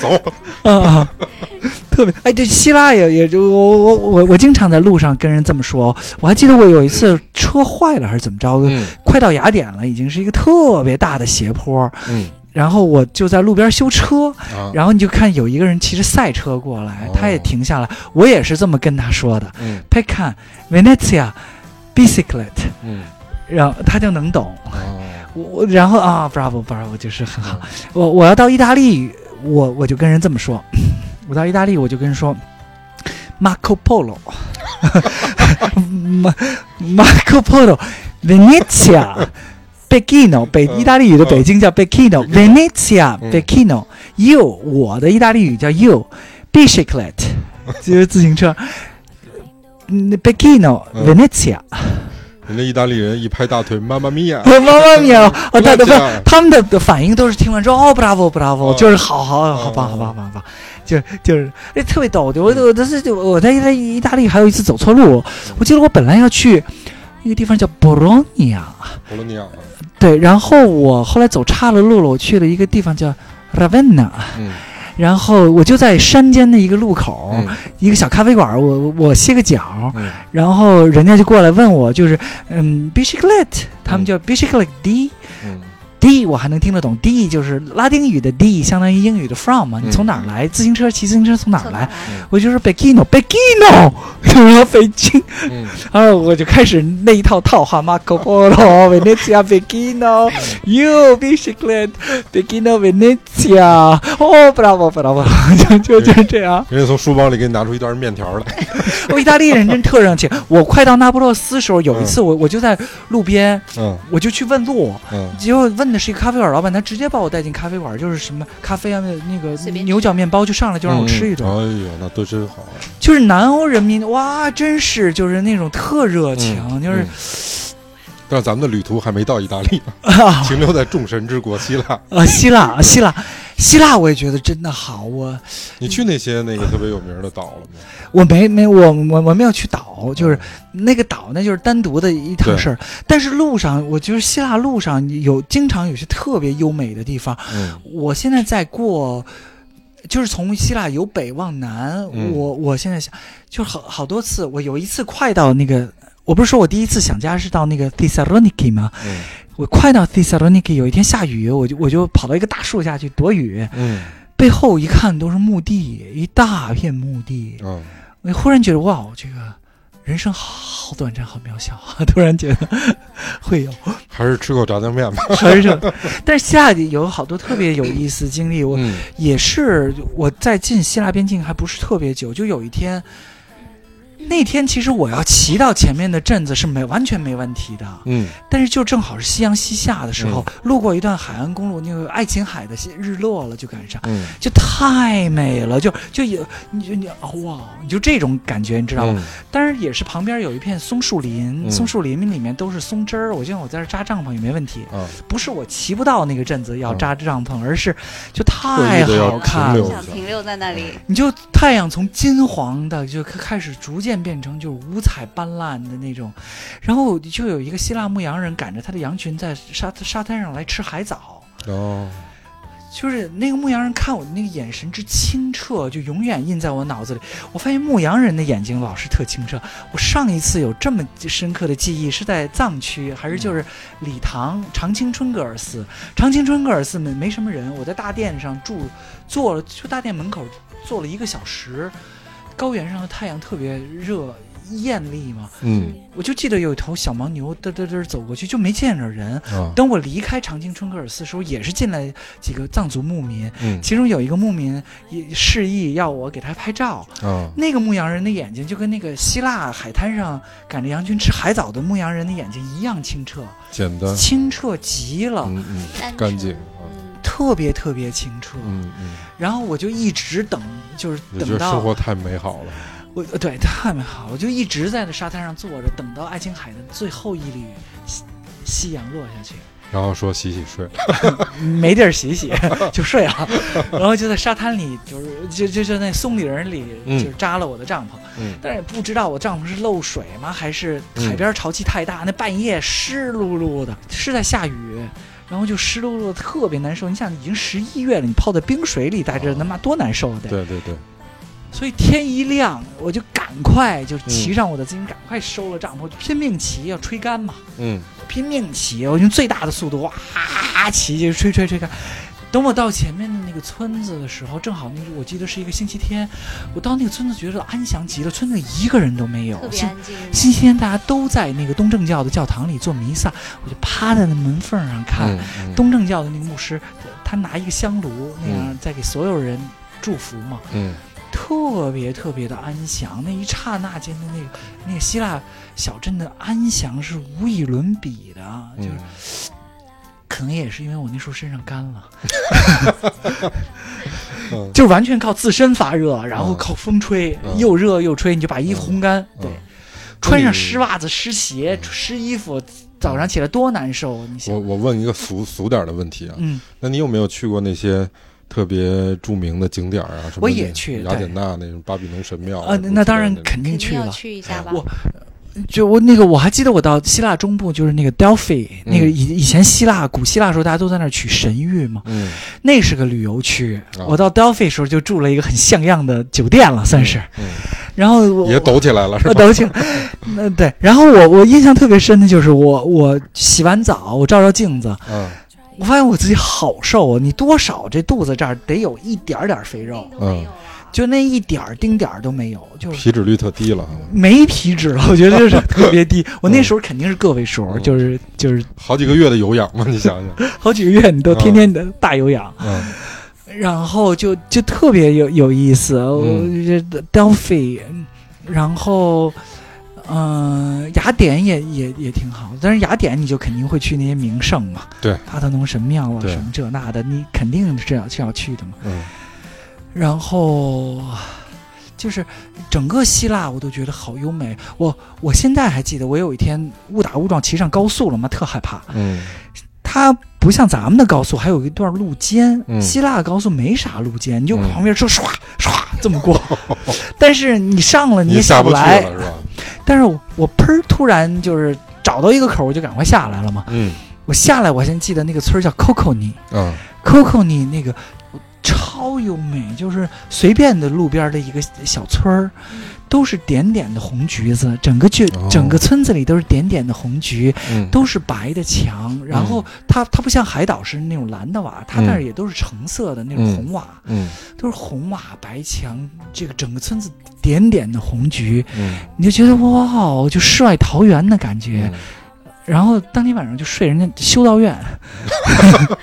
Speaker 1: 走。
Speaker 3: 啊，特别哎，这希腊也也就我我我我经常在路上跟人这么说。我还记得我有一次车坏了还是怎么着，
Speaker 1: 嗯
Speaker 3: 快到雅典了，已经是一个特别大的斜坡，
Speaker 1: 嗯
Speaker 3: 然后我就在路边修车，
Speaker 1: 啊，
Speaker 3: 然后你就看有一个人骑着赛车过来
Speaker 1: 哦，
Speaker 3: 他也停下来，我也是这么跟他说的
Speaker 1: 嗯
Speaker 3: ：“Pecan Venezia bicyclette”，
Speaker 1: 嗯
Speaker 3: 然后他就能懂。
Speaker 1: 啊，
Speaker 3: 我我然后啊，bravo bravo，就是很好。我我 要到意大利，我我就跟人这么说，我到意大利我就跟人说 Marco Polo，马 Marco Polo，Venezia。Becchino，北
Speaker 1: 嗯
Speaker 3: 意大利语的北京叫
Speaker 1: 嗯
Speaker 3: Becchino，Venezia，Becchino，you，我的意大利语叫 you，bicyclet，就 是自行车。嗯
Speaker 1: 嗯
Speaker 3: ，Becchino，Venezia，
Speaker 1: 人家意大利人一拍大腿，妈妈咪呀！
Speaker 3: 我妈妈咪呀！哦，他的不
Speaker 1: Venezia
Speaker 3: 他们的反应都是听完之后哦，bravo bravo，
Speaker 1: 嗯
Speaker 3: 就是好好好棒
Speaker 1: 嗯
Speaker 3: 好棒好棒好棒，就是就是哎特别逗的。我我但是我在意大利意大利还有一次走错路，我记得我本来要去一个地方叫 Bologna。
Speaker 1: 博罗尼亚，
Speaker 3: 对，然后我后来走岔了路了，我去了一个地方叫 Ravenna，
Speaker 1: 嗯
Speaker 3: 然后我就在山间的一个路口，
Speaker 1: 嗯
Speaker 3: 一个小咖啡馆，我我我歇个脚，
Speaker 1: 嗯
Speaker 3: 然后人家就过来问我，就是嗯 b i c i c l e t 他们叫 b i c i c l e t D。
Speaker 1: 嗯
Speaker 3: D 我还能听得懂，D 就是拉丁语的 D，相当于英语的 from 嘛。你从哪儿来？自行车骑自行车嗯从哪儿来？我就说 Begino，Begino，就是说北京。
Speaker 1: 嗯
Speaker 3: 然后我就开始那一套套话，Marco Polo、Venezia、Begino、You、Biciclet、Begino、Venezia，哦，bravo bravo，就 就就是这样。哦
Speaker 1: 人家从书包里给你拿出一袋面条来，
Speaker 3: 我意大利人真特热情。我快到那不勒斯时候，有一次我我就在路边，
Speaker 1: 嗯
Speaker 3: 我就去问路，
Speaker 1: 嗯
Speaker 3: 结果问的是一个咖啡馆老板，他直接把我带进咖啡馆，就是什么咖啡啊，那个
Speaker 2: 随便吃
Speaker 3: 牛角面包就上来就让我吃一顿。
Speaker 1: 嗯哎呦，那都真好，
Speaker 3: 就是南欧人民哇，真是就是那种特热情，
Speaker 1: 嗯
Speaker 3: 就是
Speaker 1: 嗯但是咱们的旅途还没到意大利呢，
Speaker 3: 啊。
Speaker 1: 停留在众神之国希腊。
Speaker 3: 啊，希腊，啊希腊，希腊，我也觉得真的好。我
Speaker 1: 你去那些那个特别有名的岛了吗？
Speaker 3: 我没没我我我没有去岛，就是那个岛，那就是单独的一趟
Speaker 1: 嗯对
Speaker 3: 事儿。但是路上，我觉得希腊路上有经常有些特别优美的地方。
Speaker 1: 嗯
Speaker 3: 我现在在过，就是从希腊由北往南，
Speaker 1: 嗯
Speaker 3: 我我现在想，就是好好多次，我有一次快到那个。我不是说我第一次想家是到那个 Thessaloniki 吗？
Speaker 1: 嗯
Speaker 3: 我快到 Thessaloniki，有一天下雨，我就我就跑到一个大树下去躲雨，
Speaker 1: 嗯
Speaker 3: 背后一看都是墓地，一大片墓地。
Speaker 1: 嗯，
Speaker 3: 我忽然觉得，哇，这个人生好短暂，好渺小啊！ 突然觉得会有，
Speaker 1: 还是吃口炸酱面吧。
Speaker 3: 还是但是希腊有好多特别有意思的经历。我
Speaker 1: 嗯
Speaker 3: 也是我在进希腊边境还不是特别久，就有一天，那天其实我要骑到前面的镇子是没完全没问题的，
Speaker 1: 嗯
Speaker 3: 但是就正好是夕阳西下的时候，路过一段海岸公路，那个爱琴海的日落了，就赶上。
Speaker 1: 嗯，
Speaker 3: 就太美了，就就有你就你哦哇，你就这种感觉，你知道吗？
Speaker 1: 嗯
Speaker 3: 当然也是旁边有一片松树林，
Speaker 1: 嗯
Speaker 3: 松树林里面都是松枝儿，我觉得我在这扎帐篷也没问题。
Speaker 1: 啊，
Speaker 3: 不是我骑不到那个镇子要
Speaker 1: 嗯
Speaker 3: 扎帐篷，而是就
Speaker 1: 刻
Speaker 3: 太
Speaker 1: 意地要
Speaker 3: 好看
Speaker 1: 啊停
Speaker 3: 啊了
Speaker 1: 留。
Speaker 2: 想停留在那里，
Speaker 3: 你就太阳从金黄的就开始逐渐变成就是五彩斑斓的那种，然后就有一个希腊牧羊人赶着他的羊群在沙沙滩上来吃海藻，
Speaker 1: 哦，
Speaker 3: 就是那个牧羊人看我的那个眼神之清澈，就永远印在我脑子里。我发现牧羊人的眼睛老是特清澈。我上一次有这么深刻的记忆是在藏区，还是就是礼堂长青春戈尔寺。长青春戈尔寺没没什么人，我在大殿上住坐了，就大殿门口坐了一个小时。高原上的太阳特别热艳丽嘛，
Speaker 1: 嗯
Speaker 3: 我就记得有一头小牦牛嘚嘚嘚走过去，就没见着人。
Speaker 1: 啊，
Speaker 3: 等我离开长青春戈尔寺的时候，也是进来几个藏族牧民，
Speaker 1: 嗯
Speaker 3: 其中有一个牧民也示意要我给他拍照。
Speaker 1: 啊，
Speaker 3: 那个牧羊人的眼睛就跟那个希腊海滩上赶着羊群吃海藻的牧羊人的眼睛一样清澈，
Speaker 1: 简单，
Speaker 3: 清澈极了，
Speaker 1: 嗯嗯，
Speaker 2: 单纯
Speaker 1: 干净啊，
Speaker 3: 特别特别清澈。
Speaker 1: 嗯嗯，
Speaker 3: 然后我就一直等，就是
Speaker 1: 你觉
Speaker 3: 等
Speaker 1: 得生
Speaker 3: 到
Speaker 1: 活太美好了。
Speaker 3: 我呃对太美好了，我就一直在那沙滩上坐着，等到爱琴海的最后一缕夕夕阳落下去。
Speaker 1: 然后说洗洗睡，
Speaker 3: 没地儿 洗洗就睡了，然后就在沙滩里，就是就就就那松林里，
Speaker 1: 嗯
Speaker 3: 就是扎了我的帐篷，
Speaker 1: 嗯
Speaker 3: 但是也不知道我帐篷是漏水吗，还是海边潮气太大，那半夜湿漉漉的，是在下雨。然后就湿漉漉的，特别难受。你想，已经十一月了，你泡在冰水里待着，他妈多难受啊！得
Speaker 1: 对对对，
Speaker 3: 所以天一亮，我就赶快就骑上我的自行车，赶快收了帐篷，拼命骑，要吹干嘛。
Speaker 1: 嗯
Speaker 3: 拼命骑，我用最大的速度哇骑，就吹吹吹开。等我到前面的那个村子的时候，正好那个我记得是一个星期天，我到那个村子觉得啊安详极了，村子一个人都没有
Speaker 1: 嗯
Speaker 2: 特。别
Speaker 3: 星
Speaker 2: 安静。
Speaker 3: 星期天大家都在那个东正教的教堂里做弥撒，我就趴在那门缝上看、
Speaker 1: 嗯嗯
Speaker 3: 东正教的那个牧师，他拿一个香炉那样在给所有人祝福嘛。
Speaker 1: 嗯
Speaker 3: 特别特别的安详，那一刹那间的那个那个希腊小镇的安详是无以伦比的，就是
Speaker 1: 嗯，
Speaker 3: 可能也是因为我那时候身上干了，
Speaker 1: 嗯
Speaker 3: 就是完全靠自身发热，然后
Speaker 1: 嗯
Speaker 3: 靠风吹，
Speaker 1: 嗯
Speaker 3: 又热又吹，你就把衣服烘干。
Speaker 1: 嗯
Speaker 3: 对
Speaker 1: 嗯，
Speaker 3: 穿上湿袜子、湿鞋、湿衣服，早上起来多难受！你想
Speaker 1: 我，我问一个俗俗点儿的问题啊，
Speaker 3: 嗯，
Speaker 1: 那你有没有去过那些特别著名的景点儿啊？什么
Speaker 3: 我也
Speaker 1: 那
Speaker 3: 去
Speaker 1: 雅
Speaker 3: 对
Speaker 1: 典娜那种巴比伦神庙
Speaker 3: 啊，那那当然
Speaker 1: 肯
Speaker 3: 肯定去
Speaker 2: 定要
Speaker 3: 了。
Speaker 2: 去一下吧。
Speaker 3: 我就我那个我还记得我到希腊中部，就是那个 Delphi，、
Speaker 1: 嗯
Speaker 3: 那个以以前希腊古希腊时候大家都在那儿取神域嘛，
Speaker 1: 嗯
Speaker 3: 那是个旅游区。
Speaker 1: 啊
Speaker 3: 我到 Delphi 时候就住了一个很像样的酒店了，算是。
Speaker 1: 嗯
Speaker 3: 然后我
Speaker 1: 也抖起来了是
Speaker 3: 我
Speaker 1: 吧？
Speaker 3: 抖起来，那对。然后我我印象特别深的就是我我洗完澡，我照照镜子，
Speaker 1: 嗯
Speaker 3: 我发现我自己好瘦啊！你多少这肚子这儿得有一点儿点儿肥肉，
Speaker 1: 嗯，
Speaker 3: 就那一点儿丁点儿都没有，就是
Speaker 1: 体脂率特低了啊，
Speaker 3: 没皮脂了。我觉得就是特别低。 我那时候肯定是个位数，
Speaker 1: 嗯
Speaker 3: 就是就是
Speaker 1: 好几个月的有氧嘛，你想 想，
Speaker 3: 好几个月你都天天的大有氧，
Speaker 1: 嗯
Speaker 3: 然后就就特别有有意思。我
Speaker 1: 嗯
Speaker 3: 觉得 Delphi，然后。嗯、雅典也也也挺好，但是雅典你就肯定会去那些名胜嘛，
Speaker 1: 对，
Speaker 3: 帕特农神庙啊，
Speaker 1: 对
Speaker 3: 什么这那的，你肯定是要是要去的嘛。
Speaker 1: 嗯
Speaker 3: 然后就是整个希腊，我都觉得好优美。我我现在还记得，我有一天误打误撞骑上高速了嘛，特害怕。
Speaker 1: 嗯
Speaker 3: 它不像咱们的高速，还有一段路肩。
Speaker 1: 嗯
Speaker 3: 希腊高速没啥路肩，你就
Speaker 1: 嗯
Speaker 3: 旁边车唰唰这么 过。但是你上了，你
Speaker 1: 嗯
Speaker 3: 也
Speaker 1: 你下
Speaker 3: 不
Speaker 1: 不去
Speaker 3: 来。
Speaker 1: 了是吧？
Speaker 3: 但是我我砰儿突然就是找到一个口儿，我就赶快下来了嘛。
Speaker 1: 嗯
Speaker 3: 我下来，我先记得那个村儿叫 Coconi。
Speaker 1: 啊
Speaker 3: Coco，你那个超优美，就是随便的路边的一个小村儿，都是点点的红橘子，整个就、
Speaker 1: 嗯哦
Speaker 3: 整个村子里都是点点的红橘，
Speaker 1: 嗯
Speaker 3: 都是白的墙。然后它它不像海岛是那种蓝的瓦，它
Speaker 1: 嗯
Speaker 3: 那儿也都是橙色的那种
Speaker 1: 嗯
Speaker 3: 红瓦，
Speaker 1: 嗯
Speaker 3: 都是红瓦白墙，这个整个村子点点的红橘，
Speaker 1: 嗯
Speaker 3: 你就觉得哇，哦就世外桃源的感觉。
Speaker 1: 嗯
Speaker 3: 然后当天晚上就睡人家修道院。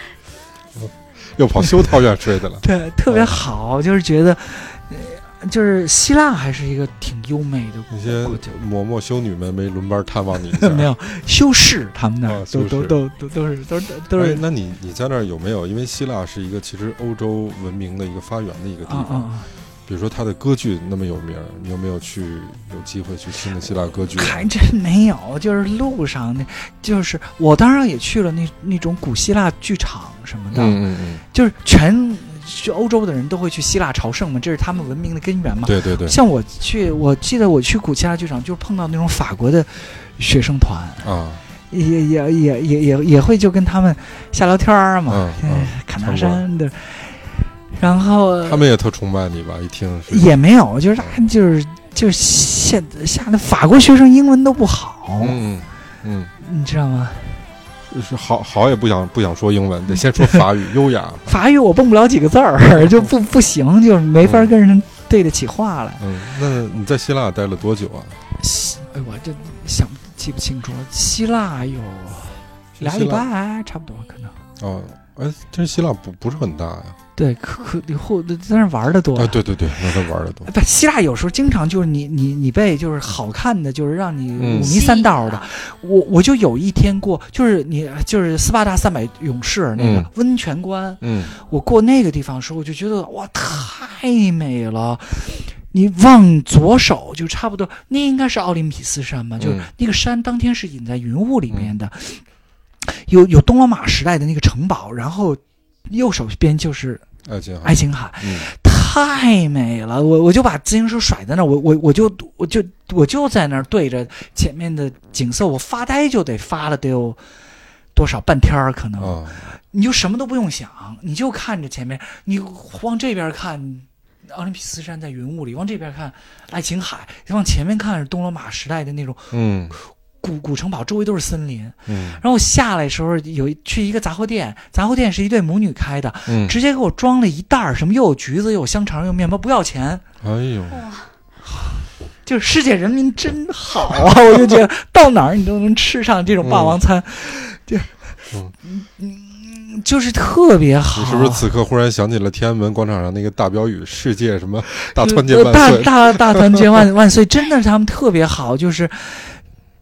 Speaker 1: 又跑修道院睡去了，
Speaker 3: 对，特
Speaker 1: 嗯
Speaker 3: 别好，就是觉得，呃就是希腊还是一个挺优美的
Speaker 1: 那
Speaker 3: 国
Speaker 1: 些
Speaker 3: 国家。
Speaker 1: 嬷嬷修女们没轮班探望你一下
Speaker 3: 没有修士，他们那儿
Speaker 1: 啊
Speaker 3: 都
Speaker 1: 修
Speaker 3: 都
Speaker 1: 士
Speaker 3: 都都都是都是都
Speaker 1: 哎
Speaker 3: 是
Speaker 1: 那你你在那儿有没有？因为希腊是一个其实欧洲文明的一个发源的一个地
Speaker 3: 啊啊
Speaker 1: 方，
Speaker 3: 啊！
Speaker 1: 比如说它的歌剧那么有名儿，你有没有去有机会去听的希腊歌剧啊？
Speaker 3: 还真没有，就是路上那，就是我当然也去了那那种古希腊剧场什么的，
Speaker 1: 嗯嗯嗯，
Speaker 3: 就是全就欧洲的人都会去希腊朝圣嘛，这是他们文明的根源嘛。
Speaker 1: 对对对，
Speaker 3: 像我去，我记得我去古希腊剧场，就是碰到那种法国的学生团，
Speaker 1: 啊，
Speaker 3: 也也也也也也会就跟他们瞎聊天儿嘛，
Speaker 1: 嗯嗯
Speaker 3: 侃大山的，然后
Speaker 1: 他们也特崇拜你吧？一听是
Speaker 3: 也没有，就是大家就是就是现吓得法国学生英文都不好，
Speaker 1: 嗯嗯
Speaker 3: 你知道吗？
Speaker 1: 嗯，是好好也不想不想说英文，得先说法语，优雅。
Speaker 3: 法语我蹦不了几个字儿， 就不不行，就是没法跟人对得起话来。
Speaker 1: 嗯，那你在希腊待了多久啊？
Speaker 3: 希哎，我这想记不清楚了，希腊有啊
Speaker 1: 是
Speaker 3: 俩
Speaker 1: 希
Speaker 3: 礼
Speaker 1: 腊
Speaker 3: 拜差不多可能。
Speaker 1: 哦，哎，真希腊不不是很大呀？
Speaker 3: 对，可可后在那玩的多
Speaker 1: 啊，对对对，那他玩的多。
Speaker 3: 不，希腊有时候经常就是你你你被就是好看的，就是让你
Speaker 1: 嗯
Speaker 3: 五迷三道的。我我就有一天过，就是你就是斯巴达三百勇士那个
Speaker 1: 嗯
Speaker 3: 温泉关，
Speaker 1: 嗯
Speaker 3: 我过那个地方的时候，我就觉得哇，太美了。你往左手就差不多，那应该是奥林匹斯山吧？就是
Speaker 1: 嗯
Speaker 3: 那个山当天是隐在云雾里面的，有有东罗马时代的那个城堡，然后右手边就是
Speaker 1: 爱琴海
Speaker 3: 爱，琴海。
Speaker 1: 嗯
Speaker 3: 太美了，我我就把自行车甩在那儿，我我我就我就我就在那儿对着前面的景色，我发呆就得发了得有多少半天儿可能，
Speaker 1: 啊，
Speaker 3: 你就什么都不用想，你就看着前面，你往这边看。奥林匹斯山在云雾里，往这边看爱琴海，往前面看是东罗马时代的那种
Speaker 1: 嗯
Speaker 3: 古古城堡，周围都是森林。
Speaker 1: 嗯
Speaker 3: 然后我下来的时候有一去一个杂货店，杂货店是一对母女开的，
Speaker 1: 嗯，
Speaker 3: 直接给我装了一袋儿什么又有橘子又有香肠又有面包，不要钱，
Speaker 1: 哎呦，
Speaker 3: 就是世界人民真好啊！ 我就觉得到哪儿你都能吃上这种霸王餐，就
Speaker 1: 嗯
Speaker 3: 嗯，就是特别好。
Speaker 1: 你是不是此刻忽然想起了天安门广场上那个大标语“世界什么大团结
Speaker 3: 就
Speaker 1: 万
Speaker 3: 大
Speaker 1: 岁
Speaker 3: 嗯呃大大团结 万万岁！真的，他们特别好，就是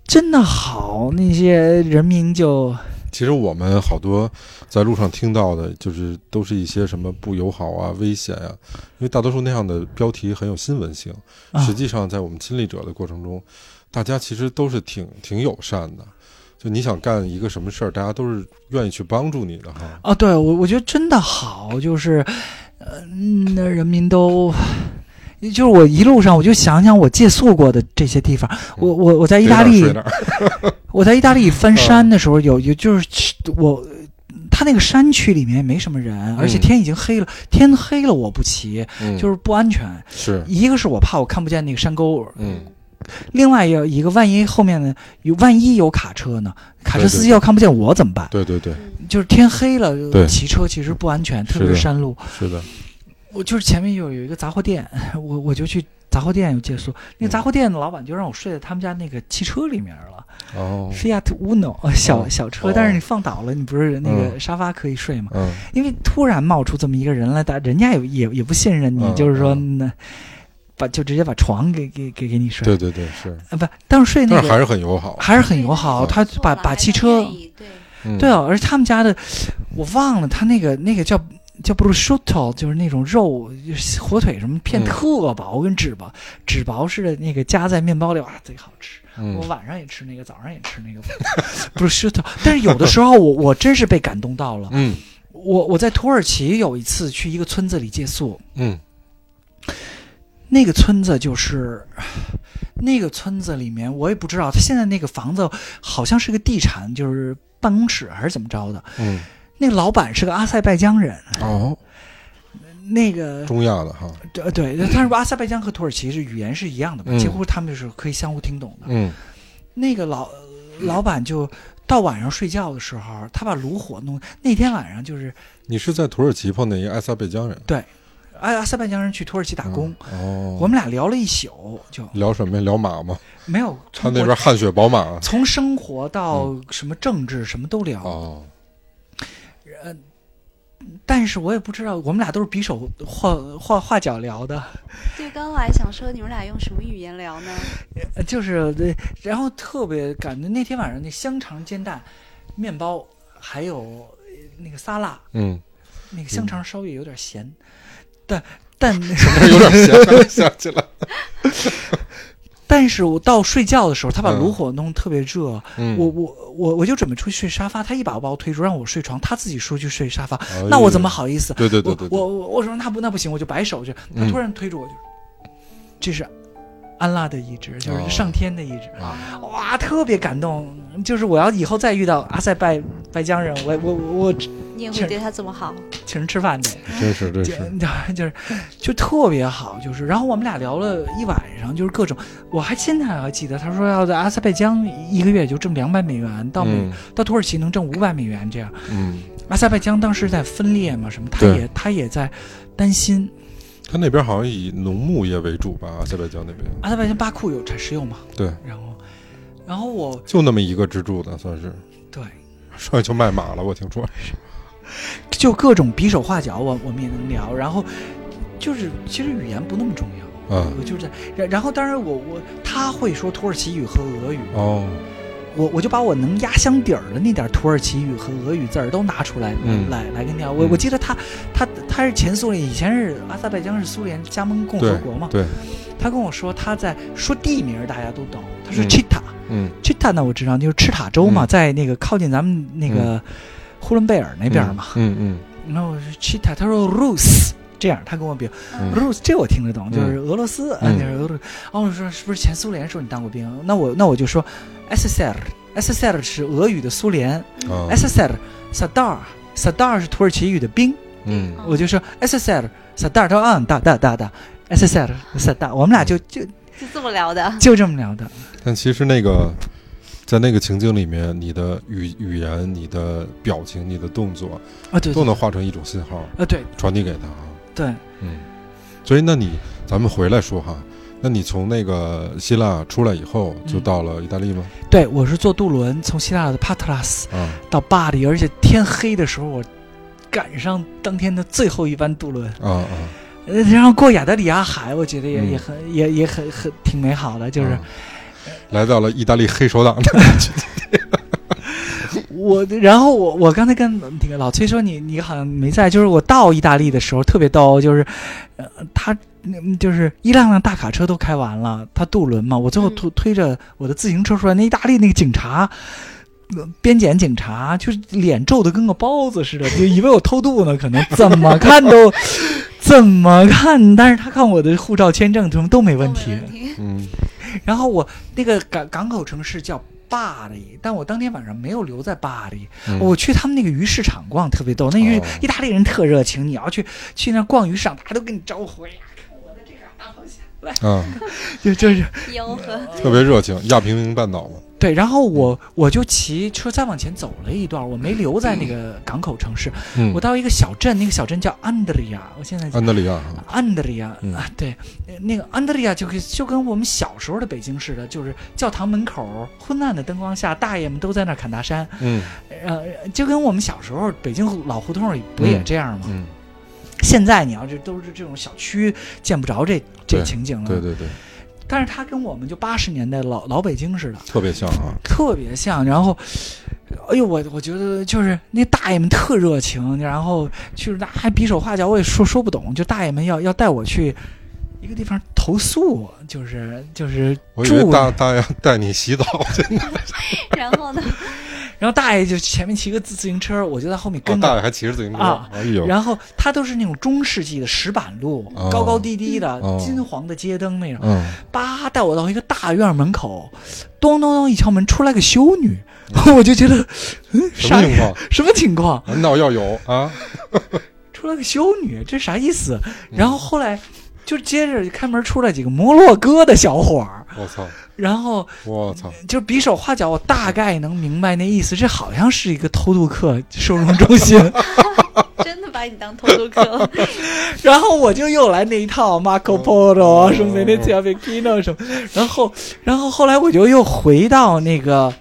Speaker 3: 真的好。那些人民就”？
Speaker 1: 其实我们好多在路上听到的，就是都是一些什么不友好啊、危险啊，因为大多数那样的标题很有新闻性。
Speaker 3: 啊
Speaker 1: 实际上，在我们亲历者的过程中，大家其实都是挺挺友善的。就你想干一个什么事儿，大家都是愿意去帮助你的哈。
Speaker 3: 哦，对我我觉得真的好，就是呃，嗯那人民都。就是我一路上，我就想想我借宿过的这些地方。
Speaker 1: 嗯
Speaker 3: 我我我在意大利
Speaker 1: 睡哪， 儿睡哪嗯儿
Speaker 3: 我在意大利翻山的时候，有有就是我，他那个山区里面也没什么人，而且
Speaker 1: 嗯
Speaker 3: 天已经黑了，天黑了我不骑，
Speaker 1: 嗯
Speaker 3: 就是不安全。
Speaker 1: 是
Speaker 3: 一个是我怕我看不见那个山沟，
Speaker 1: 嗯，
Speaker 3: 另外有一个万一后面呢，有万一有卡车呢，卡车司
Speaker 1: 对
Speaker 3: 机
Speaker 1: 对
Speaker 3: 要看不见我怎么办？
Speaker 1: 对对对，
Speaker 2: 嗯
Speaker 3: 就是天黑
Speaker 1: 对
Speaker 3: 了，呃骑车其实不安
Speaker 1: 是
Speaker 3: 全，
Speaker 1: 的
Speaker 3: 特别是山路。
Speaker 1: 是的，
Speaker 3: 我就是前面有有一个杂货店， 我我就去杂货店有借宿，
Speaker 1: 嗯
Speaker 3: 那个杂货店的老板就让我睡在他们家那个汽车里面了。
Speaker 1: 哦，
Speaker 3: 菲亚特 Uno 呃小小车，
Speaker 1: 哦
Speaker 3: 但是你放倒了，你不是那个
Speaker 1: 嗯
Speaker 3: 沙发可以睡吗？
Speaker 1: 嗯，
Speaker 3: 因为突然冒出这么一个人来，大人家也也也不信任你，
Speaker 1: 嗯
Speaker 3: 就是说
Speaker 1: 嗯
Speaker 3: 那把就直接把床给给给给你睡，
Speaker 1: 对对对，是，
Speaker 3: 啊不，但是睡那
Speaker 1: 但是还
Speaker 3: 个
Speaker 1: 是很友好。
Speaker 3: 还是很友好，
Speaker 1: 嗯
Speaker 3: 他把把汽车
Speaker 2: 对，
Speaker 1: 嗯
Speaker 3: 对哦，而且他们家的我忘了，他那个那个叫。叫 prosciutto，就是那种肉，就是火腿什么片
Speaker 1: 嗯
Speaker 3: 特薄，跟纸薄纸薄似的，那个夹在面包里，哇，贼好吃。
Speaker 1: 嗯
Speaker 3: 我晚上也吃那个，早上也吃那个， 不是头。但是有的时候我我真是被感动到了。
Speaker 1: 嗯
Speaker 3: 我我在土耳其有一次去一个村子里借宿，
Speaker 1: 嗯
Speaker 3: 那个村子就是那个村子里面，我也不知道，他现在那个房子好像是个地产，就是办公室还是怎么着的。
Speaker 1: 嗯，
Speaker 3: 那个老板是个阿塞拜疆人，
Speaker 1: 哦，
Speaker 3: 那个
Speaker 1: 中亚的哈，
Speaker 3: 对对，但是阿塞拜疆和土耳其是语言是一样的嘛，
Speaker 1: 嗯
Speaker 3: 几乎他们就是可以相互听懂的。
Speaker 1: 嗯
Speaker 3: 那个老老板就到晚上睡觉的时候，他把炉火弄。那天晚上就是
Speaker 1: 你是在土耳其碰见一个爱塞拜疆人
Speaker 3: 阿阿塞拜疆人去土耳其打工，
Speaker 1: 嗯哦，
Speaker 3: 我们俩聊了一宿，就
Speaker 1: 聊什么呀？聊马吗？
Speaker 3: 没有
Speaker 1: 他
Speaker 3: 从
Speaker 1: 那
Speaker 3: 国
Speaker 1: 边汗血宝马。
Speaker 3: 从生活到什么政治什么都聊，
Speaker 1: 哦，
Speaker 3: 但是我也不知道，我们俩都是比手画画画脚聊的，
Speaker 2: 对，刚来想说你们俩用什么语言聊呢？
Speaker 3: 呃就是呃然后特别感觉那天晚上那香肠煎蛋、面包还有呃那个沙拉，
Speaker 1: 嗯，
Speaker 3: 那个香肠稍微有点咸，但但
Speaker 1: 有点咸，想起来。
Speaker 3: 但是我到睡觉的时候，他把
Speaker 1: 嗯
Speaker 3: 炉火弄得特别热，
Speaker 1: 嗯，
Speaker 3: 我我我我就准备出去睡沙发，他一把把我推出，让我睡床，他自己说去睡沙发，
Speaker 1: 哎呦
Speaker 3: 那我怎么？好意思？
Speaker 1: 对对对对，对
Speaker 3: 我我我我说那不那不行，我就摆手去，他
Speaker 1: 嗯
Speaker 3: 突然推住我就，这是安拉的意志，就
Speaker 1: 哦
Speaker 3: 是上天的意志，
Speaker 1: 啊，
Speaker 3: 哇，特别感动。就是我要以后再遇到阿塞拜拜疆人，我我我我
Speaker 2: 你也
Speaker 3: 是
Speaker 2: 会对他这么好？
Speaker 3: 请人吃饭去。
Speaker 1: 真是真，
Speaker 3: 就是 就是就特别好，就是然后我们俩聊了一晚上，就是各种，我还现在还记得，他说要在阿塞拜疆一个月就挣两百美元，到美、
Speaker 1: 嗯
Speaker 3: 到土耳其能挣五百美元这样。
Speaker 1: 嗯，
Speaker 3: 阿塞拜疆当时在分裂嘛，什么他
Speaker 1: 对
Speaker 3: 也他也在担心。
Speaker 1: 他那边好像以农牧业为主吧，阿塞拜疆那边，
Speaker 3: 阿塞拜疆巴库有产石油嘛，
Speaker 1: 对，
Speaker 3: 然后然后我
Speaker 1: 就那么一个支柱的，算是
Speaker 3: 对
Speaker 1: 上去就卖马了，我听说。
Speaker 3: 就各种比手画脚，我我们也能聊。然后就是其实语言不那么重要。
Speaker 1: 嗯，
Speaker 3: 我就是在，然然后当然我我他会说土耳其语和俄语，
Speaker 1: 哦，
Speaker 3: 我我就把我能压箱底儿的那点土耳其语和俄语字儿都拿出来，
Speaker 1: 嗯
Speaker 3: 来来跟你聊。我
Speaker 1: 嗯
Speaker 3: 我记得他他他是前苏联，以前是阿塞拜疆是苏联加盟共和
Speaker 1: 对
Speaker 3: 国嘛。
Speaker 1: 对，
Speaker 3: 他跟我说他在说地名儿大家都懂，他说
Speaker 1: 嗯
Speaker 3: Chita、
Speaker 1: 嗯
Speaker 3: Chita 呢我知道就是赤塔州嘛，
Speaker 1: 嗯
Speaker 3: 在那个靠近咱们那个呼伦贝尔那边儿嘛。
Speaker 1: 嗯嗯
Speaker 3: 然后我说 Chita，他说 Rus。这样，他跟我比
Speaker 1: 嗯
Speaker 3: Rus，这我听得懂，
Speaker 1: 嗯
Speaker 3: 就是俄罗斯，啊
Speaker 1: 嗯
Speaker 3: 就是俄罗斯。哦，我说是不是前苏联时候你当过兵？那我那我就说 SSR。SSR 是俄语的苏联，
Speaker 1: 嗯啊
Speaker 3: SSR Sadar Sadar 是土耳其语的兵，
Speaker 1: 嗯
Speaker 3: 我就说 SSR Sadar，他说啊，大大大大 SSR Sadar，我们俩就就
Speaker 2: 就这么聊的？
Speaker 3: 就这么聊的，
Speaker 1: 但其实那个，在那个情境里面，你的语语言、你的表情、你的动作，
Speaker 3: 啊对
Speaker 1: 都
Speaker 3: 对
Speaker 1: 能化成一种信号
Speaker 3: 啊对
Speaker 1: 传递给他啊。
Speaker 3: 对，
Speaker 1: 嗯，所以那你咱们回来说哈，那你从那个希腊出来以后，就
Speaker 3: 嗯
Speaker 1: 到了意大利吗？
Speaker 3: 对我是坐渡轮从希腊的帕特拉斯
Speaker 1: 啊，
Speaker 3: 到巴黎，而且天黑的时候我赶上当天的最后一班渡轮，
Speaker 1: 啊啊，
Speaker 3: 呃然后过亚得里亚海，我觉得也、
Speaker 1: 嗯
Speaker 3: 也很也也很很挺美好的。就是、
Speaker 1: 啊来到了意大利黑手 党的
Speaker 3: 我，然后我我刚才跟那个老崔说你你好像没在，就是我到意大利的时候特别逗，就是，呃，他嗯就是一辆辆大卡车都开完了，他渡轮嘛，我最后
Speaker 4: 嗯
Speaker 3: 推推着我的自行车出来，那意大利那个警察。呃边检警察就是脸皱的跟个包子似的，就以为我偷渡呢，可 能怎么看都怎么看，但是他看我的护照、签证什么都没问题。
Speaker 2: 题。
Speaker 1: 嗯
Speaker 3: 然后我那个港港口城市叫巴黎，但我当天晚上没有留在巴黎，
Speaker 1: 嗯
Speaker 3: 我去他们那个鱼市场逛，特别逗。那鱼、
Speaker 1: 哦
Speaker 3: 意大利人特热情，你要去去那儿逛鱼市场，大家都跟你招呼哎呀，看我的这个大螃蟹，来，
Speaker 1: 啊，
Speaker 3: 就就是
Speaker 2: 吆喝，
Speaker 1: 特别热情，亚平宁半岛嘛，
Speaker 3: 对。然后我我就骑车再往前走了一段，我没留在那个港口城市，
Speaker 1: 嗯
Speaker 3: 我，到一个小镇，那个小镇叫安德里亚，我现在
Speaker 1: 安德里亚啊，
Speaker 3: 安德里亚
Speaker 1: 嗯
Speaker 3: 啊，对，呃那个安德里亚就跟就跟我们小时候的北京似的，就是教堂门口昏暗的灯光下，大爷们都在那儿砍大山，
Speaker 1: 嗯
Speaker 3: 呃，就跟我们小时候北京老胡同里不也这样吗？
Speaker 1: 嗯，
Speaker 3: 现在你要这都是这种小区，见不着这这
Speaker 1: 对
Speaker 3: 情景了。
Speaker 1: 嗯对对对，
Speaker 3: 但是它跟我们就八十年代老老北京似的，
Speaker 1: 特别像啊，
Speaker 3: 特别像。然后，哎呦，我我觉得就是那大爷们特热情，然后去那还比手画脚，我也说说不懂。就大爷们要要带我去一个地方投诉，就是就是
Speaker 1: 我以为
Speaker 3: 住
Speaker 1: 大大爷带你洗澡去，
Speaker 2: 然后呢？
Speaker 3: 然后大爷就前面骑个自自行车，我就在后面
Speaker 1: 啊
Speaker 3: 跟着。
Speaker 1: 大爷还骑着自行车
Speaker 3: 啊，
Speaker 1: 哎呦，
Speaker 3: 然后它都是那种中世纪的石板路，
Speaker 1: 哦
Speaker 3: 高高低低的，
Speaker 1: 哦
Speaker 3: 金黄的街灯那种。
Speaker 1: 嗯，
Speaker 3: 叭带我到一个大院门口，咚咚咚一敲门，出来个修女， 我就觉得，嗯，
Speaker 1: 什么
Speaker 3: 啥
Speaker 1: 情况？
Speaker 3: 什么情况？
Speaker 1: 难道要有啊？
Speaker 3: 出来个修女，这啥意思？然后后来就接着开门出来几个摩洛哥的小伙儿，
Speaker 1: 我操，
Speaker 3: 然后
Speaker 1: 我操，
Speaker 3: 就比手画脚，我大概能明白那意思。这好像是一个偷渡客收容中心，
Speaker 2: 真的把你当偷渡客了？
Speaker 3: 然后我就又来那一套 Marco Polo
Speaker 1: 哦
Speaker 3: 什么 Venezia v e c i n o 什么，然后然后后来我就又回到那个。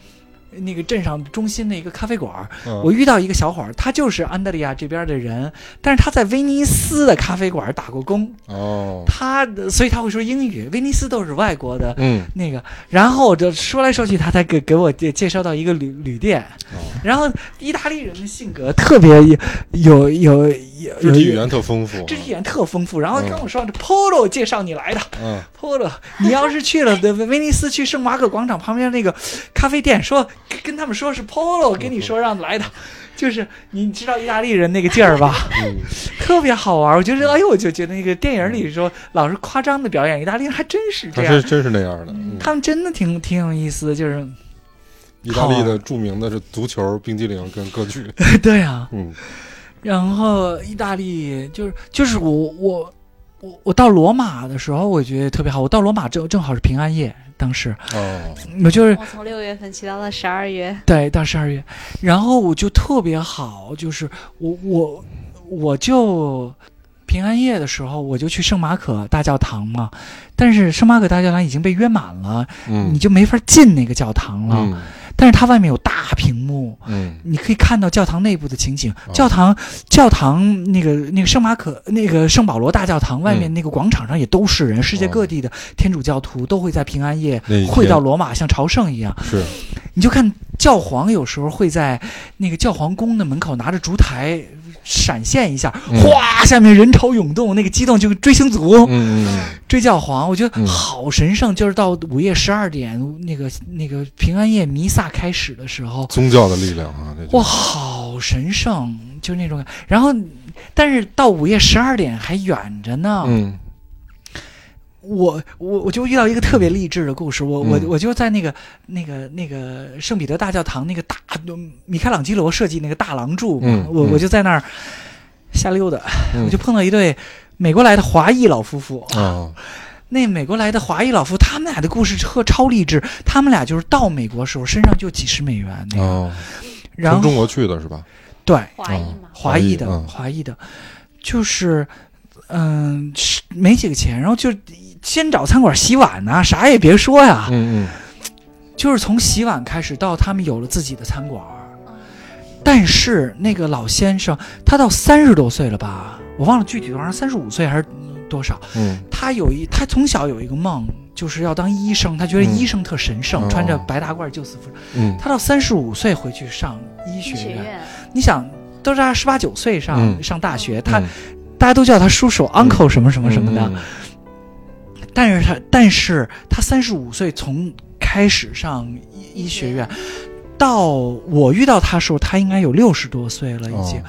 Speaker 3: 那个镇上中心的一个咖啡馆儿，
Speaker 1: 嗯
Speaker 3: 我遇到一个小伙儿，他就是安德利亚这边的人，但是他在威尼斯的咖啡馆儿打过工，
Speaker 1: 哦，
Speaker 3: 他所以他会说英语，威尼斯都是外国的
Speaker 1: 嗯，
Speaker 3: 那个，然后我就说来说去，他才给给我介介绍到一个旅旅店，
Speaker 1: 哦
Speaker 3: 然后意大利人的性格特别有有有有
Speaker 1: 肢体语言特丰富啊，
Speaker 3: 肢体语言特丰富，然后
Speaker 1: 嗯
Speaker 3: 跟我说、这 Polo 介绍你来的
Speaker 1: 嗯，
Speaker 3: Polo，你要是去 了对威尼斯去圣马可广场旁边那个咖啡店，说跟跟他们说是 Polo 跟你说让来的，就是你知道意大利人那个劲儿吧，
Speaker 1: 嗯
Speaker 3: 特别好玩。我觉得哎呦，我就觉得那个电影里说老是夸张的表演，意大利人还真是这
Speaker 1: 他
Speaker 3: 样
Speaker 1: 是，真是那样的。嗯
Speaker 3: 他们真的挺挺有意思的，就是
Speaker 1: 意大利
Speaker 3: 哦
Speaker 1: 的著名的是足球、冰激凌跟歌剧。
Speaker 3: 对啊。
Speaker 1: 嗯
Speaker 3: 然后意大利就是就是我我我我到罗马的时候，我觉得特别好。我到罗马正正好是平安夜，当时
Speaker 1: 哦，
Speaker 3: 我 就是
Speaker 2: 我从六月份骑到了十二月，
Speaker 3: 对到十二月，然后我就特别好，就是我我我就平安夜的时候，我就去圣马可大教堂嘛，但是圣马可大教堂已经被约满了，
Speaker 1: 嗯
Speaker 3: 你啊就没法进那个教堂了。
Speaker 1: 嗯
Speaker 3: 但是它外面有大屏幕，
Speaker 1: 嗯
Speaker 3: 你可以看到教堂内部的情景
Speaker 1: 哦。
Speaker 3: 教堂，教堂那个那个圣马可那个圣保罗大教堂外
Speaker 1: 嗯
Speaker 3: 面那个广场上也都是人，世界各地的天主教徒都会在平安夜
Speaker 1: 哦那一天
Speaker 3: 会到罗马，像朝圣一样。
Speaker 1: 是
Speaker 3: 你就看教皇有时候会在那个教皇宫的门口拿着烛台闪现一下，
Speaker 1: 嗯
Speaker 3: 哗，下面人潮涌动，那个激动就跟追星族、
Speaker 1: 嗯嗯
Speaker 3: 追教皇，我觉
Speaker 1: 嗯
Speaker 3: 得好神圣。就是到午夜十二点，那个那个平安夜弥撒开始的时候，
Speaker 1: 宗教的力量啊，这就
Speaker 3: 哇，好神圣，就那种感。然后，但是到午夜十二点还远着呢。
Speaker 1: 嗯
Speaker 3: 我我我就遇到一个特别励志的故事，我我
Speaker 1: 嗯
Speaker 3: 我就在那个那个那个圣彼得大教堂那个大米开朗基罗设计那个大廊柱嘛，
Speaker 1: 嗯
Speaker 3: 我
Speaker 1: 嗯
Speaker 3: 我就在那儿瞎溜达，
Speaker 1: 嗯
Speaker 3: 我就碰到一对美国来的华裔老夫妇。
Speaker 1: 啊
Speaker 3: 那美国来的华裔老夫，他们俩的故事特超励志，他们俩就是到美国时候身上就几十美元那个，
Speaker 1: 哦，
Speaker 3: 然
Speaker 1: 从
Speaker 3: 后
Speaker 1: 中国去的是吧？
Speaker 3: 对
Speaker 2: 华裔嘛，
Speaker 3: 华裔的
Speaker 1: 嗯
Speaker 3: 华裔的，就是嗯、是没几个钱，然后就先找餐馆洗碗呐、啥也别说呀。
Speaker 1: 嗯嗯
Speaker 3: 嗯就是从洗碗开始到他们有了自己的餐馆儿，但是那个老先生，他到三十多岁了吧，我忘了具体多少，三十五岁还是多少？
Speaker 1: 嗯
Speaker 3: 他有一，他从小有一个梦，就是要当医生。他觉得
Speaker 1: 嗯
Speaker 3: 医生特神圣，
Speaker 1: 哦
Speaker 3: 穿着白大褂救死扶伤。
Speaker 1: 嗯
Speaker 3: 他到三十五岁回去上医学
Speaker 2: 学
Speaker 3: 院，
Speaker 2: 院
Speaker 3: 你想，都是他十八九岁上、
Speaker 1: 嗯
Speaker 3: 上大学，他、
Speaker 1: 嗯
Speaker 3: 大家都叫他叔叔、uncle 什么什么什么的。
Speaker 1: 嗯
Speaker 3: 但是他，但是他三十五岁从开始上医医学院，到我遇到他的时候，他应该有六十多岁了，已经，
Speaker 1: 哦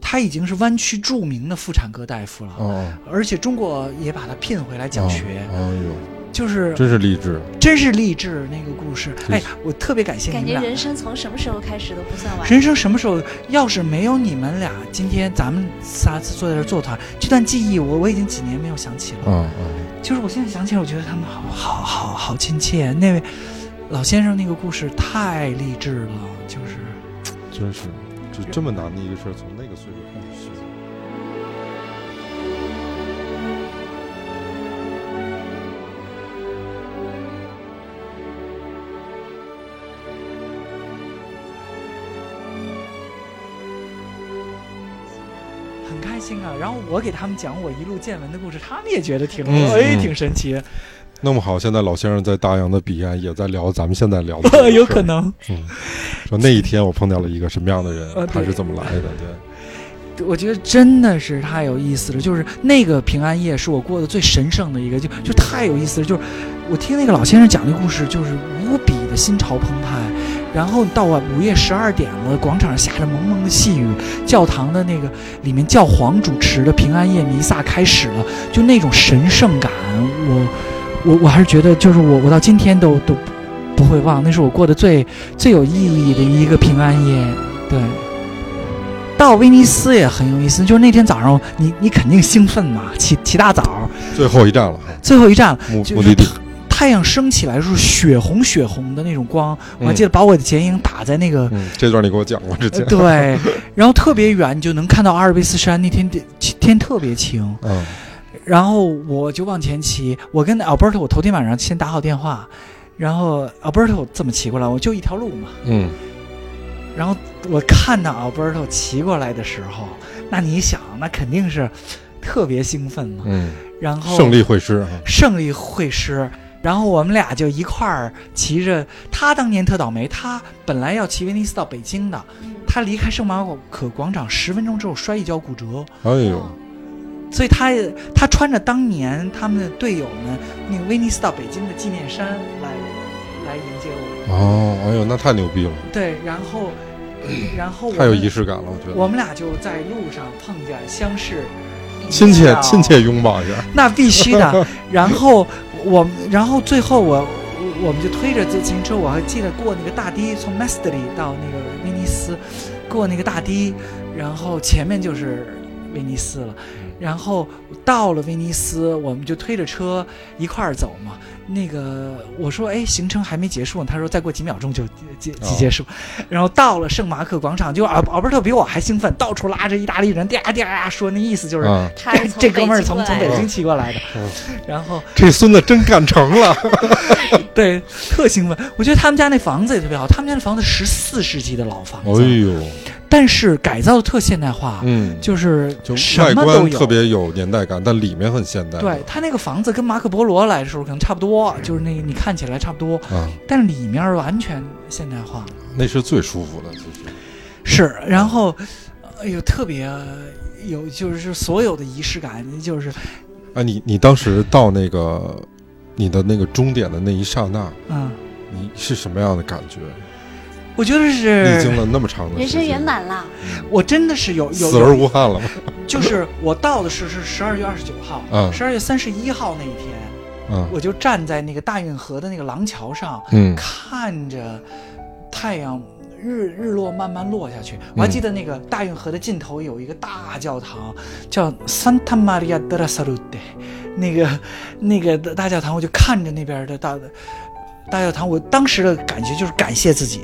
Speaker 3: 他已经是湾区著名的妇产科大夫了。
Speaker 1: 哦
Speaker 3: 而且中国也把他聘回来讲学，
Speaker 1: 哦哎
Speaker 3: 就是
Speaker 1: 呦，真是励志，
Speaker 3: 真是励志那个故事。
Speaker 1: 是
Speaker 3: 哎，我特别感谢
Speaker 2: 感
Speaker 3: 你
Speaker 2: 觉
Speaker 3: 们俩
Speaker 2: 人。生从什么时候开始都不算晚。
Speaker 3: 人生什么时候要是没有你们俩，今天咱们仨坐在这儿坐团，这段记忆我我已经几年没有想起了。
Speaker 1: 嗯
Speaker 3: 就是我现在想起来，我觉得他们好好好好亲切。啊那位老先生那个故事太励志了，就是
Speaker 1: 嗯，真是，就这么难的一个事儿，从那个岁数开始学习。
Speaker 3: 很开心啊。然后我给他们讲我一路见闻的故事，他们也觉得挺、
Speaker 1: 嗯
Speaker 3: 哎
Speaker 1: 嗯
Speaker 3: 挺神奇，，
Speaker 1: 那么好，现在老先生在大洋的彼岸也在聊咱们现在聊的 有
Speaker 3: 有可。能。
Speaker 1: 嗯，说那一天我碰到了一个什么样的
Speaker 3: 呃
Speaker 1: 人，
Speaker 3: 对
Speaker 1: 他是怎么来的？对，
Speaker 3: 我觉得真的是太有意思了，就是那个平安夜是我过得最神圣的一个，就就太有意思了。就是我听那个老先生讲的故事，就是无比的心潮澎湃。然后到晚午夜十二点了，广场上下着蒙蒙的细雨，教堂的那个里面教皇主持的平安夜弥撒开始了，就那种神圣感，我我我还是觉得，就是我我到今天都都不会忘，那是我过得最最有意义的一个平安夜，对。到威尼斯也很有意思，就是那天早上你你肯定兴奋嘛，起起大早，
Speaker 1: 最后一站了，
Speaker 3: 最后一站
Speaker 1: 目
Speaker 3: 就
Speaker 1: 目
Speaker 3: 是
Speaker 1: 的地。
Speaker 3: 太太阳升起来的时候，血红血红的那种光，我还
Speaker 1: 嗯
Speaker 3: 记得把我的剪影打在 那个。
Speaker 1: 嗯，这段你给我讲过之
Speaker 3: 呃
Speaker 1: 前。
Speaker 3: 对，然后特别远，你就能看到阿尔卑斯山。那天天天特别晴，
Speaker 1: 嗯，
Speaker 3: 然后我就往前骑。我跟 Alberto，我头天晚上先打好电话，然后 Alberto 这么骑过来，我就一条路嘛。
Speaker 1: 嗯
Speaker 3: 然后我看到 Alberto 骑过来的时候，那你想，那肯定是特别兴奋嘛。
Speaker 1: 嗯，
Speaker 3: 然后
Speaker 1: 胜利会师啊，
Speaker 3: 胜利会师，然后我们俩就一块儿骑着。他当年特倒霉，他本来要骑威尼斯到北京的，他离开圣马可广场十分钟之后摔一跤骨折，
Speaker 1: 哎呦，
Speaker 3: 所以他他穿着当年他们的队友们那个威尼斯到北京的纪念衫来来迎接我。
Speaker 1: 哦，哎呦，那太牛逼了，
Speaker 3: 对，然 后然后我
Speaker 1: 太有
Speaker 3: 们
Speaker 1: 仪式感了，我觉
Speaker 3: 我
Speaker 1: 得。
Speaker 3: 们俩就在路上碰见相视，
Speaker 1: 亲切
Speaker 3: 啊
Speaker 1: 亲，切拥抱一下，
Speaker 3: 那必须的。然后我，然后最后我，我我们就推着自行车，我还记得过那个大堤，从 Mestri 到那个威尼斯，过那个大堤，然后前面就是威尼斯了。
Speaker 1: 嗯
Speaker 3: 然后到了威尼斯，我们就推着车一块儿走嘛。那个我说，哎，行程还没结束呢。他说再过几秒钟就结结
Speaker 1: 哦
Speaker 3: 结束。然后到了圣马可广场，就啊，奥贝特比我还兴奋，到处拉着意大利人嗲嗲嗲说，那意思就是。
Speaker 1: 啊，
Speaker 2: 他是从
Speaker 3: 这哥们儿
Speaker 2: 北京
Speaker 3: 从
Speaker 2: 过
Speaker 3: 从
Speaker 2: 来
Speaker 3: 北
Speaker 2: 的
Speaker 3: 京骑过来的
Speaker 1: 嗯，
Speaker 3: 然后
Speaker 1: 这孙子真干成 了，
Speaker 3: 对特兴奋。我觉得他们家那房子也特别好，他们家那房子十四世纪的老房
Speaker 1: 哎
Speaker 3: 子，
Speaker 1: 呦，
Speaker 3: 但是改造的特现代化，
Speaker 1: 嗯，
Speaker 3: 就是
Speaker 1: 就
Speaker 3: 什
Speaker 1: 外
Speaker 3: 么都
Speaker 1: 观
Speaker 3: 有。
Speaker 1: 特别有年代感，但里面很现代，
Speaker 3: 对他那个房子跟马可波罗来的时候可能差不多，就是那个你看起来差不多，
Speaker 1: 啊，
Speaker 3: 但是里面完全现代化。
Speaker 1: 那是最舒服的，其实，
Speaker 3: 是，然后，哎呦，特别有就是所有的仪式感，就是
Speaker 1: 哎，你你当时到那个你的那个终点的那一刹那，
Speaker 3: 嗯，
Speaker 1: 你是什么样的感觉？
Speaker 3: 我觉得
Speaker 1: 历经
Speaker 3: 是，
Speaker 1: 了那么长的
Speaker 2: 人
Speaker 1: 时间
Speaker 2: 生圆，满啦，
Speaker 1: 嗯
Speaker 3: 我真的是有有
Speaker 1: 死而无憾了嘛？
Speaker 3: 就是我到的是是十二月二十九号，
Speaker 1: 嗯
Speaker 3: 十二月三十一号那一天，
Speaker 1: 嗯
Speaker 3: 我就站在那个大运河的那个廊桥上，
Speaker 1: 嗯
Speaker 3: 看着太阳日日落慢慢落下
Speaker 1: 嗯
Speaker 3: 去。我还记得那个大运河的尽头有一个大教堂，叫 Santa Maria della Salute，那个那个大教堂，我就看着那边的大大教堂，我当时的感觉就是感谢自己。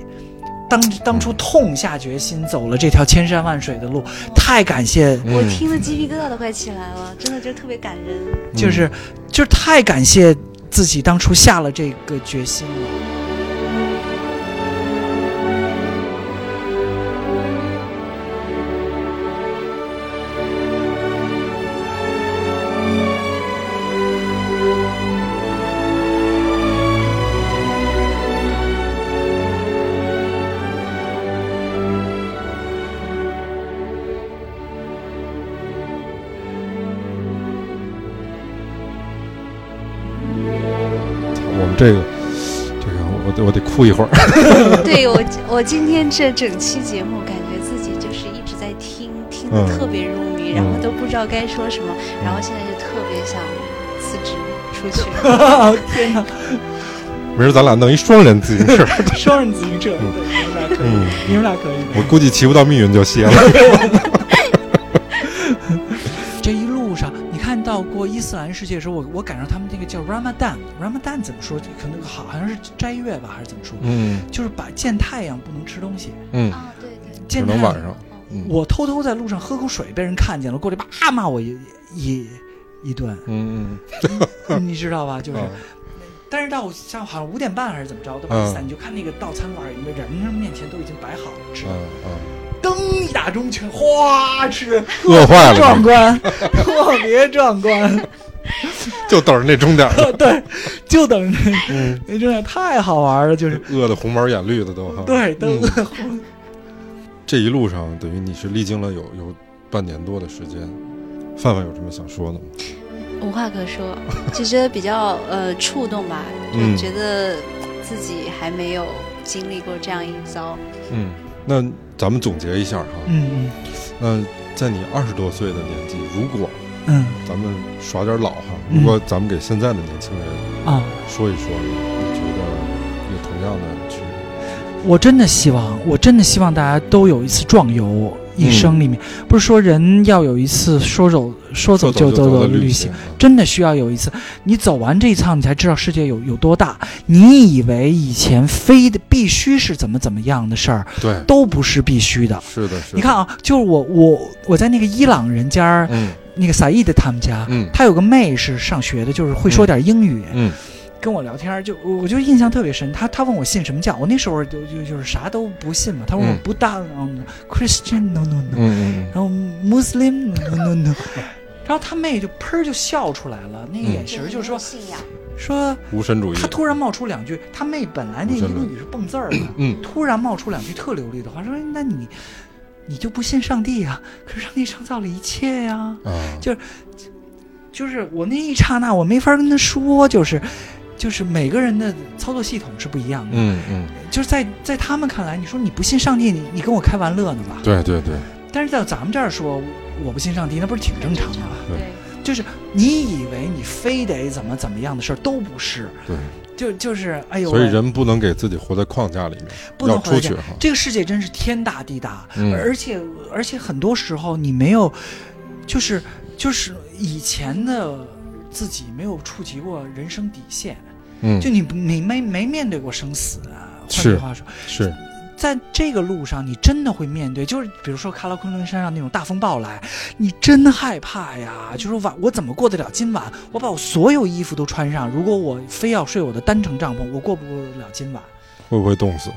Speaker 3: 当当初痛下决心走了这条千山万水的路，太感谢
Speaker 1: 嗯
Speaker 2: 我听的鸡皮疙瘩都快起来了，真的就特别感 人。
Speaker 1: 嗯
Speaker 3: 就是就是太感谢自己当初下了这个决心了。
Speaker 1: 嗯这个，这个我得我得哭一会儿。
Speaker 2: 对我，我今天这整期节目，感觉自己就是一直在听，听
Speaker 1: 嗯
Speaker 2: 得特别入迷，然后
Speaker 1: 嗯
Speaker 2: 都不知道该说什么，
Speaker 3: 嗯
Speaker 2: 然后现在就特别想辞职出 去。
Speaker 3: 天哪，
Speaker 1: 明儿咱俩弄一双人自行 车，
Speaker 3: 双人自行车，对，你们俩可
Speaker 1: 嗯，
Speaker 3: 以，你们俩可以
Speaker 1: 我
Speaker 3: 的。
Speaker 1: 估计骑不到密云就歇了。
Speaker 3: 这一路上，你看到过伊斯兰世界的时候，我我赶上他们那个叫 Ramadan，Ramadan 怎么说？可能好好像是斋月吧，还是怎么说？
Speaker 1: 嗯
Speaker 3: 就是把见太阳不能吃东西，
Speaker 1: 嗯，
Speaker 2: 啊，对对，
Speaker 1: 只
Speaker 3: 见太
Speaker 1: 能
Speaker 3: 阳
Speaker 1: 晚上。嗯
Speaker 3: 我偷偷在路上喝口水，被人看见了，过来啪骂我一一一顿，
Speaker 1: 嗯
Speaker 3: 你知道吧？就
Speaker 1: 嗯
Speaker 3: 是，
Speaker 1: 啊
Speaker 3: 但是到下午好像五点半还是怎么着，都把
Speaker 1: 嗯
Speaker 3: 伞，你就看那个到餐馆里面人家面前都已经摆好了吃
Speaker 1: 啊，啊，
Speaker 3: 灯一打钟全哗吃，
Speaker 1: 饿坏
Speaker 3: 壮
Speaker 1: 了，
Speaker 3: 观， 特别壮观，
Speaker 1: 就等着那钟点儿了。
Speaker 3: 对，就等着
Speaker 1: 嗯，
Speaker 3: 那真的太好玩了，就是
Speaker 1: 饿的红毛眼绿的都哈。
Speaker 3: 对，都、
Speaker 1: 嗯这一路上等于你是历经了有有半年多的时间。范范有什么想说的吗？
Speaker 2: 无话可说， 就觉得比较呃触动吧，
Speaker 1: 嗯
Speaker 2: 就觉得自己还没有经历过这样一遭。
Speaker 1: 嗯，那咱们总结一下哈。
Speaker 3: 嗯
Speaker 1: 那在你二十多岁的年纪，如果
Speaker 3: 嗯嗯
Speaker 1: 咱们耍点老哈，
Speaker 3: 嗯
Speaker 1: 如果咱们给现在的年轻人
Speaker 3: 啊。
Speaker 1: 说一说，你觉得有同样的去，
Speaker 3: 我真的希望，我真的希望大家都有一次壮游，一生里面、不是说人要有一次说走说走就走
Speaker 1: 走
Speaker 3: 的
Speaker 1: 的
Speaker 3: 旅
Speaker 1: 行啊
Speaker 3: 行，，真的需要有一次。你走完这一趟，你才知道世界有有多大。你以为以前非得必须是怎么怎么样的事儿，
Speaker 1: 对，
Speaker 3: 都不是必须的。
Speaker 1: 是的，是的。
Speaker 3: 你看，啊，就是我我我在那个伊朗人家儿，
Speaker 1: 嗯
Speaker 3: 那个萨义的他们家，
Speaker 1: 嗯
Speaker 3: 他有个妹是上学的，就是会说点英语，
Speaker 1: 嗯
Speaker 3: 跟我聊天儿，就我我就印象特别深。他他问我信什么教，我那时候就就就是啥都不信嘛。他问我
Speaker 1: 嗯
Speaker 3: 不大、嗯、Christian no no no，、
Speaker 1: 嗯
Speaker 3: 然后 Muslim no no no，然后他妹就砰儿就笑出来了，
Speaker 1: 嗯
Speaker 3: 那个眼神儿就是说、
Speaker 2: 信仰，
Speaker 3: 说
Speaker 1: 嗯，无神主义。
Speaker 3: 他突然冒出两句，他妹本来那英语是蹦字儿的，
Speaker 1: 嗯
Speaker 3: 突然冒出两句特流利的话，说那你你就不信上帝呀、可是上帝创造了一切呀、
Speaker 1: 啊，
Speaker 3: 就是我那一刹那，我没法跟他说，就是，就是每个人的操作系统是不一样的，
Speaker 1: 嗯嗯，
Speaker 3: 就是在在他们看来，你说你不信上帝，你你跟我开玩乐呢吧？
Speaker 1: 对对对，
Speaker 3: 但是在咱们这儿说我不信上帝，那不是挺正常的吗？
Speaker 1: 对
Speaker 2: 对，
Speaker 3: 就是你以为你非得怎么怎么样的事儿都不是，
Speaker 1: 对，
Speaker 3: 就就是哎呦喂，
Speaker 1: 所以人不能给自己活在框架里面，
Speaker 3: 不能
Speaker 1: 要
Speaker 3: 活
Speaker 1: 出
Speaker 3: 在这
Speaker 1: 去
Speaker 3: 样
Speaker 1: 哈。
Speaker 3: 这个世界真是天大地大，
Speaker 1: 嗯
Speaker 3: 而且而且很多时候你没有，就是就是以前的自己没有触及过人生底线，
Speaker 1: 嗯
Speaker 3: 就，你不你没没面对过生死啊。换句
Speaker 1: 是
Speaker 3: 话说，
Speaker 1: 是，
Speaker 3: 在这个路上，你真的会面对，就是比如说喀拉昆仑山上那种大风暴来，你真害怕呀！就是晚我怎么过得了今晚？我把我所有衣服都穿上，如果我非要睡我的单程帐篷，我过不过得了今晚？
Speaker 1: 会不会冻死哈？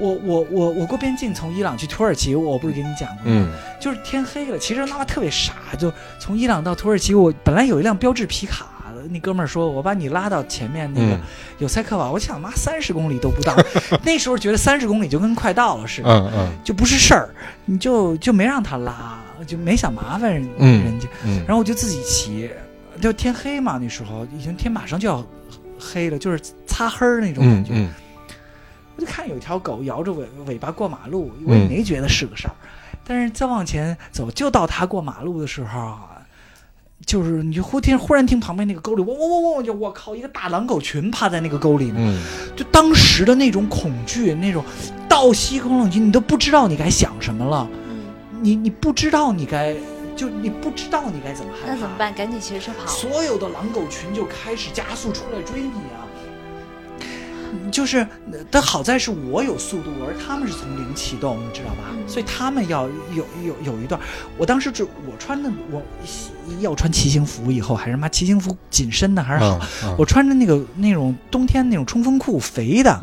Speaker 3: 我我我我过边境从伊朗去土耳其，我不是跟你讲过吗？
Speaker 1: 嗯
Speaker 3: 就是天黑了，其实他妈特别傻，就从伊朗到土耳其，我本来有一辆标致皮卡。那哥们儿说：“我把你拉到前面那个
Speaker 1: 嗯
Speaker 3: 有塞克瓦，我想妈三十公里都不到，那时候觉得三十公里就跟快到了似的，
Speaker 1: 嗯嗯
Speaker 3: 就不是事儿，你就就没让他拉，就没想麻烦人
Speaker 1: 嗯
Speaker 3: 人家，
Speaker 1: 嗯，
Speaker 3: 然后我就自己骑，就天黑嘛，那时候已经天马上就要黑了，就是擦黑儿那种感
Speaker 1: 嗯
Speaker 3: 觉，
Speaker 1: 嗯
Speaker 3: 我就看有一条狗摇着尾尾巴过马路，我也
Speaker 1: 嗯
Speaker 3: 没觉得是个事儿。但是再往前走，就到它过马路的时候啊，就是你就忽听忽然听旁边那个沟里汪汪汪汪，就我靠，一个大狼狗群趴在那个沟里呢。
Speaker 1: 嗯，
Speaker 3: 就当时的那种恐惧，那种倒吸一口冷气，你都不知道你该想什么了，
Speaker 2: 嗯，
Speaker 3: 你你不知道你该，就你不知道你该怎么害怕。
Speaker 2: 那怎么办？赶紧骑着车跑。
Speaker 3: 所有的狼狗群就开始加速出来追你啊！就是，呃但好在是我有速度，而他们是从零启动，你知道吧？
Speaker 2: 嗯
Speaker 3: 所以他们要有有有一段，我当时就我穿的我要穿骑行服，以后还是妈骑行服紧身的还是好，
Speaker 1: 啊啊
Speaker 3: 我穿着那个那种冬天那种冲锋裤，肥的，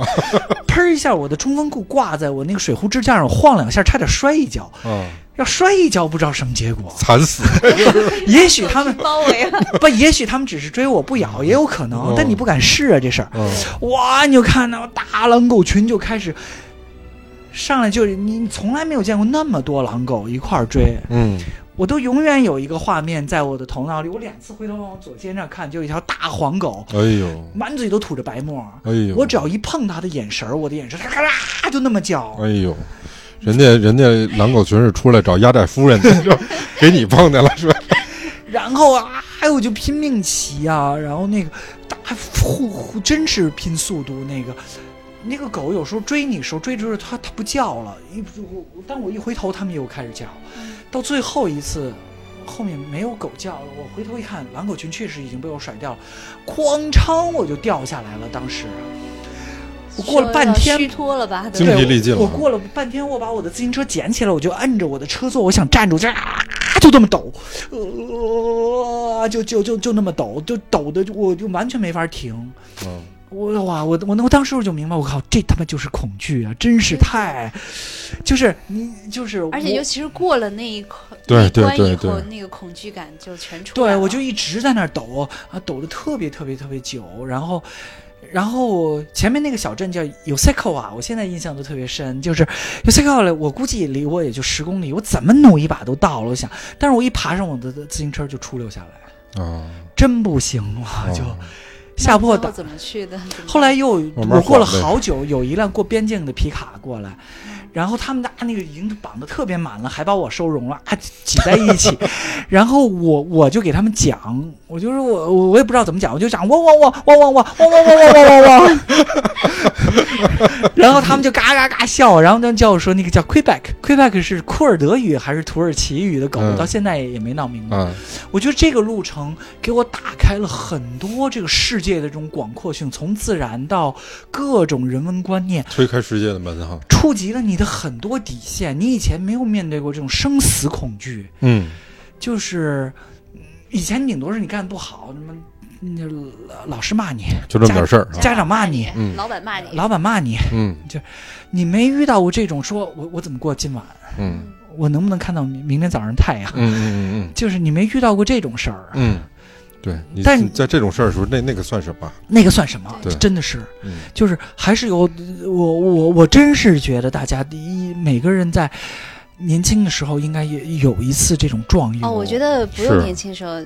Speaker 3: 喷一下我的冲锋裤挂在我那个水壶支架上晃两下，差点摔一跤，
Speaker 1: 啊，
Speaker 3: 要摔一跤不知道什么结果，
Speaker 1: 惨死。
Speaker 3: 也许他们
Speaker 2: 包围了，
Speaker 3: 不，也许他们只是追我不咬，也有可能
Speaker 1: 哦，
Speaker 3: 但你不敢试啊这事儿。
Speaker 1: 嗯
Speaker 3: 哇，你就看到大狼狗群就开始上来就是你你从来没有见过那么多狼狗一块儿追，
Speaker 1: 嗯，
Speaker 3: 我都永远有一个画面在我的头脑里，我两次回头往我左肩上看，就有一条大黄狗，
Speaker 1: 哎呦，
Speaker 3: 满嘴都吐着白沫，
Speaker 1: 哎呦，
Speaker 3: 我只要一碰它的眼神儿，我的眼神儿咔啦就那么叫，
Speaker 1: 哎呦，人家人家狼狗群是出来找压寨夫人的， 说给你碰见了，说
Speaker 3: 然后啊，哎，我就拼命骑啊，然后那个大呼呼，真是拼速度那个。那个狗有时候追你的时候追追着它，它不叫了。一我我但我一回头，它们又开始叫。到最后一次，后面没有狗叫了，我回头一看，狼狗群确实已经被我甩掉了，哐嚓我就掉下来了。当时我过了半天
Speaker 2: 说要虚脱了吧？
Speaker 1: 精
Speaker 2: 对吧
Speaker 1: 疲力尽了
Speaker 3: 我过了半天，我把我的自行车捡起来，我就摁着我的车座，我想站住，就啊，就这么抖，呃，就就就就那么抖，就抖的我就完全没法停。
Speaker 1: 嗯，
Speaker 3: 我哇，我我我当时我就明白，我靠，这他妈就是恐惧啊！真是太，就是你就是我，
Speaker 2: 而且尤其是过了那一块，
Speaker 1: 对
Speaker 2: 那
Speaker 1: 对
Speaker 2: 一关
Speaker 1: 对
Speaker 2: 以后
Speaker 1: 对
Speaker 2: 那个恐惧感就全出来
Speaker 3: 对
Speaker 2: 了。
Speaker 3: 我就一直在那儿抖啊，抖的特别特别特别久，然后。然后前面那个小镇叫 Yoseko 啊，我现在印象都特别深，就是 Yoseko 了，我估计离我也就十公里，我怎么努一把都到了，我想，但是我一爬上我的自行车就出溜下来，
Speaker 1: 啊，
Speaker 3: 真不行了，就吓破
Speaker 2: 最
Speaker 3: 胆
Speaker 2: 后。怎么去的？怎么
Speaker 3: 后来又
Speaker 1: 慢慢
Speaker 3: 我过了
Speaker 1: 缓呗
Speaker 3: 好久，有一辆过边境的皮卡过来，然后他们家那个已经绑得特别满了，还把我收容了，啊，挤在一起。然后我我就给他们讲，我就说我我我也不知道怎么讲，我就讲汪汪汪汪汪汪汪汪汪汪汪汪汪，然后他们就嘎嘎嘎笑，然后他们叫我说那个叫 Quebec，Quebec 是库尔德语还是土耳其语的狗，
Speaker 1: 嗯
Speaker 3: 我到现在也没闹明白。
Speaker 1: 啊，
Speaker 3: 我觉得这个路程给我打开了很多这个世界的这种广阔性，从自然到各种人文观念，
Speaker 1: 推开世界的门哈，
Speaker 3: 触及了你的很多底线。你以前没有面对过这种生死恐惧，
Speaker 1: 嗯，
Speaker 3: 就是嗯以前顶多是你干的不好，什么嗯老老师骂你，
Speaker 1: 就这么点事儿
Speaker 3: 家
Speaker 1: 啊，
Speaker 3: 家长骂你，
Speaker 1: 嗯
Speaker 2: 老板骂你，
Speaker 3: 老板骂你，
Speaker 1: 嗯
Speaker 3: 你没遇到过这种说我我怎么过今晚，
Speaker 1: 嗯
Speaker 3: 我能不能看到明明天早上太阳
Speaker 1: 嗯，嗯嗯
Speaker 3: 就是你没遇到过这种事儿，啊
Speaker 1: 嗯，对你
Speaker 3: 但
Speaker 1: 你在这种事儿的时候，那那个算什么？啊
Speaker 3: 那个算什么？
Speaker 1: 对
Speaker 3: 真的是。
Speaker 1: 嗯
Speaker 3: 就是还是有我我我真是觉得大家第一每个人在年轻的时候应该也有一次这种壮游
Speaker 2: 哦，我觉得不
Speaker 1: 是
Speaker 2: 用年轻时候，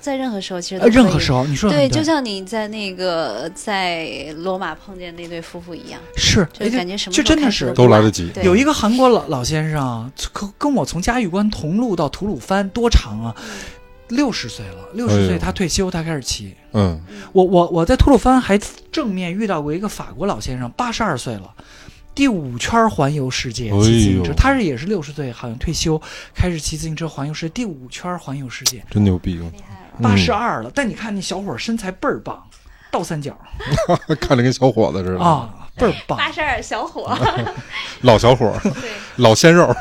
Speaker 2: 在任何时候其实都
Speaker 3: 呃任何
Speaker 2: 可以
Speaker 3: 时候你说得
Speaker 2: 对，
Speaker 3: 很
Speaker 2: 就像你在那个在罗马碰见那对夫妇一样，
Speaker 3: 是
Speaker 2: 就感觉什么时候
Speaker 3: 就哎真的
Speaker 2: 开始
Speaker 3: 是
Speaker 1: 都来得及，
Speaker 2: 对
Speaker 3: 有一个韩国老老先生，跟跟我从嘉峪关同路到吐鲁番多长
Speaker 2: 嗯
Speaker 3: 啊？六十岁了，六
Speaker 1: 哎
Speaker 3: 十
Speaker 1: 呦
Speaker 3: 岁他退休，他开始骑。
Speaker 1: 嗯
Speaker 3: 我我我在吐鲁番还正面遇到过一个法国老先生，八十二岁了，第五圈环游世
Speaker 1: 哎
Speaker 3: 界
Speaker 1: 呦
Speaker 3: 骑自行车，他是也是六十岁，好像退休开始骑自行车环游世界，第五圈环游世界，
Speaker 1: 真牛逼，啊嗯
Speaker 2: 厉害了。
Speaker 3: 八十二了。但你看那小伙儿身材倍儿棒，倒三角
Speaker 1: 嗯看着跟小伙子似的，
Speaker 3: 啊，倍儿棒。
Speaker 2: 八十二小伙，
Speaker 3: 嗯
Speaker 1: 老小伙儿，
Speaker 2: 对，
Speaker 1: 老鲜肉，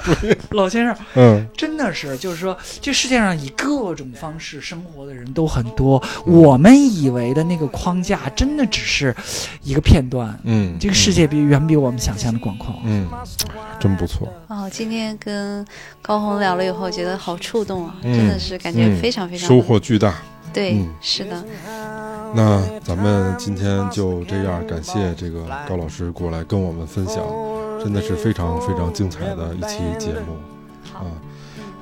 Speaker 3: 老先生
Speaker 1: 嗯
Speaker 3: 真的是，就是说，这世界上以各种方式生活的人都很多，
Speaker 1: 嗯
Speaker 3: 我们以为的那个框架，真的只是一个片段。
Speaker 1: 嗯，
Speaker 3: 这个世界比远比我们想象的广阔。
Speaker 1: 嗯，真不错，
Speaker 2: 哦，今天跟高红聊了以后，觉得好触动啊，
Speaker 1: 嗯
Speaker 2: 真的是感觉
Speaker 1: 嗯
Speaker 2: 非常非常
Speaker 1: 收获巨大。
Speaker 2: 对，
Speaker 1: 嗯
Speaker 2: 是的，
Speaker 1: 那咱们今天就这样，感谢这个高老师过来跟我们分享，真的是非常非常精彩的一期节目啊！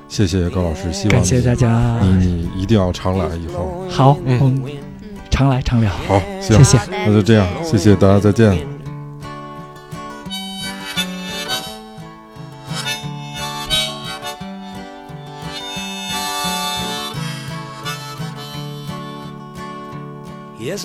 Speaker 1: 谢谢高老师，希望
Speaker 3: 感谢大家，
Speaker 1: 你你一定要常来以后。
Speaker 3: 好，
Speaker 1: 嗯
Speaker 3: 我们常来常聊。
Speaker 1: 好，行，
Speaker 3: 谢谢
Speaker 1: 那就这样，谢谢大家，再见。
Speaker 6: Yes,